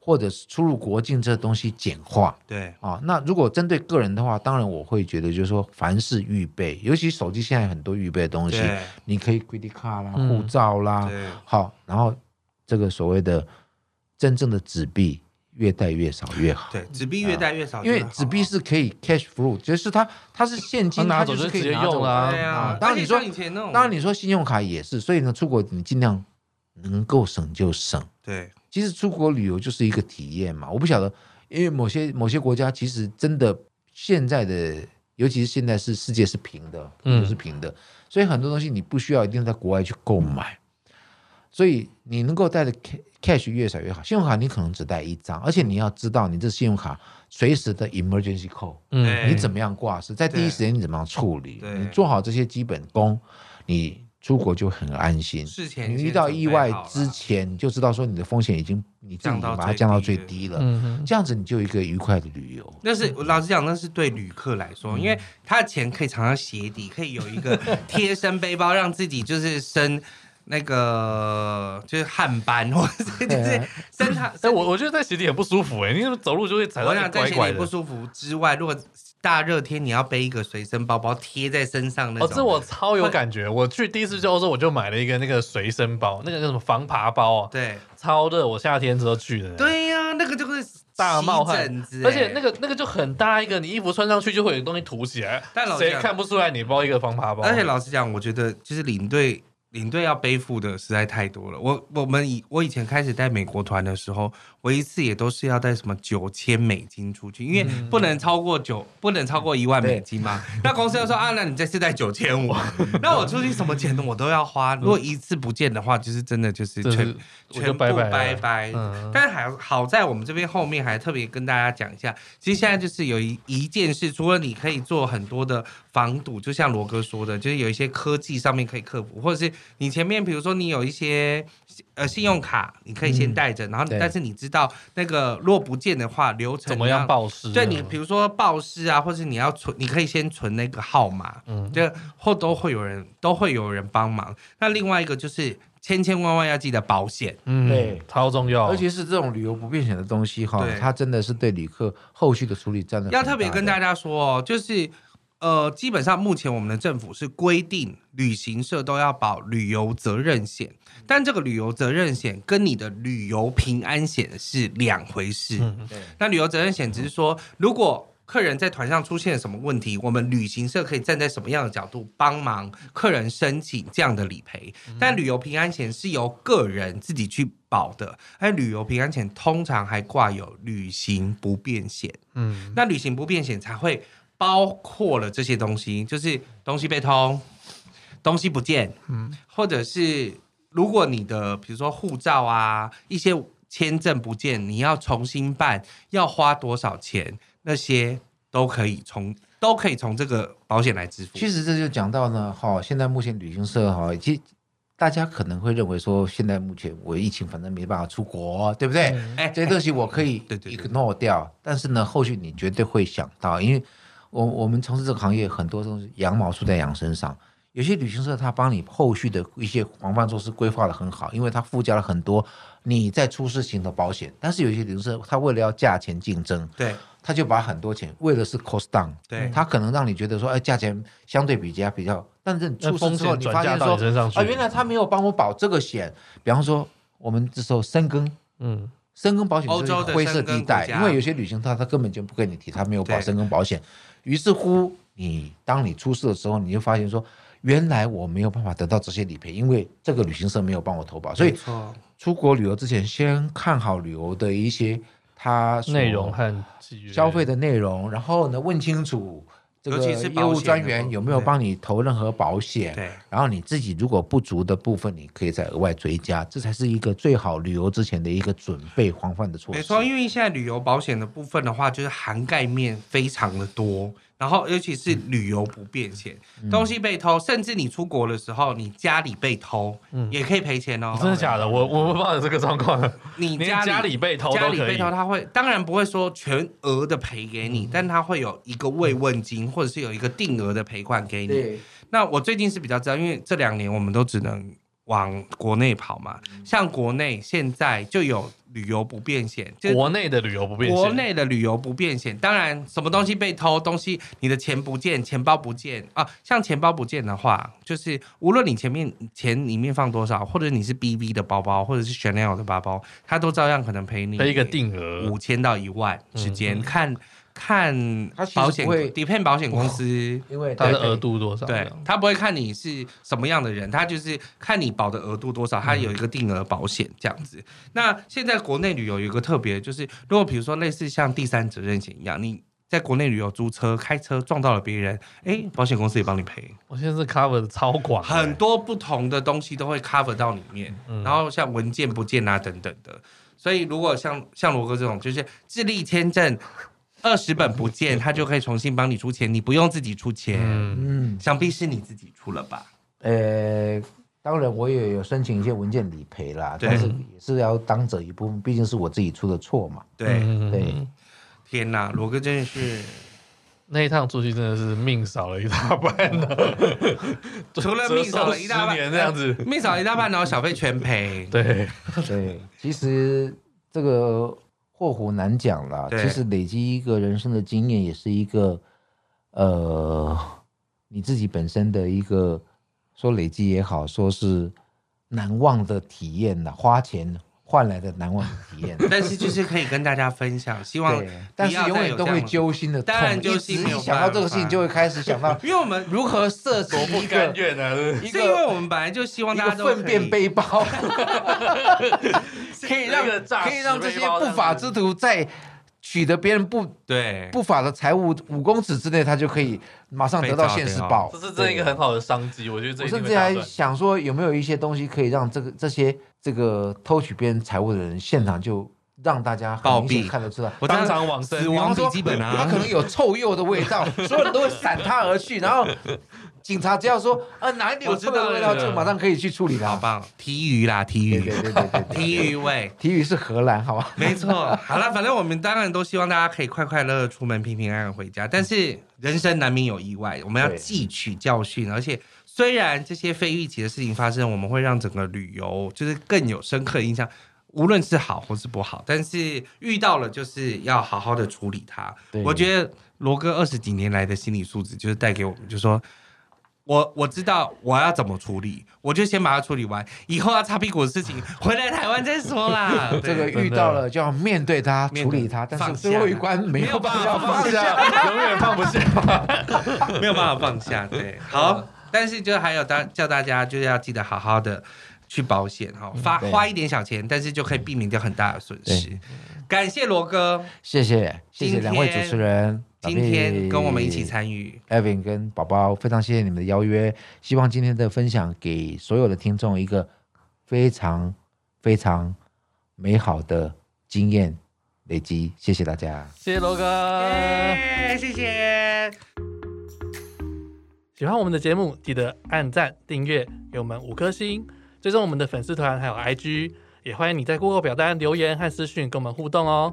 Speaker 1: 或者是出入国境这东西简化。
Speaker 3: 对，
Speaker 1: 啊，那如果针对个人的话，当然我会觉得就是说，凡事预备，尤其手机现在很多预备的东西，啊
Speaker 3: 对，
Speaker 1: 你可以 credit card 啦、
Speaker 2: 嗯
Speaker 1: 护照啦，
Speaker 3: 对，
Speaker 1: 好，然后这个所谓的真正的纸币越带越少越好。
Speaker 3: 对，纸币越戴越少，
Speaker 1: 啊因为纸币。是可以 cash flow，就是它它是现金，
Speaker 2: 它拿
Speaker 1: 它
Speaker 2: 走
Speaker 1: 就是
Speaker 2: 就
Speaker 1: 可以
Speaker 2: 直接
Speaker 1: 拿走
Speaker 2: 用啦
Speaker 1: 的
Speaker 3: 对啊
Speaker 1: 啊，当然
Speaker 3: 而且
Speaker 1: 你说
Speaker 3: 像以前那种，
Speaker 1: 当然你说信用卡也是，所以呢，出国你尽量能够省就省。
Speaker 3: 对
Speaker 1: 其实出国旅游就是一个体验嘛，我不晓得，因为某些某些国家其实真的现在的，尤其是现在是世界是平的，
Speaker 2: 嗯
Speaker 1: 嗯，是平的，所以很多东西你不需要一定在国外去购买，所以你能够带的 ca- cash 越少越好。信用卡你可能只带一张，而且你要知道你这信用卡随时的 emergency call。
Speaker 2: 嗯
Speaker 3: 对
Speaker 1: 你怎么样挂失，在第
Speaker 3: 哎对
Speaker 1: 一时间你怎么样处理
Speaker 3: 对，
Speaker 1: 你做好这些基本功，你出国就很安心。
Speaker 3: 事前
Speaker 1: 你
Speaker 3: 先
Speaker 1: 遇到
Speaker 3: 准备
Speaker 1: 意外
Speaker 3: 好了
Speaker 1: 之前，你就知道说你的风险已经你自己
Speaker 3: 降到
Speaker 1: 把它
Speaker 3: 最
Speaker 1: 降到
Speaker 3: 低
Speaker 1: 最
Speaker 3: 了
Speaker 1: 低了，
Speaker 2: 嗯
Speaker 1: 这样子你就有一个愉快的旅游。
Speaker 3: 那是我老实讲，那是对旅客来说，因为
Speaker 1: 嗯
Speaker 3: 他的钱可以藏到鞋底，可以有一
Speaker 1: <laughs>
Speaker 3: 个贴身背包，让自己就是生那个就是汗斑，或者是
Speaker 1: 啊
Speaker 3: 就是生他。
Speaker 2: 哎，我我觉得在鞋底很不舒服哎，你怎么走路就会踩到
Speaker 3: 我
Speaker 2: 一
Speaker 3: 想在
Speaker 2: 拐一
Speaker 3: 鞋
Speaker 2: 拐
Speaker 3: 底
Speaker 2: 的
Speaker 3: 不。舒服之外，如果大热天你要背一个随身包包贴在身上那
Speaker 2: 哦，
Speaker 3: 种，
Speaker 2: 这我超有感觉。我去第一次去欧洲，我就买了一个那个随身包，那个叫什么防爬包啊，
Speaker 3: 对
Speaker 2: 超热。我夏天时候去的，，
Speaker 3: 对呀、那个就是
Speaker 2: 大冒汗
Speaker 3: 起疹子
Speaker 2: 而且
Speaker 3: 欸
Speaker 2: 那个那个就很大一个，你衣服穿上去就会有东西凸起来，
Speaker 3: 但老实
Speaker 2: 谁
Speaker 3: 讲
Speaker 2: 看不出来你包一个防爬包？
Speaker 3: 而且老实讲，我觉得就是领队领队要背负的实在太多了。我我们以我以前开始带美国团的时候，我一次也都是要带什么九千美金出去，因为
Speaker 2: 嗯
Speaker 3: 不能超过九，不能超过一万美金嘛。那公司
Speaker 2: <laughs>
Speaker 3: 就说啊，那你这次带九千五，那我出去什么钱我都要花。如果一次不见的话，就是真的就是
Speaker 2: 这
Speaker 3: 全
Speaker 2: 是我
Speaker 3: 全
Speaker 2: 就
Speaker 3: 部
Speaker 2: 拜
Speaker 3: 拜
Speaker 2: 拜了 <laughs>
Speaker 3: 拜
Speaker 2: 嗯
Speaker 3: 但还好在我们这边后面还特别跟大家讲一下，其实现在就是有一一件事，除了你可以做很多的防堵，就像罗哥说的，就是有一些科技上面可以克服，或者是你前面比如说你有一些呃信用卡，你可以
Speaker 2: 嗯
Speaker 3: 先带着，然后你
Speaker 1: 对
Speaker 3: 但是你知道那个若不见的话流程
Speaker 2: 怎么样
Speaker 3: 要
Speaker 2: 暴尸？
Speaker 3: 对你，比如说报失啊，或者你要存，你可以先存那个号码，
Speaker 2: 嗯
Speaker 3: 嗯，这后都会有人都会有人帮忙。那另外一个就是千千万万要记得保险，
Speaker 2: 嗯，
Speaker 1: 对
Speaker 2: 超重要，
Speaker 1: 而且是这种旅游不便险的东西哈
Speaker 3: 哦对，
Speaker 1: 它真的是对旅客后续的处理占了
Speaker 3: 要
Speaker 1: 很
Speaker 3: 特别
Speaker 1: 大
Speaker 3: 跟
Speaker 1: 的
Speaker 3: 大家说哦，就是呃，基本上目前我们的政府是规定旅行社都要保旅游责任险，但这个旅游责任险跟你的旅游平安险是两回事。
Speaker 2: 嗯
Speaker 1: 对
Speaker 3: 那旅游责任险只是说，如果客人在团上出现什么问题，我们旅行社可以站在什么样的角度帮忙客人申请这样的理赔。
Speaker 1: 嗯
Speaker 3: 但旅游平安险是由个人自己去保的，而旅游平安险通常还挂有旅行不便险。
Speaker 2: 嗯，
Speaker 3: 那旅行不便险才会包括了这些东西，就是东西被偷，东西不见，嗯，或者是如果你的比如说护照啊一些签证不见，你要重新办，要花多少钱，那些都可以从都可以从这个保险来支付。
Speaker 1: 其实这就讲到呢，哈，现在目前旅行社哈，其实大家可能会认为说，现在目前我疫情反正没办法出国，对不对？
Speaker 3: 哎
Speaker 1: <laughs> 这些东西我可
Speaker 2: <laughs>
Speaker 1: 以
Speaker 3: 对对对
Speaker 1: ignore 掉，但是呢，后续你绝对会想到，因为我我们从事这个行业，很多东西羊毛出在羊身上。有些旅行社他帮你后续的一些防范措施规划的很好，因为它附加了很多你在出事情的保险。但是有些旅行社他为了要价钱竞争，
Speaker 3: 对
Speaker 1: 他就把很多钱为了是 cost down，
Speaker 3: 对
Speaker 1: 他可能让你觉得说，哎，价钱相对比较比较，但是你
Speaker 2: 那
Speaker 1: 出事
Speaker 2: 风
Speaker 1: 之后，
Speaker 2: 险
Speaker 1: 你
Speaker 2: 转
Speaker 1: 发
Speaker 2: 嫁
Speaker 1: 现
Speaker 2: 到
Speaker 1: 说
Speaker 2: 你身上去
Speaker 1: 啊，原来他没有帮我保这个险。比方说，我们这时候深耕，
Speaker 2: 嗯，
Speaker 1: 深耕保险
Speaker 3: 欧
Speaker 1: 是
Speaker 3: 洲的
Speaker 1: 灰色
Speaker 3: 深耕
Speaker 1: 地带，
Speaker 3: 国家
Speaker 1: 因为有些旅行社他根本就不跟你提，他没有保
Speaker 3: 对
Speaker 1: 深耕保险。于是乎，你当你出事的时候，你就发现说，原来我没有办法得到这些理赔，因为这个旅行社没有帮我投保。所以
Speaker 3: 没错
Speaker 1: 出国旅游之前，先看好旅游的一些它所
Speaker 2: 内容和契约
Speaker 1: 消费的内容，然后呢问清楚这个
Speaker 3: 尤其是
Speaker 1: 业
Speaker 3: 保
Speaker 1: 务
Speaker 3: 险
Speaker 1: 专
Speaker 3: 的
Speaker 1: 员
Speaker 3: 部
Speaker 1: 有没有
Speaker 3: 分
Speaker 1: 帮你投任何保险，
Speaker 3: 对
Speaker 1: 然后你自己如果不足的部分，你可以再额外追加，这才是一个最好旅游之前的一个准备防范的措施。
Speaker 3: 没错，因为现在旅游保险的部分的话，就是涵盖面非常的多，然后尤其
Speaker 2: 嗯
Speaker 3: 是旅游不便险，东西被偷，甚至你出国的时候，你家里被偷，也可以赔钱哦。
Speaker 2: 嗯真的假的？我我不知道有这个状况了。
Speaker 3: <laughs> 你
Speaker 2: 连
Speaker 3: 家里
Speaker 2: 家里被偷
Speaker 3: 家
Speaker 2: 都
Speaker 3: 里
Speaker 2: 可
Speaker 3: 被
Speaker 2: 以，嗯
Speaker 3: 偷，他会当然不会说全额的赔给你，但他会有一个慰问金，或者是有一个定额的赔款给你。
Speaker 1: 对，
Speaker 3: 那我最近是比较知道，因为这两年我们都只能往国内跑嘛，
Speaker 2: 嗯
Speaker 3: 像国内现在就有旅游不便险，就
Speaker 2: 国内的旅游不便
Speaker 3: 国
Speaker 2: 险，
Speaker 3: 内的旅游不便险，当然什么东西被偷，东西你的钱不见，钱包不见啊，像钱包不见的话，就是无论你前面钱里面放多少，或者你是 BV 的包包，或者是 Chanel 的包包，它都照样可能赔你
Speaker 2: 的一个定额
Speaker 3: 五，千到一万之间，
Speaker 2: 嗯
Speaker 3: 看看
Speaker 1: 它其实
Speaker 3: 保险
Speaker 1: 不会
Speaker 3: d e p 保险公司。
Speaker 1: 因为
Speaker 2: 它的
Speaker 1: 对
Speaker 2: 额度多少？
Speaker 3: 对他不会看你是什么样的人，他就是看你保的额度多少，他有一个定额保险这样子。那现在国内旅游有一个特别，就是如果比如说类似像第三责任险一样，你在国内旅游租车开车撞到了别人，哎，保险公司也帮你赔，
Speaker 2: 我现在是 cover 的超广的，
Speaker 3: 很多不同的东西都会 cover 到里面，然后像文件不见啊等等的。所以如果像像罗哥这种，就是智力签证二十本不见，他就可以重新帮你出钱，你不用自己出钱，
Speaker 2: 嗯，
Speaker 1: 嗯，
Speaker 3: 想必是你自己出了吧？
Speaker 1: 呃，当然我也有申请一些文件理赔啦，但是
Speaker 2: 对
Speaker 1: 也是要当责一部分，毕竟是我自己出的错嘛。
Speaker 3: 对。
Speaker 2: 嗯
Speaker 1: 对
Speaker 2: 嗯
Speaker 3: 天呐，罗哥真的是
Speaker 2: 那一趟出去真的是命少了一大半呢，
Speaker 3: <laughs> 除了命少了一大半哎
Speaker 2: 折寿10年
Speaker 3: 嗯
Speaker 2: 这样子，
Speaker 3: 命少一大半，然后小费全赔。
Speaker 2: 对，
Speaker 1: 对，其实这个祸福难讲啦。
Speaker 3: 对
Speaker 1: 其实累积一个人生的经验，也是一个呃你自己本身的一个说累积也好，说是难忘的体验呐，花钱换来的难忘的体
Speaker 3: <laughs>
Speaker 1: 验。
Speaker 3: 但是就是可以跟大家分享，希望
Speaker 1: 对，但是
Speaker 3: 不要
Speaker 1: 永
Speaker 3: 再
Speaker 1: 远
Speaker 3: 有
Speaker 1: 都
Speaker 3: 这样
Speaker 1: 会
Speaker 3: 的，
Speaker 1: 揪心的痛，
Speaker 3: 当然揪
Speaker 1: 一
Speaker 3: 心
Speaker 1: 直
Speaker 3: 没
Speaker 1: 一
Speaker 3: 有
Speaker 1: 想到
Speaker 3: 办
Speaker 1: 这个事情，
Speaker 3: 法
Speaker 1: 就会开始想
Speaker 3: <laughs>
Speaker 1: 到
Speaker 3: 因为我们
Speaker 1: 如何设置一个
Speaker 2: 愿
Speaker 3: 啊
Speaker 2: 的，
Speaker 1: 一
Speaker 3: 是因为
Speaker 1: 个
Speaker 3: 我们本来就希望
Speaker 1: 一
Speaker 3: 大
Speaker 1: 个
Speaker 3: 家都
Speaker 1: 粪便
Speaker 3: 可以
Speaker 1: 背包。 <laughs> 可以让
Speaker 2: 那个诈
Speaker 1: 可以让这
Speaker 2: 尸
Speaker 1: 些
Speaker 2: 背包
Speaker 1: 不法
Speaker 2: 这
Speaker 1: 之
Speaker 2: 样
Speaker 1: 徒在取得别人不
Speaker 3: 对
Speaker 1: 不法的财物五公尺之内，他就可以马上得到现实报。
Speaker 2: 这是真的一个很好的商机，我觉得这
Speaker 1: 我
Speaker 2: 一
Speaker 1: 甚
Speaker 2: 定
Speaker 1: 至
Speaker 2: 会大
Speaker 1: 还
Speaker 2: 赚。
Speaker 1: 想说，有没有一些东西可以让这个这些这个偷取别人财物的人现场就让大家很明显
Speaker 3: 暴毙
Speaker 1: 看得出来。
Speaker 3: 我
Speaker 2: 当
Speaker 3: 知道
Speaker 2: 场往生
Speaker 3: 死
Speaker 1: 比
Speaker 3: 亡
Speaker 1: 方
Speaker 3: 笔
Speaker 1: 说
Speaker 3: 记本啊，
Speaker 1: 他可能有臭鼬的味道，所有人都会闪他而去。然后警察只要说啊哪里有
Speaker 3: 我知
Speaker 1: 臭
Speaker 3: 道
Speaker 1: 鼬的味道，
Speaker 2: 了
Speaker 1: 就马上可以去处理他。
Speaker 3: 好棒，提鱼啦，提
Speaker 1: 对对
Speaker 3: 鱼，
Speaker 1: 对对
Speaker 3: <laughs>
Speaker 1: 对对，
Speaker 3: 提鱼味。
Speaker 1: 体育是荷兰，好吧？
Speaker 3: <laughs> 没错，好了，反正我们当然都希望大家可以快快乐乐出门，平平安安回家。但是人生难免有意外，我们要
Speaker 1: 对
Speaker 3: 汲取教训。而且虽然这些非预期的事情发生，我们会让整个旅游就是更有深刻的印象，无论是好或是不好。但是遇到了，就是要好好的处理它。
Speaker 1: 对
Speaker 3: 我觉得罗哥二十几年来的心理素质，就是带给我们，就是说。我我知道我要怎么处理，我就先把它处理完，以后要擦屁股的事情回来台湾再说啦。
Speaker 1: 这
Speaker 3: 对
Speaker 1: 个遇到了就要面对它、
Speaker 3: 面对
Speaker 1: 处理它，但
Speaker 3: 放
Speaker 1: 是
Speaker 3: 下
Speaker 1: 最后一关没有办法放下。
Speaker 2: 永远放不下。
Speaker 3: 没有办法放下。对，好，但是就还有大叫大家就是要记得好好的去保险哈，花
Speaker 1: 对
Speaker 3: 花一点小钱，但是就可以避免掉很大的损失。感谢罗哥
Speaker 1: 谢谢，谢谢两位主持人，
Speaker 3: 今天跟我们一起参与。
Speaker 1: Evan 跟宝宝，非常谢谢你们的邀约，希望今天的分享给所有的听众一个非常非常美好的经验累积，谢谢大家。
Speaker 2: 谢谢罗哥。
Speaker 3: <laughs> 耶谢谢，
Speaker 2: 喜欢我们的节目，记得按赞、订阅，给我们五颗星。追踪我们的粉丝团还有 IG，也欢迎你在 Google 表单留言和私讯跟我们互动哦。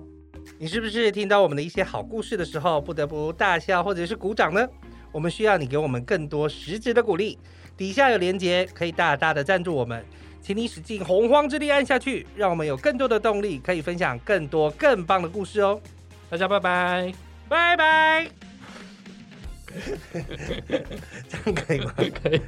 Speaker 3: 你是不是听到我们的一些好故事的时候，不得不大笑或者是鼓掌呢？我们需要你给我们更多实质的鼓励。底下有连结，可以大大的赞助我们，请你使尽洪荒之力按下去，让我们有更多的动力，可以分享更多更棒的故事哦。
Speaker 2: 大家拜拜。
Speaker 3: 拜 <laughs> 拜，这样可以吗？
Speaker 2: 可以。